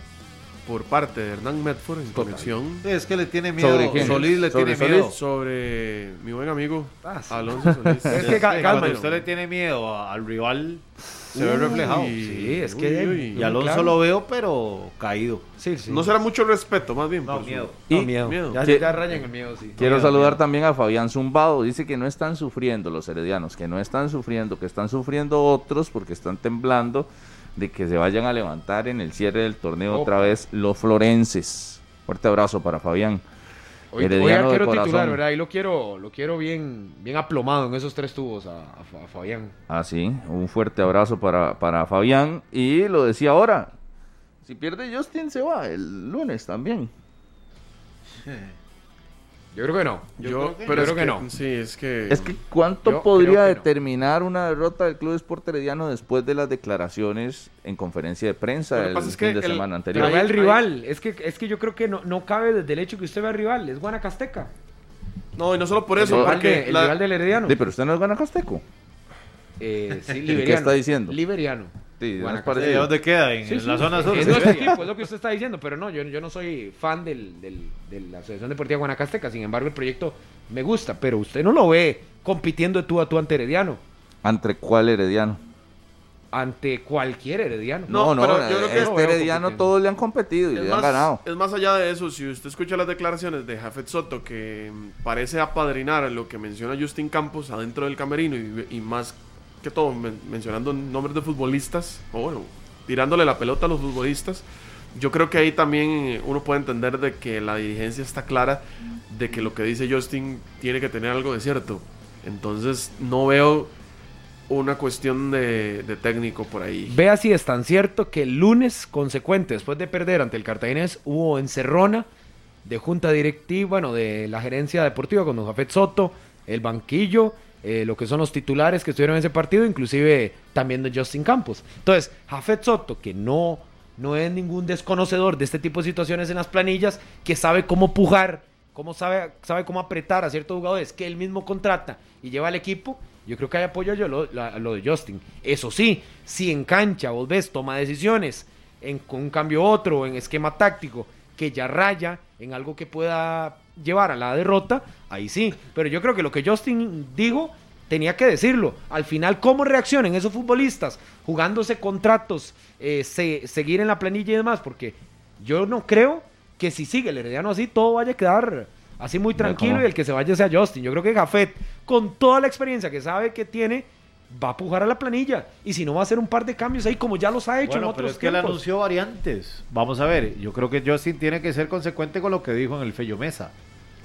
D: por parte de Hernán Medford en conexión
E: Es que le tiene miedo.
B: ¿Sobre quién?
E: Solís le
B: ¿Sobre
E: tiene miedo.
D: sobre mi buen buen amigo Alonso Solís.
E: Es que ca-
D: Sí,
E: calma,
D: cuando
E: usted le tiene miedo a- al rival, se ve
D: Uy,
E: reflejado.
C: sí, es que-
E: Y Alonso
C: claro.
E: lo veo, pero caído.
C: Sí, sí.
D: No será mucho respeto, más bien.
E: No,
D: por su-
E: miedo.
C: No,
B: Y-
C: miedo.
D: miedo.
C: Ya,
B: Que-
C: ya rayan el miedo, sí.
B: Quiero
E: Miedo,
B: saludar
E: miedo.
B: también a Fabián Zumbado. Dice que no están sufriendo los heredianos, que no están sufriendo, que están sufriendo otros porque están temblando de que se vayan a levantar en el cierre del torneo
C: Oh.
B: otra vez los florenses. Fuerte abrazo para Fabián.
C: Hoy, hoy
B: Herediano de
C: arquero
B: corazón.
C: titular, ¿verdad? Y lo quiero, lo quiero bien, bien aplomado en esos tres tubos a, a Fa- a Fabián.
B: Así, Ah, un fuerte abrazo para, para Fabián. Y lo decía ahora, si pierde Justin se va el lunes también.
C: Yo creo que no.
D: Yo,
C: creo que,
D: pero
C: yo
D: es
C: creo que no.
D: Sí, es que.
B: Es que ¿cuánto
C: Yo
B: podría
C: creo que no.
B: determinar una derrota del Club Esporte Herediano después de las declaraciones en conferencia de
D: Lo
B: prensa
D: que
B: el
D: pasa es
B: fin
D: que
B: de
D: el-
B: semana anterior?
C: Pero
D: Ahí-
C: vea el
D: ahí-
C: rival. Es que, es que yo creo que no, no cabe desde el hecho que usted vea al rival. Es Guanacasteca.
D: No, y no solo por
C: El,
D: eso,
C: rival,
D: porque
C: de- el
D: la-
C: rival del Herediano.
B: Sí, pero usted no es guanacasteco.
C: Eh, sí,
B: qué
C: liberiano.
B: está diciendo?
C: Liberiano.
B: Sí, no es
C: Guanacasteca.
E: ¿De
B: parecido.
E: dónde queda? En,
C: Sí,
E: en
C: sí,
E: la zona sur.
C: Es nuestro equipo, es lo que usted está diciendo, pero no, yo, yo no soy fan del, del- de la Asociación Deportiva Guanacasteca, sin embargo el proyecto me gusta, pero usted no lo ve compitiendo de tú a tú ante Herediano,
B: ¿Ante cuál herediano?
C: ante cualquier Herediano.
D: No,
B: No, no,
D: pero yo creo que-
B: este herediano todos le han competido y
D: es
B: le
D: más,
B: han ganado.
D: es más allá de eso, si usted escucha las declaraciones de Jafet Soto, que mm, parece apadrinar lo que menciona Justin Campos adentro del camerino y, y más que todo men- mencionando nombres de futbolistas, o bueno, tirándole la pelota a los futbolistas, yo creo que ahí también uno puede entender de que la dirigencia está clara de que lo que dice Justin tiene que tener algo de cierto. Entonces no veo una cuestión de, de técnico por ahí.
C: Vea si es tan cierto que el lunes consecuente, después de perder ante el Cartaginés, hubo encerrona de junta directiva, bueno, de la gerencia deportiva con don Jafet Soto, el banquillo, eh, lo que son los titulares que estuvieron en ese partido, inclusive también de Justin Campos. Entonces, Jafet Soto, que no, no es ningún desconocedor de este tipo de situaciones en las planillas, que sabe cómo pujar, cómo sabe, sabe cómo apretar a ciertos jugadores que él mismo contrata y lleva al equipo, yo creo que hay apoyo yo lo, la- lo de Justin. Eso sí, si en cancha vos ves, toma decisiones en con un cambio u otro, en esquema táctico, que ya raya en algo que pueda llevar a la derrota, ahí sí. Pero yo creo que lo que Justin digo tenía que decirlo. Al final, ¿cómo reaccionan esos futbolistas jugándose contratos, eh, se- seguir en la planilla y demás? Porque yo no creo que si sigue el Herediano así, todo vaya a quedar así muy tranquilo
B: ¿cómo?
C: y el que se vaya sea Justin. Yo creo que Jafet, con toda la experiencia que sabe que tiene, va a pujar a la planilla. Y si no, va a hacer un par de cambios ahí, como ya los ha hecho en
E: Bueno,
C: otros
E: pero es que él
C: tiempos.
E: anunció variantes. Vamos a ver, yo creo que Justin tiene que ser consecuente con lo que dijo en el Fello Mesa.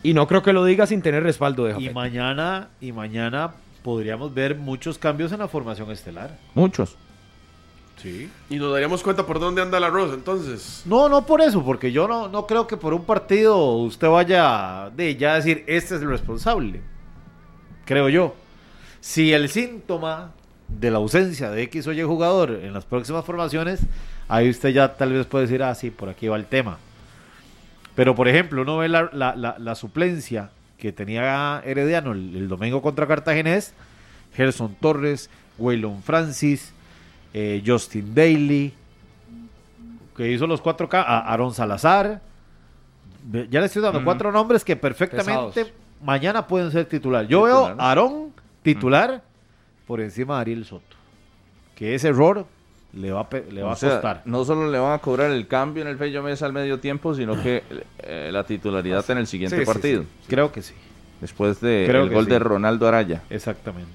C: Y no creo que lo diga sin tener respaldo de
E: Y
C: Jafet.
E: mañana, y mañana podríamos ver muchos cambios en la formación estelar.
B: Muchos.
E: Sí.
D: Y nos daríamos cuenta por dónde anda el arroz, entonces.
E: No, no por eso, porque yo no, no creo que por un partido usted vaya de ya decir, este es el responsable. Creo yo. Si el síntoma de la ausencia de X o Y jugador en las próximas formaciones, ahí usted ya tal vez puede decir, ah, sí, por aquí va el tema. Pero, por ejemplo, uno ve la, la- la- la suplencia que tenía Herediano el, el domingo contra Cartaginés, Gerson Torres, Waylon Francis, eh, Justin Daly, que hizo los 4K, a Aaron Salazar. Ve- Ya le estoy dando cuatro nombres que perfectamente
C: Pesados.
E: mañana pueden ser titular. Yo
B: Titular.
E: veo a Aarón titular por encima de Ariel Soto. Que ese error le va a, pe- le va
B: O
E: a
B: sea,
E: costar.
B: no solo le van a cobrar el cambio en el Fello Mesa al medio tiempo, sino que eh, la titularidad en el siguiente
E: Ah. Sí, sí,
B: partido.
E: sí, Creo que sí.
B: Después del
E: Creo que
B: gol de
E: sí.
B: Ronaldo Araya.
E: Exactamente.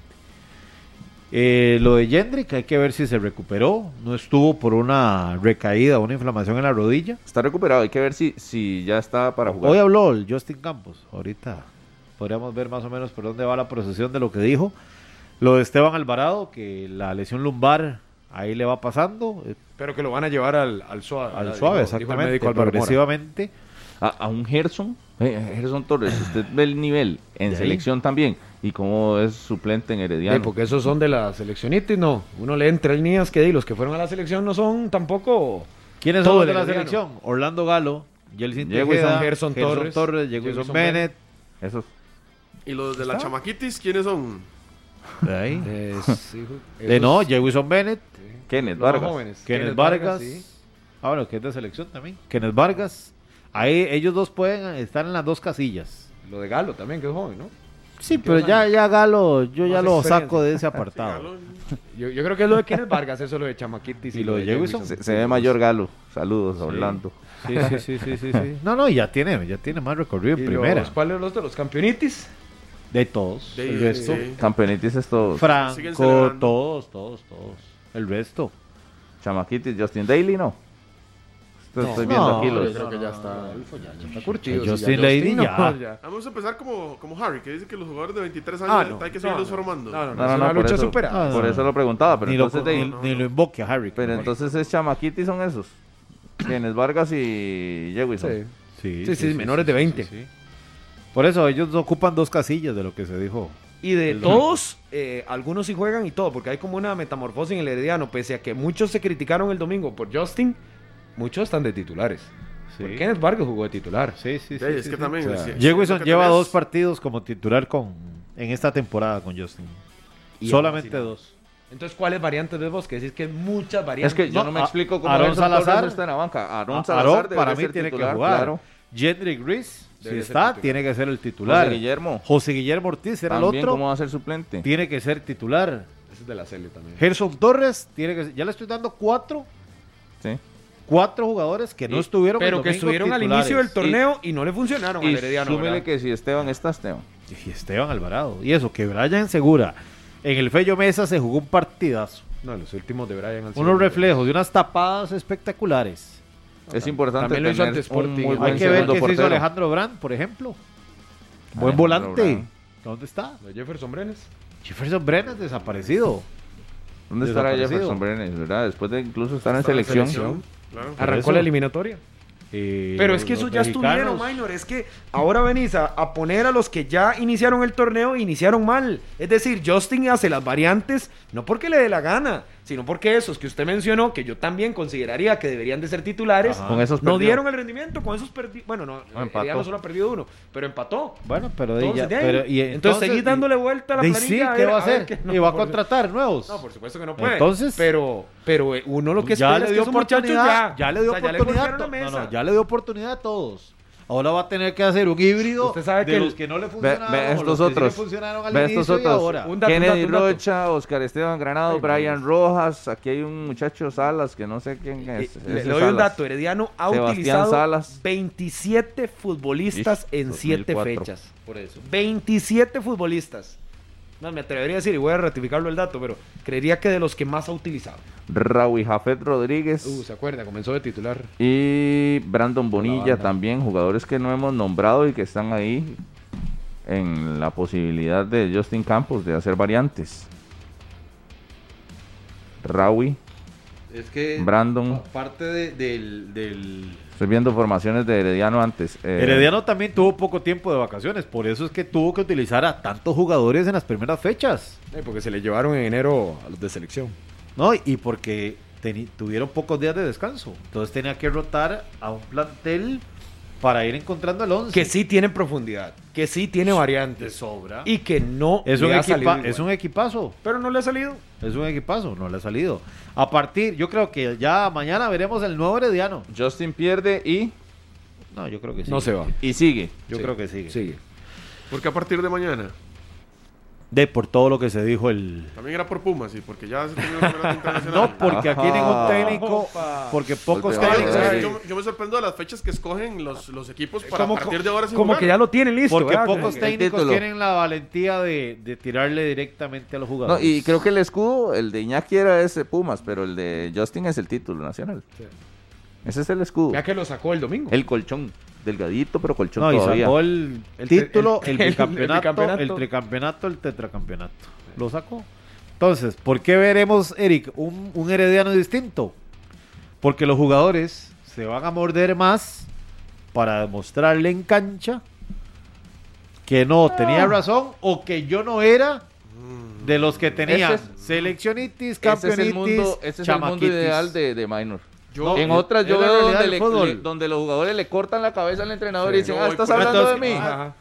E: Eh, lo de Jendrik, hay que ver si se recuperó. No estuvo por una recaída, una inflamación en la rodilla.
B: Está recuperado, hay que ver si, si ya está para jugar.
E: Hoy habló el Justin Campos. Ahorita podríamos ver más o menos por dónde va la procesión de lo que dijo. Lo de Esteban Alvarado, que la lesión lumbar ahí le va pasando. eh,
C: Pero que lo van a llevar al, al suave.
E: Al
C: dijo-
E: suave,
C: Ah, dijo el
E: exactamente.
C: médico Álvaro Mora.
E: progresivamente.
B: a, a un Gerson, eh, Gerson Torres, usted ve el nivel en
E: ¿De ahí?
B: selección también y cómo es suplente en
C: Sí,
B: Herediano.
C: porque esos son de la seleccionitis, no. Uno le entra el Nías que di, los que fueron a la selección no son tampoco.
E: ¿Quiénes
C: Todo
E: son los de
C: el
E: la
C: herediano.
E: selección? Orlando Galo, Jelsin
B: Jewison,
E: Tejeda,
C: Gerson Torres,
E: Torres, Jewison
C: Jewison
E: Bennett.
B: Esos-
D: ¿Y los de la chamaquitis quiénes son?
E: De ahí.
C: eh, sí,
E: De
C: esos-
E: no, Jewison Bennett,
B: Kenneth
C: los
B: Vargas.
C: jóvenes.
E: Kenneth Vargas.
C: sí.
E: Ah, bueno, que es de selección también. Kenneth Vargas. Ahí ellos dos pueden estar en las dos casillas.
C: Lo de Galo también, que es joven, ¿no?
E: Sí, pero ya, ya Galo, yo ya
C: Más
E: lo
C: experiencia.
E: saco de ese apartado.
C: Yo, yo creo que es lo de Kenneth Vargas, eso lo de Chamaquitis y,
E: Y lo de Jewison.
B: Se, se ve mayor Galo. Saludos, a Orlando.
E: Sí, sí, sí, sí, sí, sí. No, no, ya tiene, ya tiene más recorrido en primera.
C: primera. ¿Cuáles son los de los campeonitis?
E: De todos.
D: De-
E: el resto.
D: sí.
B: Campeonitis es todo.
D: Siguen
E: Franco,
D: celebrando.
E: todos, todos, todos. El resto.
B: Chamaquitis, Justin Daly, no. Esto Estoy viendo
E: No,
B: aquí
E: yo
B: los.
E: creo
H: que ya está. ya, está
E: El
H: curtido.
E: Justin Lady
C: no,
E: ya.
C: ya.
D: Vamos a empezar como, como Harry, que dice que los jugadores de 23 años
C: Ah, no.
D: hay que
C: No,
D: seguirlos
C: no.
D: formando.
C: No, no,
B: No,
C: es
B: no, no,
C: una
B: por
C: lucha
B: eso,
C: superada.
E: Ah,
B: por eso lo preguntaba, pero
E: ni, lo,
B: entonces, de-
E: ni- ni lo invoque a Harry.
B: pero entonces es Chamaquitis son esos. Quienes Vargas y Jewison.
C: Sí. Sí,
E: Sí,
C: sí, menores de 20.
E: Por eso ellos ocupan dos casillas de lo que se dijo.
C: Y de todos, eh, algunos sí juegan y todo, porque hay como una metamorfosis en el Herediano. Pese a que muchos se criticaron el domingo por Justin, muchos están de titulares.
E: Sí.
C: Porque Kenneth Vargas jugó de titular.
E: Sí, sí, sí.
D: Sí, es que también.
E: O sea,
D: si- si
E: Jewison
D: lo que
E: lleva
D: tenés-
E: dos partidos como titular con en esta temporada con Justin.
C: Y aún
E: Solamente
C: así no.
E: dos.
C: Entonces, ¿cuáles variantes ves vos? Que decís que muchas
B: Es
C: variantes.
B: que yo no, me
E: a-
B: explico cómo
E: Aarón
B: Nelson Torres
E: Salazar-
B: no está en la banca. Aarón
E: Aarón
B: Salazar debería
E: para mí
B: ser
E: tiene
B: titular,
E: que jugar.
B: claro.
E: Jendrick Reese, si
C: Debería ser
E: está,
C: titular.
E: tiene que ser el titular.
B: José Guillermo.
E: José Guillermo Ortiz era el
B: También,
E: otro.
B: ¿cómo va a ser suplente?
E: Tiene que ser titular.
C: Ese es de la serie también.
E: Gerson Torres tiene que ser- Ya le estoy dando cuatro,
B: Sí.
E: cuatro jugadores que no
C: Y-
E: estuvieron.
C: Pero
E: el
C: que
E: domingo
C: estuvieron al
E: titulares.
C: inicio del torneo y, no le funcionaron al
B: Y
C: Herediano.
B: súmele
C: ¿verdad?
B: que si Esteban está, Esteban.
E: Y Esteban Alvarado. Y eso, que Brian Segura. En el Fello Mesa se jugó un partidazo.
C: No, los últimos de Brian han sido-
E: Unos reflejos y unas tapadas espectaculares.
B: Es importante
C: también lo
B: tener
C: hizo ante Sporting.
B: un muy
C: Hay
B: buen
E: Hay que ver
B: segundo
E: qué se hizo
B: portero.
E: Alejandro Brand, por ejemplo. Buen
B: Alejandro
E: volante.
B: Brand.
E: ¿Dónde está?
C: Los Jefferson Brenes.
E: Jefferson Brennan desaparecido.
B: ¿Dónde estará
E: Desaparecido.
B: Jefferson Brenes, verdad? Después de incluso estar en
D: Está en
B: selección.
D: Claro.
C: Arrancó
E: eso.
C: la eliminatoria.
E: Eh,
C: Pero es que
E: los
C: eso ya estuvieron,
E: mexicanos.
C: Minor. Es que ahora venís a, a poner a los que ya iniciaron el torneo e iniciaron mal. Es decir, Justin hace las variantes no porque le dé la gana, sino porque esos que usted mencionó, que yo también consideraría que deberían de ser titulares,
E: Ajá.
B: Con esos
C: no
B: perdió.
C: dieron el rendimiento. Con esos perdidos. Bueno, no,
B: No,
C: el
B: empató.
C: Herediano solo ha perdido uno, pero empató.
E: Bueno, pero, de ahí
C: Entonces,
E: ya-
C: de ahí,
E: pero- y
C: entonces, seguís dándole vuelta a la
E: de ahí
C: planilla.
E: Sí,
C: a
E: ¿qué
C: ver-
E: va a
C: a ver
E: hacer?
C: qué- no,
E: y va a
C: por-
E: contratar nuevos.
C: No, por supuesto que no puede.
E: Entonces-
C: pero, pero eh, uno lo que
E: ya
C: espera
E: le
C: es
E: dio
C: que esos muchachos
E: oportunidad, ya,
C: ya,
E: le dio
C: o sea,
E: oportunidad,
C: golpearon la
E: a to- no, no,
C: mesa.
E: ya le dio oportunidad a todos. Ahora va a tener que hacer un híbrido
C: Usted sabe
E: de
C: que el-
E: los que no le
B: Ve,
E: funcionaron,
B: ve
E: o los
B: estos
E: que sí le
B: otros.
E: funcionaron al
B: ve
E: inicio
B: estos
E: y
B: otros.
E: ahora.
C: Un dato, un
B: Kennedy
C: dato, un dato.
B: Rocha, Oscar Esteban Granado,
C: Ay,
B: Brian Rojas. Aquí hay un muchacho Salas que no sé quién
C: Eh,
B: es.
C: Le,
B: ese
C: le doy un
B: Salas.
C: dato, eh. Herediano ha
B: Sebastián
C: utilizado
B: Salas.
C: 27 futbolistas
B: Ish,
C: en 7
B: 2004.
C: fechas. Por eso. 27 futbolistas. No, me atrevería a decir, y voy a ratificarlo el dato, pero creería que de los que más ha utilizado.
B: Raúl Jafet Rodríguez.
C: Uh, se acuerda, comenzó de titular.
B: Y Brandon
C: la
B: Bonilla
C: banda.
B: también, jugadores que no hemos nombrado y que están ahí en la posibilidad de Justin Campos de hacer variantes. Rawi,
H: Es
C: Eh,
H: que.
C: oh.
B: Brandon.
H: Parte de- del. del
B: Estoy viendo formaciones de Herediano antes. eh,
E: Herediano también tuvo poco tiempo de vacaciones, por eso es que tuvo que utilizar a tantos jugadores en las primeras fechas,
C: Eh, porque se le llevaron en enero a los de selección.
E: ¿no? Y porque teni- tuvieron pocos días de descanso, entonces tenía que rotar a un plantel para ir encontrando el 11.
C: Que sí tiene profundidad, que sí tiene
E: de
C: variantes.
E: sobra.
C: Y que no
E: es un,
C: le ha
E: equipa-
C: salido igual.
E: es un equipazo.
C: Pero no le ha salido.
E: Es un equipazo, no le ha salido. A partir, yo creo que ya mañana veremos el nuevo Herediano.
B: Justin pierde y,
E: No, yo creo que sí.
C: No se va.
B: y sigue.
E: Yo creo que sigue.
C: Sigue.
D: Porque a partir de mañana.
E: De por todo lo que se dijo el.
D: También era por Pumas, sí, porque ya se terminó el campeonato internacional.
E: No, porque aquí ningún
B: Ajá.
E: técnico. Porque pocos
D: Es que yo-
E: técnicos.
D: yo-
B: sí.
D: yo, yo me sorprendo de las fechas que escogen los, los equipos para
C: Como-
D: a partir de ahora sin
C: Como
D: jugar.
C: que ya lo tienen listo.
E: Porque
C: ¿verdad?
E: pocos
C: Como que-
E: técnicos
B: título.
E: tienen la valentía de, de tirarle directamente a los
B: No,
E: jugadores.
B: y creo que el escudo, el de Iñaki era ese Pumas, pero el de Justin es el título nacional. Ese es el escudo.
C: Vea que lo sacó el domingo.
B: El colchón. Delgadito, pero colchón
E: No, y
B: todavía.
E: sacó el,
C: El tri-
E: título,
C: el-
E: el,
C: el- el
E: bicampeonato,
C: bicampeonato.
E: el tricampeonato, el tetracampeonato. Lo sacó. Entonces, ¿por qué veremos, Eric, un, un herediano distinto? Porque los jugadores se van a morder más para demostrarle en cancha que no tenía razón o que yo no era de los que tenían
B: Ese
E: seleccionitis,
B: Ese es
E: campeonitis,
B: el mundo, ese es el mundo
E: chamaquitis.
B: ideal de, de Minor.
E: Yo-
B: en otras
E: es
B: yo
E: la
B: veo
E: realidad
B: donde,
E: del
B: le-
E: fútbol.
B: le- donde los jugadores le cortan la cabeza al entrenador y dicen,
D: yo
B: ah,
D: voy
B: estás
D: por-
B: hablando de mí.
E: Entonces-
B: Ah,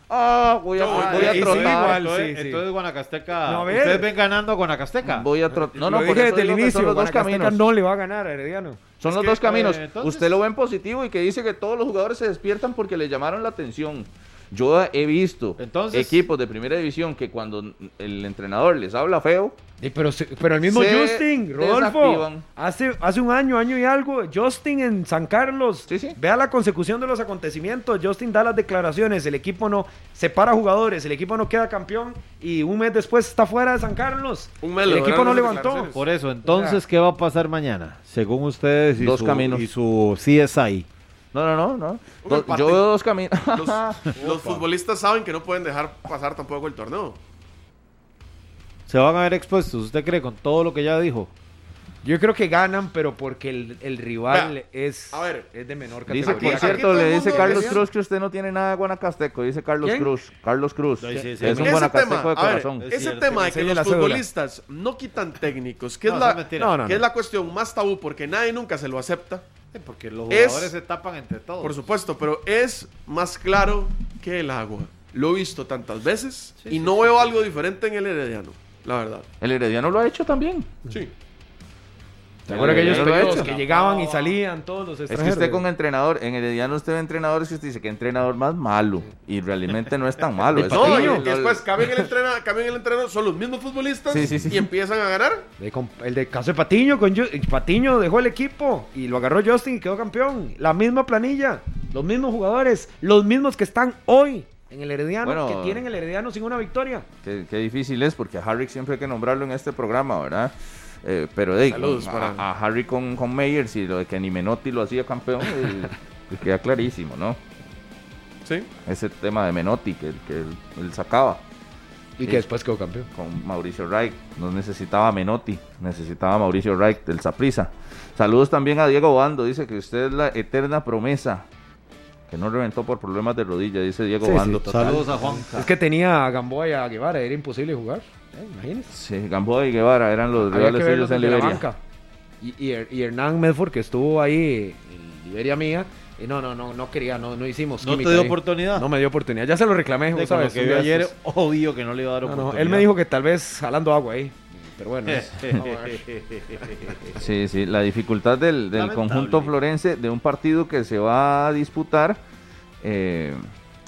C: Ajá.
B: voy a,
D: Yo voy
B: voy a
C: por-
B: trotar.
C: Sí, igual.
E: entonces,
C: sí, sí.
E: entonces Guanacasteca,
C: No, a ver.
E: ustedes ven ganando a Guanacasteca.
B: Voy a trotar. No, no,
C: lo
B: por
C: dije
B: eso
C: desde el
B: digo que
C: inicio,
B: son los dos
C: Guanacasteca
B: caminos.
C: no le va a ganar a Herediano.
B: Son
E: Es
B: los
E: que,
B: dos
E: eh,
B: caminos.
E: entonces-
B: Usted lo ve en positivo y que dice que todos los jugadores se despiertan porque le llamaron la atención. Yo he visto
C: Entonces-
B: equipos de primera división que cuando el entrenador les habla feo,
C: Y pero, se- pero el mismo
B: Se
C: Justin, Rodolfo,
B: desactivan.
C: hace, hace un año, año y algo, Justin en San Carlos,
B: Sí, sí.
C: vea la consecución de los acontecimientos, Justin da las declaraciones, el equipo no separa jugadores, el equipo no queda campeón y un mes después está fuera de San Carlos,
D: Un mes
C: el
D: lograron
C: equipo no
D: esas
C: levantó.
D: declaraciones.
E: Por eso, entonces, ¿qué va a pasar mañana? Según ustedes y,
B: Dos
E: su,
B: caminos.
E: y su CSI.
B: no, no, no, no.
D: Un
B: Do-
D: empate.
B: yo veo dos caminos.
D: Los, los futbolistas saben que no pueden dejar pasar tampoco el torneo.
E: ¿Se van a ver expuestos? ¿Usted cree con todo lo que ya dijo?
C: Yo creo que ganan, pero porque el, el rival es,
D: a ver.
C: es de menor
B: Dice,
C: categoría.
B: por
D: Aquí
B: cierto,
D: todo el
B: le
D: mundo
B: dice Carlos
D: decía-
B: Cruz que usted no tiene nada de guanacasteco. Dice Carlos
C: ¿Quién?
B: Cruz. Carlos Cruz.
E: Sí, sí, sí.
B: Es un
E: Ese
B: guanacasteco de
D: a ver,
B: corazón.
E: Es
D: ese
E: cierto,
D: tema de
E: que
D: que
E: enseñe
D: los
E: la cédula.
D: futbolistas no quitan técnicos, que,
E: No,
D: es,
E: eso
D: la,
E: es mentira.
D: que
E: No, no,
D: es la cuestión más tabú, porque nadie nunca se lo acepta,
E: Porque los
D: Es- jugadores
E: se tapan entre todos.
D: por supuesto, pero es más claro que el agua. Lo he visto tantas veces y no veo algo diferente en el herediano, la verdad.
B: El Herediano lo ha hecho también.
D: Sí.
C: ¿Te acuerdas
B: El
C: aquellos
B: Herediano lo ha
C: periodos
B: hecho.
C: que llegaban y salían todos los
B: Es que
C: extranjeros?
B: usted con entrenador, en Herediano usted ve entrenadores que usted dice que entrenador más malo. Y realmente no es tan malo. es
D: No, y
B: pequeño.
D: después cambian el pues entrenador, cambian el entrenador, son los mismos futbolistas
B: Sí, sí, sí.
D: y empiezan a ganar.
C: De com- el de caso de Patiño, con Ju- Patiño dejó el equipo y lo agarró Justin y quedó campeón. La misma planilla, los mismos jugadores, los mismos que están hoy en el Herediano,
B: Bueno.
C: que tienen el Herediano sin una victoria.
B: Qué, qué difícil es, porque a Harry siempre hay que nombrarlo en este programa, ¿verdad? Eh, pero de
D: Saludos para-
B: a, a Harry con, con Meyers y lo de que ni Menotti lo hacía campeón, eh, pues queda clarísimo, ¿no?
D: Sí.
B: Ese tema de Menotti que, que él, él sacaba
C: Y
B: Sí.
C: que después quedó campeón.
B: con Mauricio Reich. No necesitaba a Menotti, necesitaba a Mauricio Reich del Zaprisa. Saludos también a Diego Bando, dice que usted es la eterna promesa. Que no reventó por problemas de rodilla, dice Diego Bando.
E: Saludos a Juan.
C: Es que tenía a Gamboa y a Guevara, era imposible jugar. Eh, imagínese.
B: Sí, Gamboa y Guevara eran los
C: Había que
B: rivales
C: verlos
B: suyos en
C: desde la
B: Liberia.
C: banca. Y, y Her- y Hernán Medford, que estuvo ahí en Liberia mía, y no, no, no, no quería, no, no hicimos
E: ¿No
C: química
E: te dio
C: ahí.
E: oportunidad?
C: No me dio oportunidad, ya se lo reclamé,
E: De
C: vos
E: con lo
C: sabes,
E: que
C: un
E: vi
C: día
E: ayer,
C: después.
E: odio que no le iba a dar
C: No,
E: oportunidad. Eh,
C: no, él me dijo que tal vez jalando agua ahí. Pero bueno, es-
B: Sí, sí, la dificultad del, del
E: Lamentable.
B: conjunto florense de un partido que se va a disputar eh, en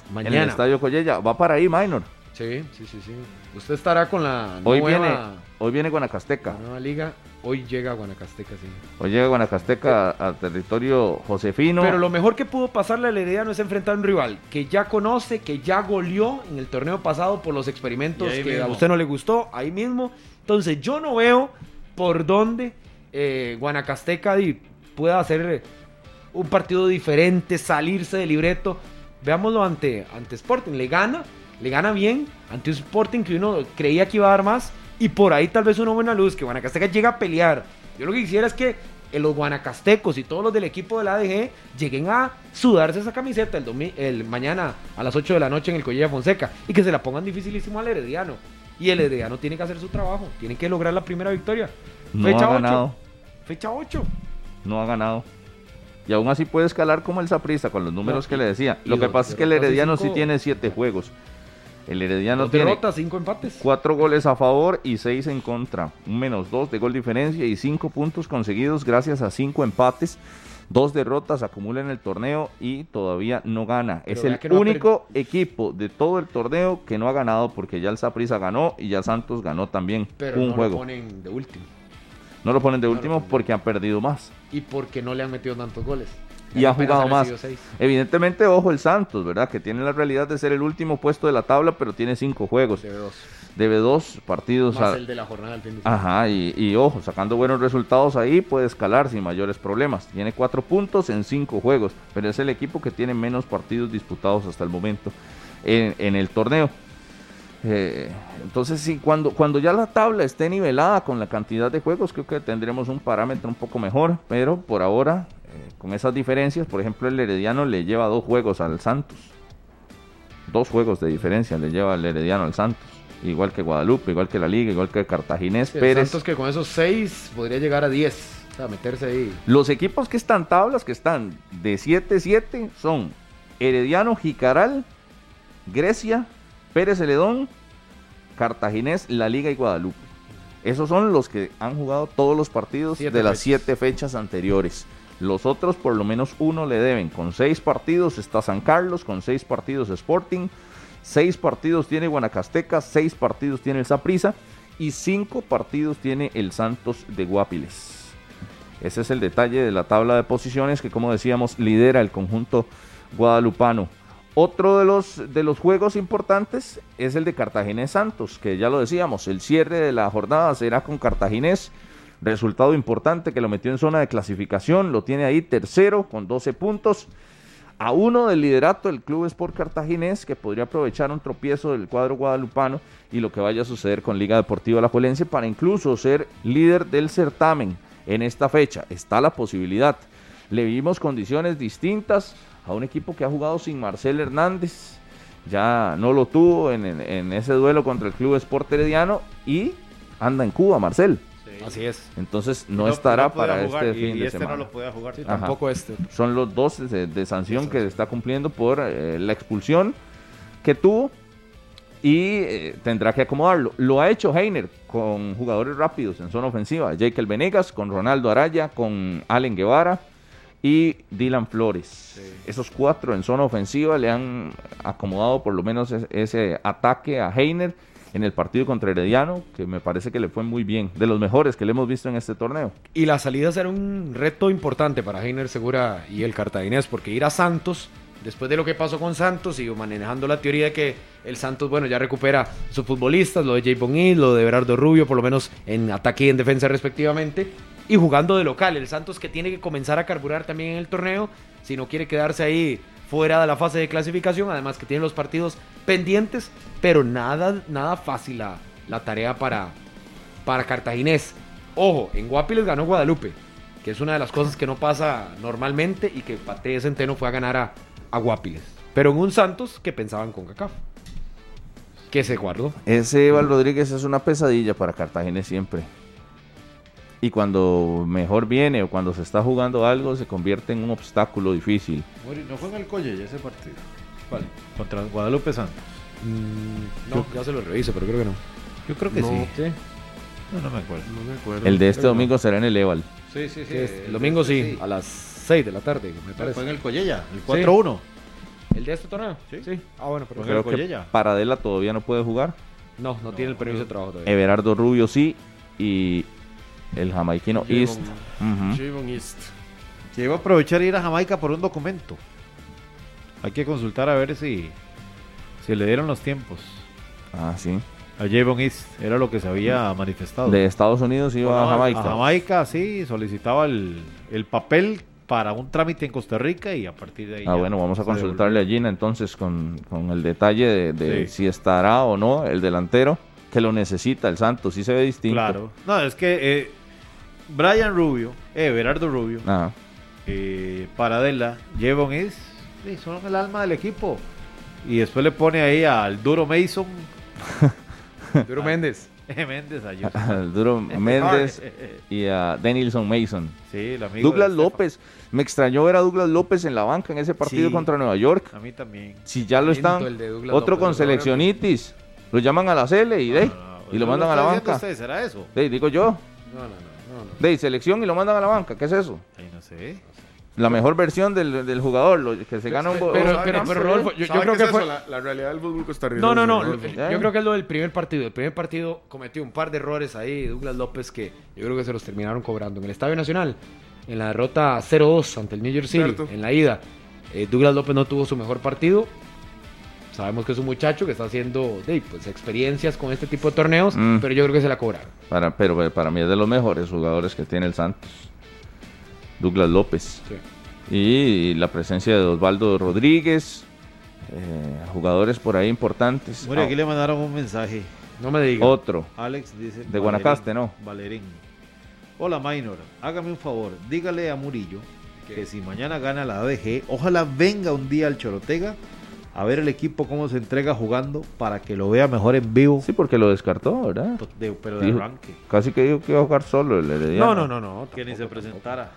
B: el
C: mañana.
B: Estadio Collella. Va para ahí, Minor.
C: Sí, sí, sí, sí. Usted estará con la
B: Hoy
C: nueva,
B: viene hoy viene Guanacasteca.
C: la nueva liga. Hoy llega a Guanacasteca, sí.
B: Hoy llega Guanacasteca a, a territorio josefino.
C: Pero lo mejor que pudo pasarle al Herediano es enfrentar a un rival que ya conoce, que ya goleó en el torneo pasado por los experimentos
E: Y ahí
C: que a
E: mismo.
C: usted no le gustó, ahí mismo. Entonces yo no veo por dónde eh, Guanacasteca di- pueda hacer un partido diferente, salirse del libreto. Veámoslo ante, ante Sporting, le gana, le gana bien ante un Sporting que uno creía que iba a dar más y por ahí tal vez una buena luz, que Guanacasteca llega a pelear. Yo lo que quisiera es que eh, los guanacastecos y todos los del equipo de la ADG lleguen a sudarse esa camiseta el, domi- el mañana a las 8 de la noche en el Collella Fonseca y que se la pongan dificilísimo al Herediano. Y el Herediano tiene que hacer su trabajo, tiene que lograr la primera victoria.
B: No ha
C: ocho,
B: ganado.
C: Fecha 8.
B: no ha ganado. Y aún así puede escalar como el Saprissa con los números
C: No,
B: que le decía.
C: y
B: Lo que
C: dos
B: pasa es que el
C: derrotas y
B: Herediano sí
C: cinco-
B: tiene siete juegos. El Herediano
C: Dos
B: tiene
C: derrotas, cinco empates.
B: Cuatro goles a favor y seis en contra. Un menos dos de gol diferencia y cinco puntos conseguidos gracias a cinco empates. Dos derrotas acumula en el torneo y todavía no gana. es
C: vea
B: el
C: que no ha
B: único equipo de todo el torneo que no ha ganado porque ya el Saprissa ganó y ya Santos ganó también
C: Pero
B: un
C: no
B: juego.
C: lo ponen de último.
B: no lo ponen de
C: no lo
B: último
C: ponen.
B: porque han perdido más.
C: Y porque no le han metido tantos goles.
B: Y ha
C: Apenas
B: jugado
C: han
B: más.
C: recibido seis.
B: Evidentemente, ojo el Santos, ¿verdad? Que tiene la realidad de ser el último puesto de la tabla, pero tiene cinco juegos.
C: De dos.
B: Debe dos partidos
C: más
B: a-
C: el de la jornada del fin de semana.
B: Ajá, y, y ojo, sacando buenos resultados ahí puede escalar sin mayores problemas. Tiene cuatro puntos en cinco juegos, pero es el equipo que tiene menos partidos disputados hasta el momento en, en el torneo. Eh, entonces, sí, cuando, cuando ya la tabla esté nivelada con la cantidad de juegos, creo que tendremos un parámetro un poco mejor, pero por ahora, eh, con esas diferencias, por ejemplo, el Herediano le lleva dos juegos al Santos. Dos juegos de diferencia le lleva el Herediano al Santos. Igual que Guadalupe, igual que la Liga, igual que Cartaginés,
C: Sí, el
B: Pérez.
C: Santos que con esos seis podría llegar a 10. O sea, meterse ahí.
B: Los equipos que están tablas, que están de 7-7, son Herediano, Jicaral, Grecia, Pérez Celedón, Cartaginés, La Liga y Guadalupe. Esos son los que han jugado todos los partidos
C: Siete
B: de las
C: fechas.
B: siete fechas anteriores. Los otros por lo menos uno le deben. Con seis partidos está San Carlos, con seis partidos Sporting, seis partidos tiene Guanacasteca, seis partidos tiene el Saprissa y cinco partidos tiene el Santos de Guapiles. Ese es el detalle de la tabla de posiciones que, como decíamos, lidera el conjunto guadalupano. Otro de los, de los juegos importantes es el de Cartaginés Santos, que ya lo decíamos, el cierre de la jornada será con Cartaginés. Resultado importante que lo metió en zona de clasificación, lo tiene ahí tercero con 12 puntos. A uno del liderato del Club Sport Cartaginés, que podría aprovechar un tropiezo del cuadro guadalupano y lo que vaya a suceder con Liga Deportiva La para incluso ser líder del certamen en esta fecha. Está la posibilidad. Le vimos condiciones distintas a un equipo que ha jugado sin Marcel Hernández. Ya no lo tuvo en, en- en ese duelo contra el Club Sport Herediano y anda en Cuba, Marcel.
C: Así es.
B: Entonces no, estará
I: podía
B: para
I: jugar,
B: este
I: y-
B: fin
I: y
B: de
I: este
B: semana.
I: no lo podía jugar.
B: Ajá.
C: Tampoco este.
B: Son los dos de, de sanción que está cumpliendo por eh, la expulsión que tuvo y eh, tendrá que acomodarlo. Lo ha hecho Heiner con jugadores rápidos en zona ofensiva. Jekyll Venegas, con Ronaldo Araya, con Allen Guevara y Dylan Flores. Esos cuatro en zona ofensiva le han acomodado por lo menos es- ese ataque a Heiner en el partido contra Herediano, que me parece que le fue muy bien. De los mejores que le hemos visto en este torneo.
C: Y la salida será un reto importante para Heiner Segura y el cartaginés, porque ir a Santos, después de lo que pasó con Santos, y manejando la teoría de que el Santos, bueno, ya recupera sus futbolistas, lo de Jay Bonny, lo de Berardo Rubio, por lo menos en ataque y en defensa respectivamente, y jugando de local, el Santos que tiene que comenzar a carburar también en el torneo, si no quiere quedarse ahí fuera de la fase de clasificación, además que tiene los partidos pendientes, pero nada, nada fácil la, la tarea para, para Cartaginés. Ojo, en Guapiles ganó Guadalupe, que es una de las cosas que no pasa normalmente y que Pate de Centeno fue a ganar a, a Guapiles. Pero en un Santos que pensaban con Cacaf. Que se guardó.
B: Ese Eval Rodríguez es una pesadilla para Cartagena siempre. Y cuando mejor viene o cuando se está jugando algo, se convierte en un obstáculo difícil.
H: Mori, No juega el Colle ya ese partido.
E: Contra Guadalupe Santos.
C: no, ya se lo reviso, pero creo que no.
E: Yo creo que
D: No.
E: sí. No, no me acuerdo.
D: No me acuerdo.
B: El de este domingo será en el Eval.
H: Sí, sí, sí.
C: el domingo sí, a las 6 de la tarde, me
H: Juega en
C: parece.
H: el Colle ya. El
E: 4-1.
C: ¿El de este torneo? Sí. Ah, bueno, pero
B: Creo que
H: Goyella.
B: Paradela todavía no puede jugar.
C: no, no, tiene el permiso de trabajo todavía.
B: Everardo Rubio sí. Y el jamaiquino
D: Javon-
B: East. Ujú.
D: Javon East.
E: Que iba a aprovechar e ir a Jamaica por un documento. Hay que consultar a ver si, si le dieron los tiempos.
B: Ah, sí.
E: A Javon East era lo que se había manifestado.
B: De Estados Unidos iba a Jamaica.
E: A Jamaica, sí, solicitaba el, el papel para un trámite en Costa Rica y a partir de ahí.
B: Ah,
E: ya
B: bueno, vamos a
E: se devolvió.
B: consultarle a Gina entonces con, con el detalle de, de
E: Sí.
B: si estará o no el delantero, que lo necesita el Santos, sí se ve distinto.
E: Claro. No, es que eh, Brian Rubio, eh, Berardo Rubio,
B: Ajá.
E: eh, Paradela, Jevon es, sí, son el alma del equipo. Y después le pone ahí al duro Mason
C: Arturo Méndez.
E: Méndez a Joseph.
B: al Duro
C: Este
B: Méndez y a Denilson Mason.
E: Sí, el amigo
B: Douglas
E: de Estefan.
B: López, me extrañó ver a Douglas López en la banca en ese partido
E: Sí.
B: contra Nueva York.
E: A mí también.
B: Si ya lo están,
C: el de Douglas
B: otro
C: López,
B: con
C: ¿no?
B: seleccionitis, lo llaman a la Cele y, de, ahí, y lo mandan a la banca.
E: Usted, ¿Será eso?
B: De ahí, digo yo,
C: No, no, no. no, no.
B: de ahí, selección y lo mandan a la banca, ¿qué es eso?
E: Ay, no sé.
B: La mejor versión del, del jugador, lo- que se gana un... bo-
C: Pero- pero- pero, Rodolfo, yo- yo
D: ¿Sabe
C: creo
D: qué es
C: que fue-
D: eso? La, la realidad del fútbol costarricense.
C: No, no, no.
D: Rodolfo.
C: Yo creo que es lo del primer partido. El primer partido cometió un par de errores ahí, Douglas López, que yo creo que se los terminaron cobrando. En el Estadio Nacional, en la derrota 0-2 ante el New York City,
D: Cierto.
C: en la ida, eh, Douglas López no tuvo su mejor partido. Sabemos que es un muchacho que está haciendo de, pues, experiencias con este tipo de torneos,
B: Mm.
C: pero yo creo que se la cobraron.
B: Para, pero eh, para mí es de los mejores jugadores que tiene el Santos. Douglas López.
C: Sí.
B: Y la presencia de Osvaldo Rodríguez. eh, jugadores por ahí importantes.
E: Bueno,
B: Ah,
E: aquí le mandaron un mensaje.
C: No me digas.
B: otro.
E: Alex dice.
B: De Guanacaste, ¿no?
E: Valerín. Hola, Minor. Hágame un favor. Dígale a Murillo que si mañana gana la ADG, ojalá venga un día al Chorotega a ver el equipo cómo se entrega jugando para que lo vea mejor en vivo. Pues,
B: Sí, porque lo descartó, ¿verdad?
E: De- pero de
B: Dijo-
E: arranque.
B: Casi que dijo que iba a jugar solo el Herediano.
C: no, no, no, no.
E: Que ni se presentara.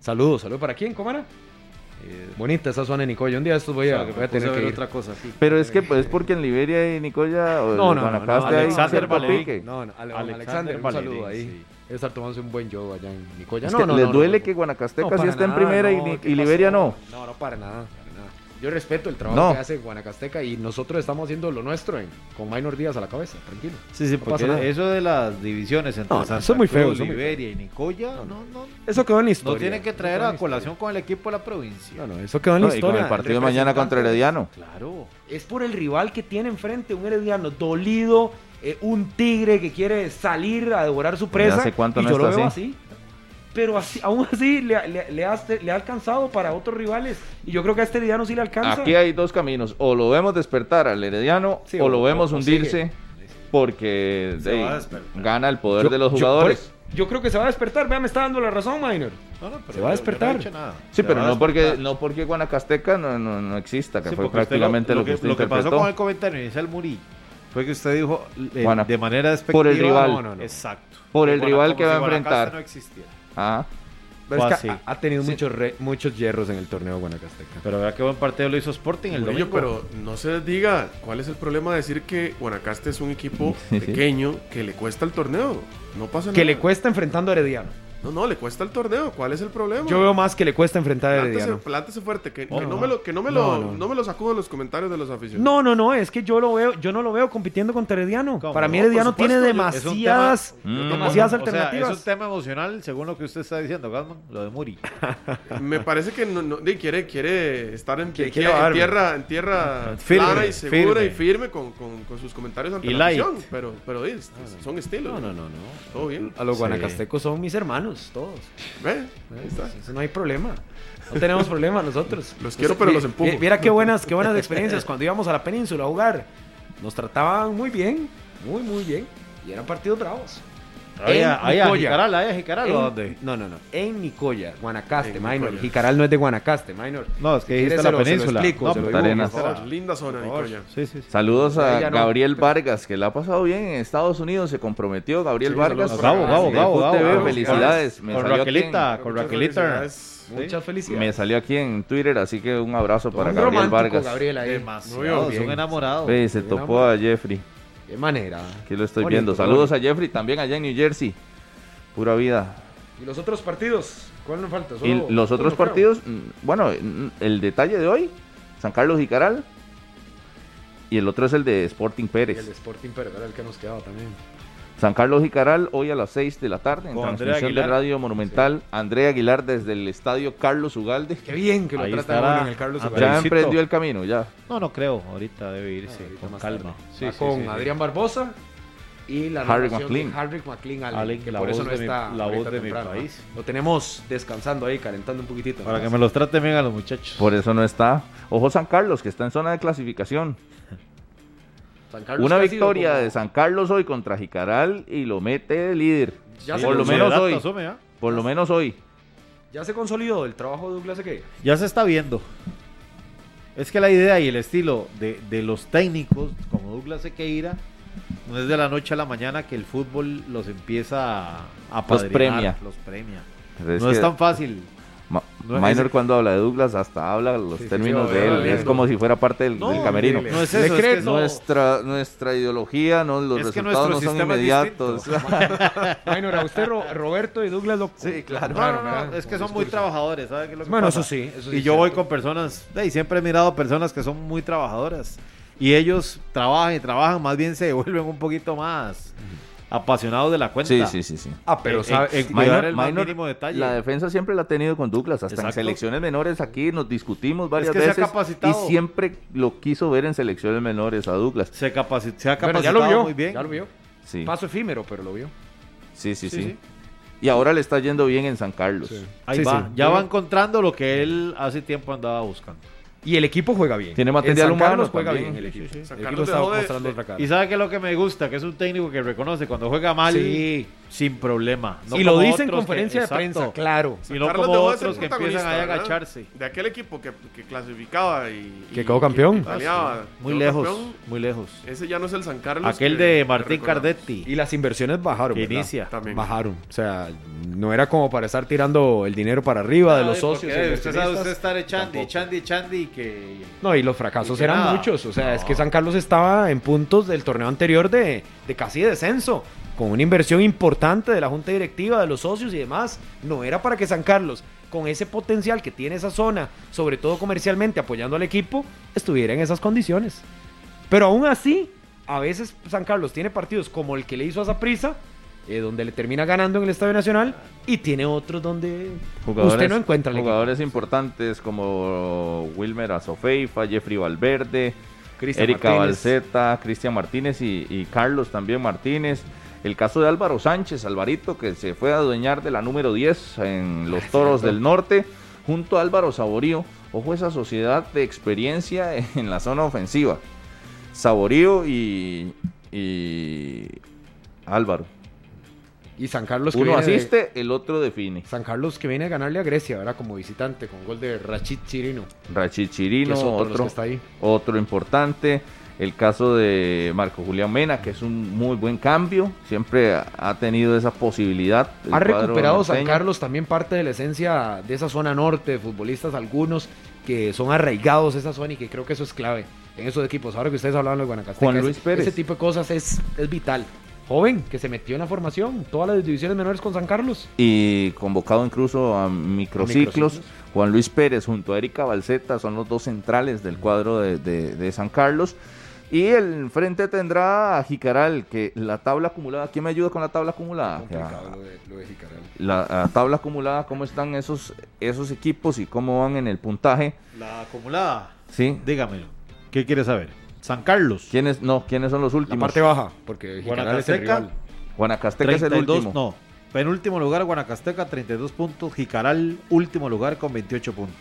C: Saludos, saludos para quién, ¿cómo era?
E: Eh,
C: Bonita esa suana Nicoya. Un día de estos voy a,
E: que
C: voy a
E: me puse
C: tener
E: pues, a
C: que
E: ver
C: ir.
E: otra cosa. sí.
B: Pero es que pues, es porque en Liberia y Nicoya o
C: No,
B: en
C: no, no,
B: Guanacaste
C: no,
B: hay
E: Alexander
B: cierto
E: Valerín,
B: pique.
C: No, no, Ale- Alexander, un saludo
E: Valerín,
C: ahí.
E: sí.
C: Debe estar tomándose un buen yodo allá en Nicoya.
G: Es
C: No,
G: que
C: no,
G: ¿Les
C: no, no,
G: duele
C: no.
G: que Guanacasteca
C: No,
G: sí
C: para
G: está
C: nada,
G: en primera y,
C: no,
G: ni-
C: ¿qué
G: y Liberia
C: pasó?
G: no?
C: No, no, para nada, para nada. Yo respeto el trabajo
G: No.
C: que hace Guanacasteca y nosotros estamos haciendo lo nuestro en- con Minor Díaz a la cabeza, tranquilo.
E: Sí, sí,
C: No
E: porque
C: pasa nada.
E: eso de las divisiones entre
C: No, no,
E: Santa
C: eso es muy feo,
E: Cruz,
C: eso es muy
E: Liberia y Nicoya, no, no, no,
C: Eso quedó en la historia.
E: tienen que traer
C: Eso quedó
E: a
C: en la historia.
E: colación con el equipo de la provincia.
C: No, no, eso quedó en la
B: No, y
C: historia.
B: con el partido de mañana contra Herediano.
E: Claro.
C: Es por el rival que tiene enfrente, un Herediano dolido, eh, un tigre que quiere salir a devorar su presa.
B: hace cuánto
C: y
B: no
C: yo lo
B: está
C: veo
B: así?
C: así. Pero así, aún así le, le- le has- le ha alcanzado para otros rivales. Y yo creo que a este Herediano sí le alcanza.
B: Aquí hay dos caminos. O lo vemos despertar al Herediano
C: Sí,
B: o lo
C: o-
B: vemos
C: o- o
B: hundirse
C: sigue.
B: porque
H: Se
B: ey,
H: va a despertar.
B: gana el poder
C: Yo-
B: de los
C: yo-
B: jugadores.
C: por- Yo, creo que se va a despertar. Vea, me está dando la razón, Minor.
H: No, no, pero
C: Se va a
H: yo- yo no he
C: despertar.
H: dicho nada.
B: sí,
H: Se
B: pero
H: va a
B: no porque,
H: despertar.
B: no porque Guanacasteca no, no, no exista, que
E: Sí,
B: fue
E: porque usted
B: prácticamente lo, que usted
E: pasó
B: interpretó.
E: con el comentario inicial Murillo fue que usted dijo eh,
B: Guana-
E: de manera despectiva.
B: por el rival.
E: No, no, no. Exacto.
B: Por el
E: Guanacaste-
B: rival que va a
E: si Guanacaste
B: enfrentar.
E: no existiera.
B: Ah,
E: Ves que así.
C: ha, tenido muchos, muchos hierros en el torneo Guanacasteca.
E: Pero verá qué buen partido lo hizo Sporting el
D: Murillo,
E: domingo.
D: pero no se les diga cuál es el problema de decir que Guanacaste es un equipo
B: Sí, sí.
D: pequeño que le cuesta el torneo. No pasa nada.
C: Que le cuesta enfrentando a Herediano.
D: No, no, le cuesta el torneo. ¿Cuál es el problema?
C: Yo veo más que le cuesta enfrentar a
D: Plántese,
C: Herediano.
D: plántese fuerte, que, que
C: Oh,
D: no,
C: no.
D: me lo, que no me
C: No,
D: lo,
C: no.
D: no me lo sacudo en los comentarios de los aficionados.
C: No, no, no, es que yo lo veo, yo no lo veo compitiendo contra Herediano.
E: ¿Cómo?
C: Para mí
E: No,
D: por
C: Herediano
D: supuesto,
C: tiene
D: yo-
E: es un
C: demasiadas,
B: tema- Mm.
C: demasiadas
E: O sea, es un
C: alternativas.
E: tema emocional, según lo que usted está diciendo, Gasman, lo de Muri.
D: Me parece que no, no- di, quiere, quiere estar en,
C: Quiere-
D: en
C: quiere
D: tie- en
C: bajarme.
D: tierra, en tierra
E: Firme,
D: clara y segura
E: firme.
D: y firme con, con- con sus comentarios ante
E: Y
D: la
E: light.
D: afición, Pero, pero di, es- son estilos.
C: no, no, no, no.
D: Todo bien.
C: A los guanacastecos son mis hermanos, todos.
D: Ve, ahí está.
C: Eso no hay problema. No tenemos problema nosotros.
D: Los quiero, pero los
C: vi-
D: empujo.
C: vi- Mira qué buenas, qué buenas experiencias cuando íbamos a la península a jugar. Nos trataban muy bien, muy, muy bien. Y eran partidos bravos.
E: Ahí
C: En
E: a ahí a
C: Nicoya.
E: Jicaral, ahí a Jicaral, ¿o
C: En-
E: a dónde?
C: No, no, no. En Nicoya, Guanacaste,
D: En
C: Minor.
D: Nicoya.
C: Jicaral no es de Guanacaste, Minor.
E: No, es que dijiste
C: quieres, se lo-
E: la
C: se lo
E: península.
C: explico,
E: no,
C: se lo
E: pero
B: digo,
E: Arenas.
B: por
D: Oh, linda zona, Nicoya.
E: Sí, sí, sí.
B: saludos
C: Ahí
B: a
C: ya no.
B: Gabriel Vargas, que la ha pasado bien en Estados Unidos, se comprometió Gabriel
D: Sí,
B: Vargas.
D: saludos a
E: Gabo,
D: Ah,
E: Gabo,
D: sí,
B: de
E: Gabo,
B: Foot
E: Gabo,
B: TV,
E: Gabo.
B: felicidades. Me
E: Con
B: salió aquí en-
E: Raquelita, con
D: Muchas
E: Raquelita.
D: felicidades.
C: Muchas
B: Me
C: felicidades.
B: salió aquí en Twitter, así que un abrazo para
C: Un
B: Gabriel
C: romántico,
B: Vargas.
C: Gabriel ahí.
D: Muy
E: Demasiado,
D: bien.
E: son enamorados.
B: Ve, se
C: Qué
B: topó a Jeffrey.
C: Qué manera.
B: Aquí lo estoy
C: Bonito,
B: viendo. Saludos
C: bonito.
B: a Jeffrey, también allá en New Jersey. Pura vida.
C: ¿Y los otros partidos? ¿Cuál nos falta?
B: Y
C: Solo-
B: los otros
C: solo creo.
B: partidos, mm, bueno, mm, el detalle de hoy, San Carlos y Caral. Y el otro es el de Sporting
C: Y el
B: Pérez.
C: Sporting Pérez, era el que nos quedaba también.
B: San Carlos y Caral hoy a las 6 de la tarde en
E: Con Andrea
B: transmisión de
E: Aguilar.
B: Radio Monumental. Andrea Aguilar desde el estadio Carlos Ugalde.
C: Qué bien que lo
E: Ahí
C: tratan
E: estará.
C: ahora en el Carlos
E: Ah,
C: Ugalde.
B: Ya
E: Felicito.
B: emprendió el camino, ya.
E: No, no creo. Ahorita debe irse
C: Ahorita
E: con
C: más
E: calma.
C: tarde.
E: Sí,
C: Va
E: sí,
C: con
E: sí, sí.
C: Adrián Barbosa y la
B: Harry
C: narración de
B: McLean.
C: Harry McLean Allen,
E: Allen,
C: que
E: la
C: por eso
E: voz
C: no
E: de mi-
C: está
E: la
C: ahorita
E: voz de mi
C: temprano.
E: país.
C: Lo tenemos descansando ahí, calentando un poquitito.
E: Para que
C: nada
E: me
C: más.
E: los traten bien a los muchachos.
B: Por eso no está. Ojo San Carlos, que está en zona de clasificación.
C: San Carlos
B: Una
C: que ha sido
B: victoria
C: como-
B: de San Carlos hoy contra Jicaral y lo mete de líder.
C: Ya,
B: por
E: Sí,
C: se,
B: lo
E: los
C: cons-
B: menos
E: Soberano
B: hoy.
E: asume, ¿ah?
B: Por lo menos hoy.
C: ya se consolidó el trabajo de Douglas Equeira.
E: Ya se está viendo. Es que la idea y el estilo de, de los técnicos, como Douglas Sequeira, no es de la noche a la mañana que el fútbol los empieza a apadrinar,
B: premia.
E: Los premia.
B: Pero es
E: no es
B: que
E: tan fácil.
B: Ma-
E: no es-
B: Minor cuando habla de Douglas hasta habla los
C: Sí, sí,
B: términos
C: sí,
B: de él.
C: obvio,
B: Es
C: obvio.
B: como si fuera parte del,
E: No,
B: del camerino.
C: horrible.
E: No es eso,
B: ¿Le
E: es
B: cree?
E: que eso-
B: nuestra, nuestra ideología, no, los
E: Es que
B: resultados
E: nuestro
B: no son
E: sistema es
B: inmediatos.
C: Bueno, era usted Ro- Roberto y Douglas lo
B: Sí, claro.
E: No, no, no,
C: ¿verdad?
E: es que
C: Como
E: son muy
C: discurso.
E: trabajadores, ¿sabe qué es lo que
C: Bueno,
E: pasa?
C: eso sí, eso sí
E: y
C: es
E: yo voy
C: cierto.
E: con personas, y siempre he mirado personas que son muy trabajadoras. Y ellos trabajan y trabajan, más bien se vuelven un poquito más apasionados de la cuenta.
B: Sí, sí, sí, sí.
C: Ah, pero
E: Eh,
C: sabe-
E: eh,
C: sí,
E: Minor-
C: cuidar el-
E: más mínimo detalle.
B: La defensa siempre la ha tenido con Douglas, hasta en
E: Exacto.
B: selecciones menores aquí nos discutimos varias
E: que se ha
B: veces
E: capacitado.
B: y siempre lo quiso ver en selecciones menores a Douglas.
E: Se, capaci- se ha
C: bueno, ya
E: capacitado
C: lo vio,
E: muy bien.
C: ya lo vio.
B: Sí,
C: Paso efímero, pero lo vio.
B: sí, sí,
E: Sí,
B: sí.
E: sí.
B: Y ahora le está yendo bien en San Carlos.
E: Ahí
C: Sí,
E: va,
C: sí.
E: ya va encontrando lo que él hace tiempo andaba buscando.
C: Y el equipo juega bien.
B: Tiene
C: El
B: material
C: San
B: humano
C: Carlos juega
B: también.
C: bien el equipo.
D: sí. San
C: El equipo
D: Carlos
C: está
D: dejó de-
C: mostrando otra cara.
E: Y sabe que lo que me gusta, que es un técnico que reconoce cuando juega mal
C: Sí.
E: sin problema. No
C: y lo
E: como
C: dice en
E: otros que-
C: conferencia de
E: exacto.
C: prensa, claro.
E: Y no
D: Pues, Carlos
E: como
D: dejó de ser
E: otros que
D: protagonista,
E: empiezan ahí a
D: ¿verdad?
E: agacharse.
D: De aquel equipo que, que clasificaba y.
C: Que
D: y-
C: quedó campeón.
D: y peleaba.
E: Ah, Muy
D: Quedó
E: lejos,
D: campeón.
E: muy lejos.
D: Ese ya no es el San Carlos.
E: Aquel
D: que-
E: de
D: que
E: Martín
D: recordamos.
E: Cardetti,
C: Y las inversiones bajaron.
E: que
C: ¿verdad?
E: inicia.
D: También.
C: Bajaron. O sea, no era como para estar tirando el dinero para arriba de los socios. e
E: Usted sabe usted
C: inversionistas.
E: estar echando,
C: Tampoco.
E: echando, echando y que...
C: No, y los fracasos
E: Y que
C: eran
E: nada.
C: muchos. O sea, es que
E: No.
C: San Carlos estaba en puntos del torneo anterior de, de casi descenso. con una inversión importante de la junta directiva, de los socios y demás. No era para que San Carlos, con ese potencial que tiene esa zona, sobre todo comercialmente apoyando al equipo, estuviera en esas condiciones. Pero aún así, a veces San Carlos tiene partidos como el que le hizo a Zaprisa, donde le termina ganando en el Estadio Nacional, y tiene otros donde usted no encuentra el equipo.
B: jugadores importantes como Wilmer Azofeifa, Jeffrey Valverde,
C: Cristian
B: Erika
C: Martínez.
B: Balseta, Cristian Martínez y, y Carlos también Martínez. El caso de Álvaro Sánchez, Alvarito, que se fue a adueñar de la número 10 en los Toros del Norte, junto a Álvaro Saborío. Ojo, esa sociedad de experiencia en la zona ofensiva. Saborío y, y Álvaro.
C: Y San Carlos que
B: Uno
C: viene de-
B: asiste, el otro define.
C: San Carlos que viene a ganarle a Grecia, ahora como visitante, con gol de Rachid Chirino.
B: Rachichirino,
C: que es otro de los
B: otro,
C: que está ahí.
B: otro importante. El caso de Marco Julián Mena, que es un muy buen cambio. Siempre ha- ha tenido esa posibilidad. el
C: Ha
B: cuadro
C: recuperado San
B: norteño.
C: Carlos también parte de la esencia de esa zona norte, de futbolistas algunos que son arraigados a esa zona y que creo que eso es clave en esos equipos. Ahora que ustedes hablaban de los Guanacasteca,
B: Juan Luis
C: ese-
B: Pérez.
C: ese tipo de cosas es, es vital. Joven, que se metió en la formación, todas las divisiones menores con San Carlos.
B: Y convocado incluso a microciclos.
C: microciclos.
B: Juan Luis Pérez junto a Erika Balseta son los dos centrales del cuadro de, de- de San Carlos. Y el frente tendrá a Jicaral, que la tabla acumulada. ¿Quién me ayuda con la tabla acumulada?
H: Complicado lo de, lo de Jicaral.
B: la, la tabla acumulada, cómo están esos, esos equipos y cómo van en el puntaje.
E: La acumulada.
B: ¿Sí?
E: Dígamelo. ¿Qué quiere saber? San Carlos.
B: ¿Quiénes, no, ¿quiénes son los
C: La
B: últimos?
C: parte baja, porque Jicaral es el
E: Guanacasteca.
C: rival.
B: Guanacasteca es el
E: 32,
B: último.
E: no. Penúltimo lugar, Guanacasteca, 32 puntos. Jicaral, último lugar con 28 puntos.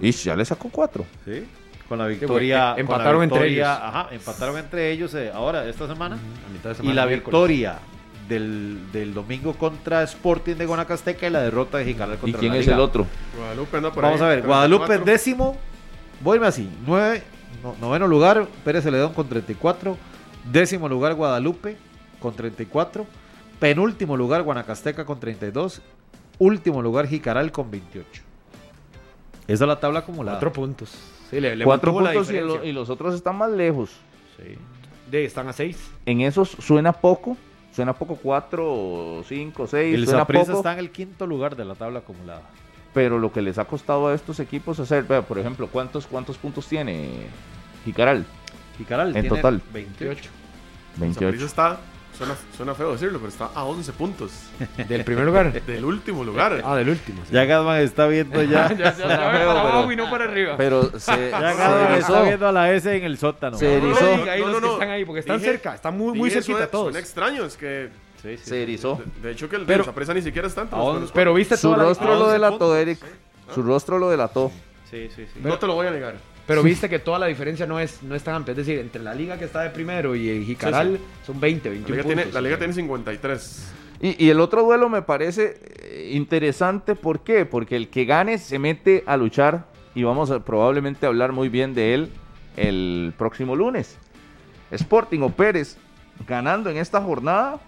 B: Y ya le sacó cuatro.
E: ¿Sí? Con la
C: bueno,
E: victoria.
C: que
E: con la
C: empataron entre
E: victoria-
C: ellos.
E: Ajá, empataron entre ellos eh, ahora, esta semana.
C: semana,
E: y la
C: miércoles.
E: victoria del, del domingo contra Sporting de Guanacasteca y la derrota de Jicaral
B: ¿Y
E: contra
B: quién
E: la
B: es
E: Liga.
B: el otro?
D: Guadalupe anda por
E: Vamos
D: ahí,
E: a ver, Guadalupe
D: 34.
E: décimo, voy así, nueve, no- noveno lugar, Pérez Celedón con 34, décimo lugar Guadalupe con 34, penúltimo lugar Guanacasteca con 32, último lugar Jicaral con 28. Esa es la tabla acumulada.
C: Cuatro puntos. Sí, le, le
B: cuatro
C: mantuvo la
B: puntos y, el-
C: diferencia.
B: y los otros están más lejos.
C: Sí. De, están a seis.
B: En esos suena poco. Suena poco cuatro, cinco, seis.
E: el
B: suena
E: Saprissa
B: poco.
E: está en el quinto lugar de la tabla acumulada.
B: Pero lo que les ha costado a estos equipos hacer, vea, por ejemplo, ¿cuántos, cuántos puntos tiene Jicaral?
E: Jicaral
B: En
E: tiene
B: total.
E: 28.
D: Saprissa
B: 28.
D: está, suena, suena feo decirlo, pero está a 11 puntos
C: Del primer lugar.
D: del último lugar.
C: ah, del último. sí.
E: Ya Gasman está viendo ya. ya
C: Ya, ya, ya,
B: Feo,
C: para abajo
B: pero-
C: y no para arriba.
B: Pero se, se
E: Gasman está
B: erizó.
E: viendo a la S en el sótano.
B: Se
D: No, no,
B: erizó.
D: no,
C: Diga ahí
D: no,
C: los
D: no,
C: que
D: no.
C: están ahí, porque están
D: Dije-
C: cerca, están muy, muy
D: Dije, eh,
C: cerquita
D: suena-
C: todos.
D: Suena extraño, es que
E: Sí, sí,
B: Se
E: sí.
B: erizó.
D: de, de hecho que el
C: Pero-
D: de Saprissa ni siquiera es tanto.
E: A
D: los
E: once-
D: menos
C: Pero viste
B: Su
C: toda la-
B: rostro lo
D: once
B: delató,
D: puntos,
B: Eric. Su rostro lo delató.
E: Sí, sí, sí.
D: cuatro. No te lo voy a negar.
C: pero viste que toda la diferencia no es, no es tan amplia. Es decir, entre la liga que está de primero y el Jicaral son 20,
D: La
C: 21
D: liga,
C: puntos.
D: tiene, la liga tiene 53.
B: Y, y el otro duelo me parece eh, interesante, ¿por qué? Porque el que gane se mete a luchar y vamos a probablemente hablar muy bien de él el próximo lunes. Sporting o Pérez ganando en esta jornada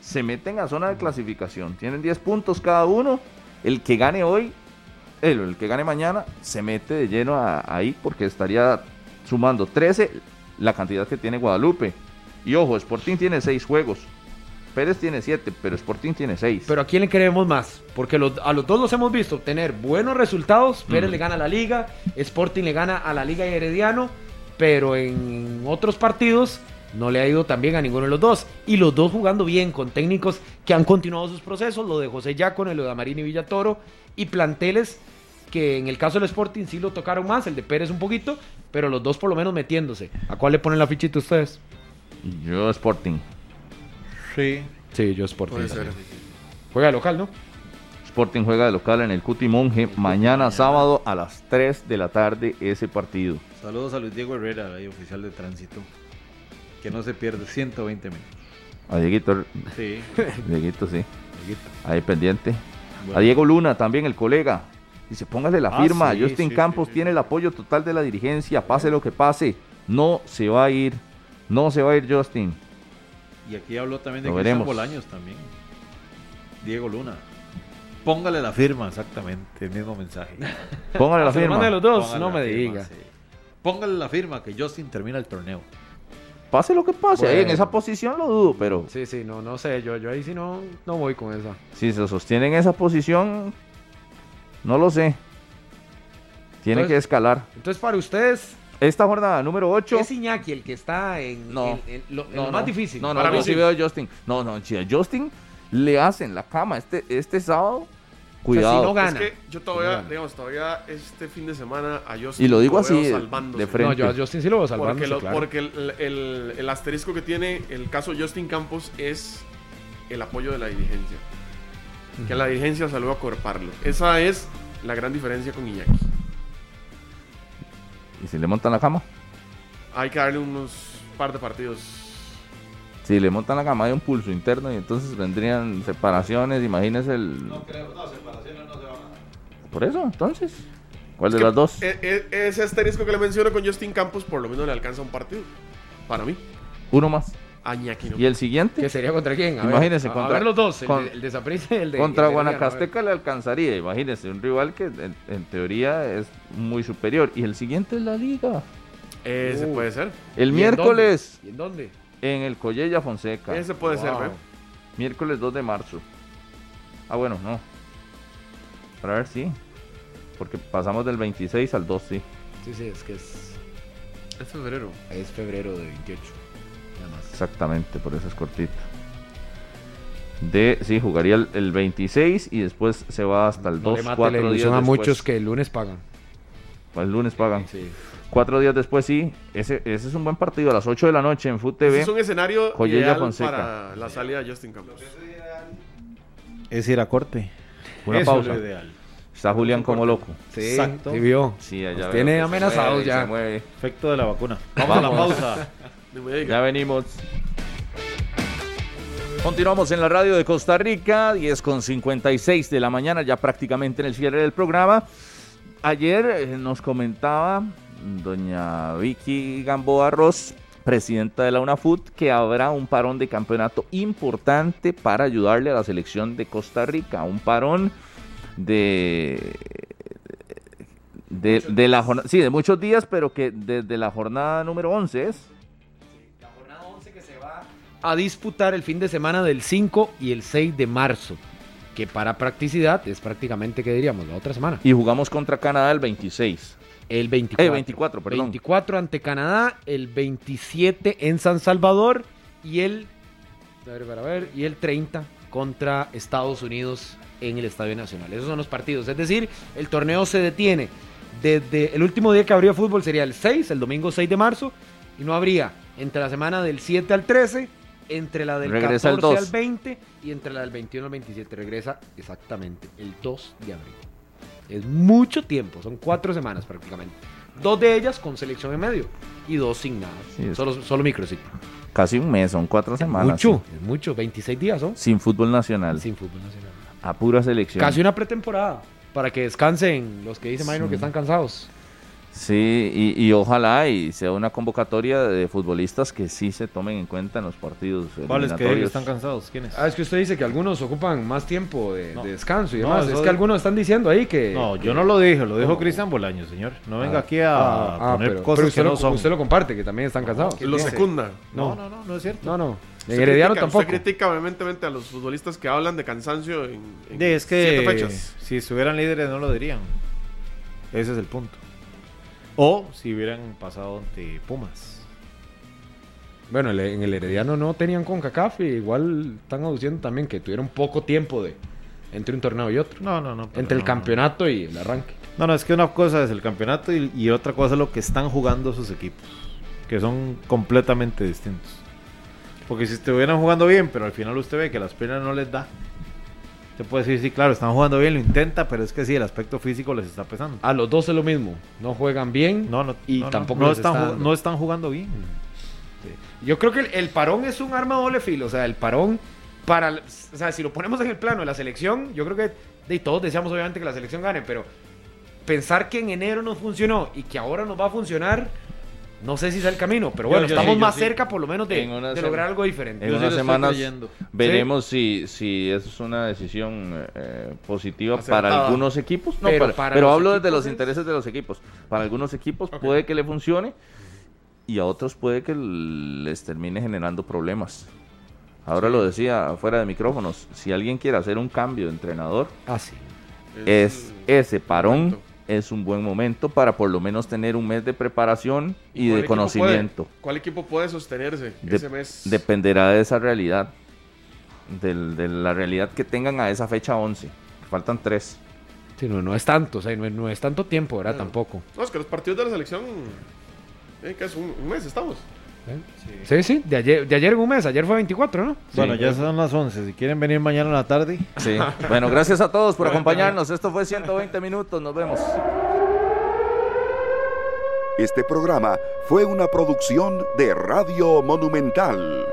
B: se meten a zona de clasificación. Tienen 10 puntos cada uno. El que gane hoy, el, el que gane mañana, se mete de lleno a- ahí porque estaría sumando 13 la cantidad que tiene Guadalupe. Y ojo, Sporting tiene 6 juegos. Pérez tiene 7, pero Sporting tiene 6.
C: Pero ¿a quién le creemos más? Porque los- a los dos los hemos visto obtener buenos resultados. Pérez le gana a la liga, Sporting le gana a la liga y Herediano, pero en otros partidos no le ha ido tan bien a ninguno de los dos. Y los dos jugando bien con técnicos que han continuado sus procesos, lo de José Yacone, lo de Amarini y Villatoro, y planteles que en el caso del Sporting sí lo tocaron más, el de Pérez un poquito, pero los dos por lo menos metiéndose. ¿A cuál le ponen la fichita ustedes?
B: Yo Sporting.
E: Sí.
C: Sí, yo Sporting.
D: Puede ser.
C: Juega de local, ¿no?
B: Sporting juega de local en el Cuti Monje. Mañana sábado a las 3 de la tarde ese partido.
E: Saludos a Luis Diego Herrera, ahí, oficial de tránsito. Que no se pierde 120 minutos.
B: A Dieguito,
E: Sí.
B: Dieguito sí. Ahí pendiente. A Diego Luna también, el colega. Dice, póngale la
E: Ah,
B: firma.
E: sí,
B: Justin
E: sí,
B: Campos
E: sí, sí,
B: tiene el apoyo total de la dirigencia. Pase lo que pase. No se va a ir. No se va a ir Justin.
E: Y aquí habló también de
B: Lo
E: Cristian
B: veremos.
E: Bolaños también. Diego Luna. Póngale la firma, exactamente, el mismo mensaje.
B: Póngale la
C: Se lo manda
B: firma.
C: a los dos,
E: Póngale
C: no
E: la
C: me
E: firma,
C: diga.
E: sí. Póngale la firma que Justin termina el torneo.
B: Pase lo que pase, ahí en
C: Bueno.
B: esa posición lo dudo, pero
C: Sí, sí, no, no sé, yo, yo ahí sí no, no voy con esa.
B: si se sostiene en esa posición, no lo sé. Tiene
C: Entonces-
B: que escalar.
C: Entonces, para ustedes,
B: Esta jornada número 8.
C: ¿es Iñaki el que está en,
B: No.
C: en- en lo, en
B: No,
C: lo
B: no.
C: más difícil?
B: No, no,
D: Para
B: yo
D: mí
B: sí
D: sí.
B: veo a Justin. No, no, si a Justin le hacen la cama este, este sábado, cuidado.
C: no gana.
D: Es que yo todavía,
B: Gana.
D: digamos, todavía este fin de semana a Justin
B: Y lo digo
D: veo
B: así,
D: salvándose.
B: de frente.
C: No, yo a Justin sí lo voy salvando,
D: Porque,
C: sí,
D: lo-
C: claro.
D: porque el, el- el asterisco que tiene el caso Justin Campos es el apoyo de la dirigencia. Que la dirigencia salió a corparlo. Esa es la gran diferencia con Iñaki.
B: ¿Y si le montan la cama?
D: Hay que darle unos par de partidos.
B: Si le montan la cama hay un pulso interno y entonces vendrían separaciones, imagínense el... No creo, no, separaciones no se van a Por eso, entonces. ¿Cuál de
D: Es que
B: las dos?
D: e- e- ese asterisco que le menciono con Justin Campos por lo menos le alcanza un partido. Para mí.
B: Uno más.
D: A Iñaki no.
B: ¿Y el siguiente?
C: ¿Que sería contra quién? A ver,
B: Imagínense,
C: a- a
B: contra-
C: ver los dos, el
B: con-
C: de- el de Saprissa y el de...
B: Contra
C: el de Herediano, a ver.
B: Guanacasteca le alcanzaría, imagínense, un rival que en, en teoría es muy superior. Y el siguiente es la liga.
D: Ese
C: Uh.
D: puede ser.
C: ¿Y
B: El
C: en
B: miércoles
C: dónde? ¿Y en dónde?
B: en el Collella Fonseca.
D: Ese puede ser, ¿eh?
C: Wow.
D: ¿ve?
B: Miércoles 2 de marzo. Ah, bueno, no. Para ver, sí. Porque pasamos del 26 al 2, sí.
C: Sí, sí, es que es,
D: Es febrero.
C: es febrero de 28. Nada más.
B: Exactamente, por eso es cortito. De, sí, jugaría el, el 26 y después se va hasta el 2,
C: le mate
B: 4
C: la
B: días
C: ilusión a
B: después. Pues
C: muchos que el lunes pagan.
B: El lunes pagan.
C: Sí.
B: Cuatro días después, sí. Ese, ese es un buen partido, a las 8 de la noche en FUT
D: Ese
B: TV.
D: Este es un escenario
B: Joyella
D: ideal
B: Fonseca.
D: para la salida de Justin Campos.
E: Es ir a corte.
B: Una
E: Eso
B: pausa.
E: Es lo ideal.
B: Está Julián como loco.
C: Sí,
E: Exacto.
C: sí vio.
B: Sí, allá
C: Nos
B: veo
C: Pues tiene
B: que se
C: amenazados
B: mueve y
C: ya.
B: se mueve.
E: Efecto de la vacuna. Vamos a la pausa.
D: Ni me diga.
B: Ya venimos. Continuamos en la radio de Costa Rica, 10 con 56 de la mañana, ya prácticamente en el cierre del programa. Ayer eh, nos comentaba doña Vicky Gamboa Ross, presidenta de la UNAFUT, que habrá un parón de campeonato importante para ayudarle a la selección de Costa Rica. Un parón de de, de la jornada, sí, de muchos días, pero que desde la jornada número 11 es
C: La jornada 11 que se va a disputar el fin de semana del 5 y el 6 de marzo. Que para practicidad es prácticamente, ¿qué diríamos? La otra semana.
B: y jugamos contra Canadá el 26.
C: El 24.
B: Eh, 24, perdón.
C: 24 ante Canadá, el 27 en San Salvador y el, a ver, para ver, y el 30 contra Estados Unidos en el Estadio Nacional. Esos son los partidos. Es decir, el torneo se detiene desde el último día que habría fútbol sería el 6, el domingo 6 de marzo, y no habría entre la semana del 7 al 13, entre la del
B: Regresa el
C: 14
B: 2.
C: al 20 y entre la del 21 al 27. Regresa exactamente el 2 de abril. Es mucho tiempo, son cuatro semanas prácticamente. Dos de ellas con selección en medio y dos sin nada.
B: Sí, es-
C: solo, solo microciclo.
B: Casi un mes, son cuatro semanas.
C: Mucho, es mucho. 26 días son
B: Sin fútbol nacional,
C: sin fútbol nacional.
B: a pura selección.
C: Casi una pretemporada para que descansen los que dice Minor que están cansados.
B: Sí, y, y ojalá y sea una convocatoria de futbolistas que sí se tomen en cuenta en los partidos
E: ¿Cuáles que
B: eliminatorios.
E: están cansados? ¿Quiénes?
C: Ah, es que usted dice que algunos ocupan más tiempo de,
E: No.
C: de descanso y
E: No,
C: demás.
E: eso
C: es que
E: de-
C: algunos están diciendo ahí que.
E: No, yo no lo dije, lo dijo
C: ¿Cómo?
E: Cristian Bolaño, señor. No venga
C: Ah,
E: aquí a
C: ah, ah,
E: poner
C: pero- pero
E: cosas
C: usted
E: que no
C: lo,
E: son.
C: Usted lo comparte, que también están cansados.
D: Lo secunda.
E: No, no, no, no es cierto.
C: No, no. En
D: Usted
C: Herediano
D: critica-
C: tampoco.
D: Usted critica vehementemente a los futbolistas que hablan de cansancio en, en
E: De- es
D: siete
E: que
D: fechas.
E: si estuvieran líderes no lo dirían. Ese es el punto. O si hubieran pasado ante Pumas.
C: Bueno, el- en el Herediano no tenían con CACAF y igual están aduciendo también que tuvieron poco tiempo de entre un torneo y otro.
E: No, no, no. pero
C: entre el
E: no,
C: campeonato y el arranque.
E: No, no, es que una cosa es el campeonato y, y otra cosa es lo que están jugando sus equipos, que son completamente distintos. Porque si estuvieran jugando bien, pero al final usted ve que las piernas no les da, te puede decir, sí, claro, están jugando bien, lo intenta, pero es que sí, el aspecto físico les está pesando.
C: A los dos es lo mismo. No juegan bien.
E: No, no,
C: Y
E: no, no,
C: tampoco
E: no
C: les
E: están,
C: está
E: ju-
C: dando.
E: no están jugando bien.
C: Yo creo que el, el parón es un arma de doble filo. O sea, el parón para. la- O sea, si lo ponemos en el plano de la selección, yo creo que. De todos deseamos, obviamente, que la selección gane, pero pensar que en enero nos funcionó y que ahora nos va a funcionar, no sé si es el camino, pero
E: Yo-
C: bueno,
E: yo
C: estamos
E: sí, yo
C: más
E: sí.
C: cerca, por lo menos, de,
B: En una
C: de
B: sem-
C: lograr algo diferente.
B: En
H: Yo sí lo
B: unas
H: estoy
B: semanas
H: creyendo.
B: veremos si, si eso es una decisión eh, positiva para
D: Acertada.
B: algunos equipos. No,
C: Pero
B: pero,
C: para
B: pero
C: los
B: hablo desde
C: equipos
B: los
C: es-
B: intereses de los equipos. Para algunos equipos puede que le funcione y a otros puede que les termine generando problemas. Ahora lo decía fuera de micrófonos, si alguien quiere hacer un cambio de entrenador,
C: Ah, sí.
B: es ese parón
D: momento.
B: es un buen momento para por lo menos tener un mes de preparación y,
D: ¿Cuál
B: de
D: equipo
B: conocimiento.
D: puede- ¿Cuál equipo puede sostenerse
B: De-
D: ese mes?
B: Dependerá de esa realidad, del- de la realidad que tengan a esa fecha 11. Faltan tres.
C: Sí, no, no es tanto, o sea, no, es- no es tanto tiempo, ¿verdad? Tampoco.
D: No, es que los partidos de la selección. eh, que es un, un mes, estamos.
C: Sí, sí, de ayer, de ayer en un mes, ayer fue 24, ¿no?
E: Bueno, ya son las 11. Si quieren venir mañana en la tarde.
B: Sí. Bueno, gracias a todos por acompañarnos. Esto fue 120 minutos. Nos vemos.
A: Este programa fue una producción de Radio Monumental.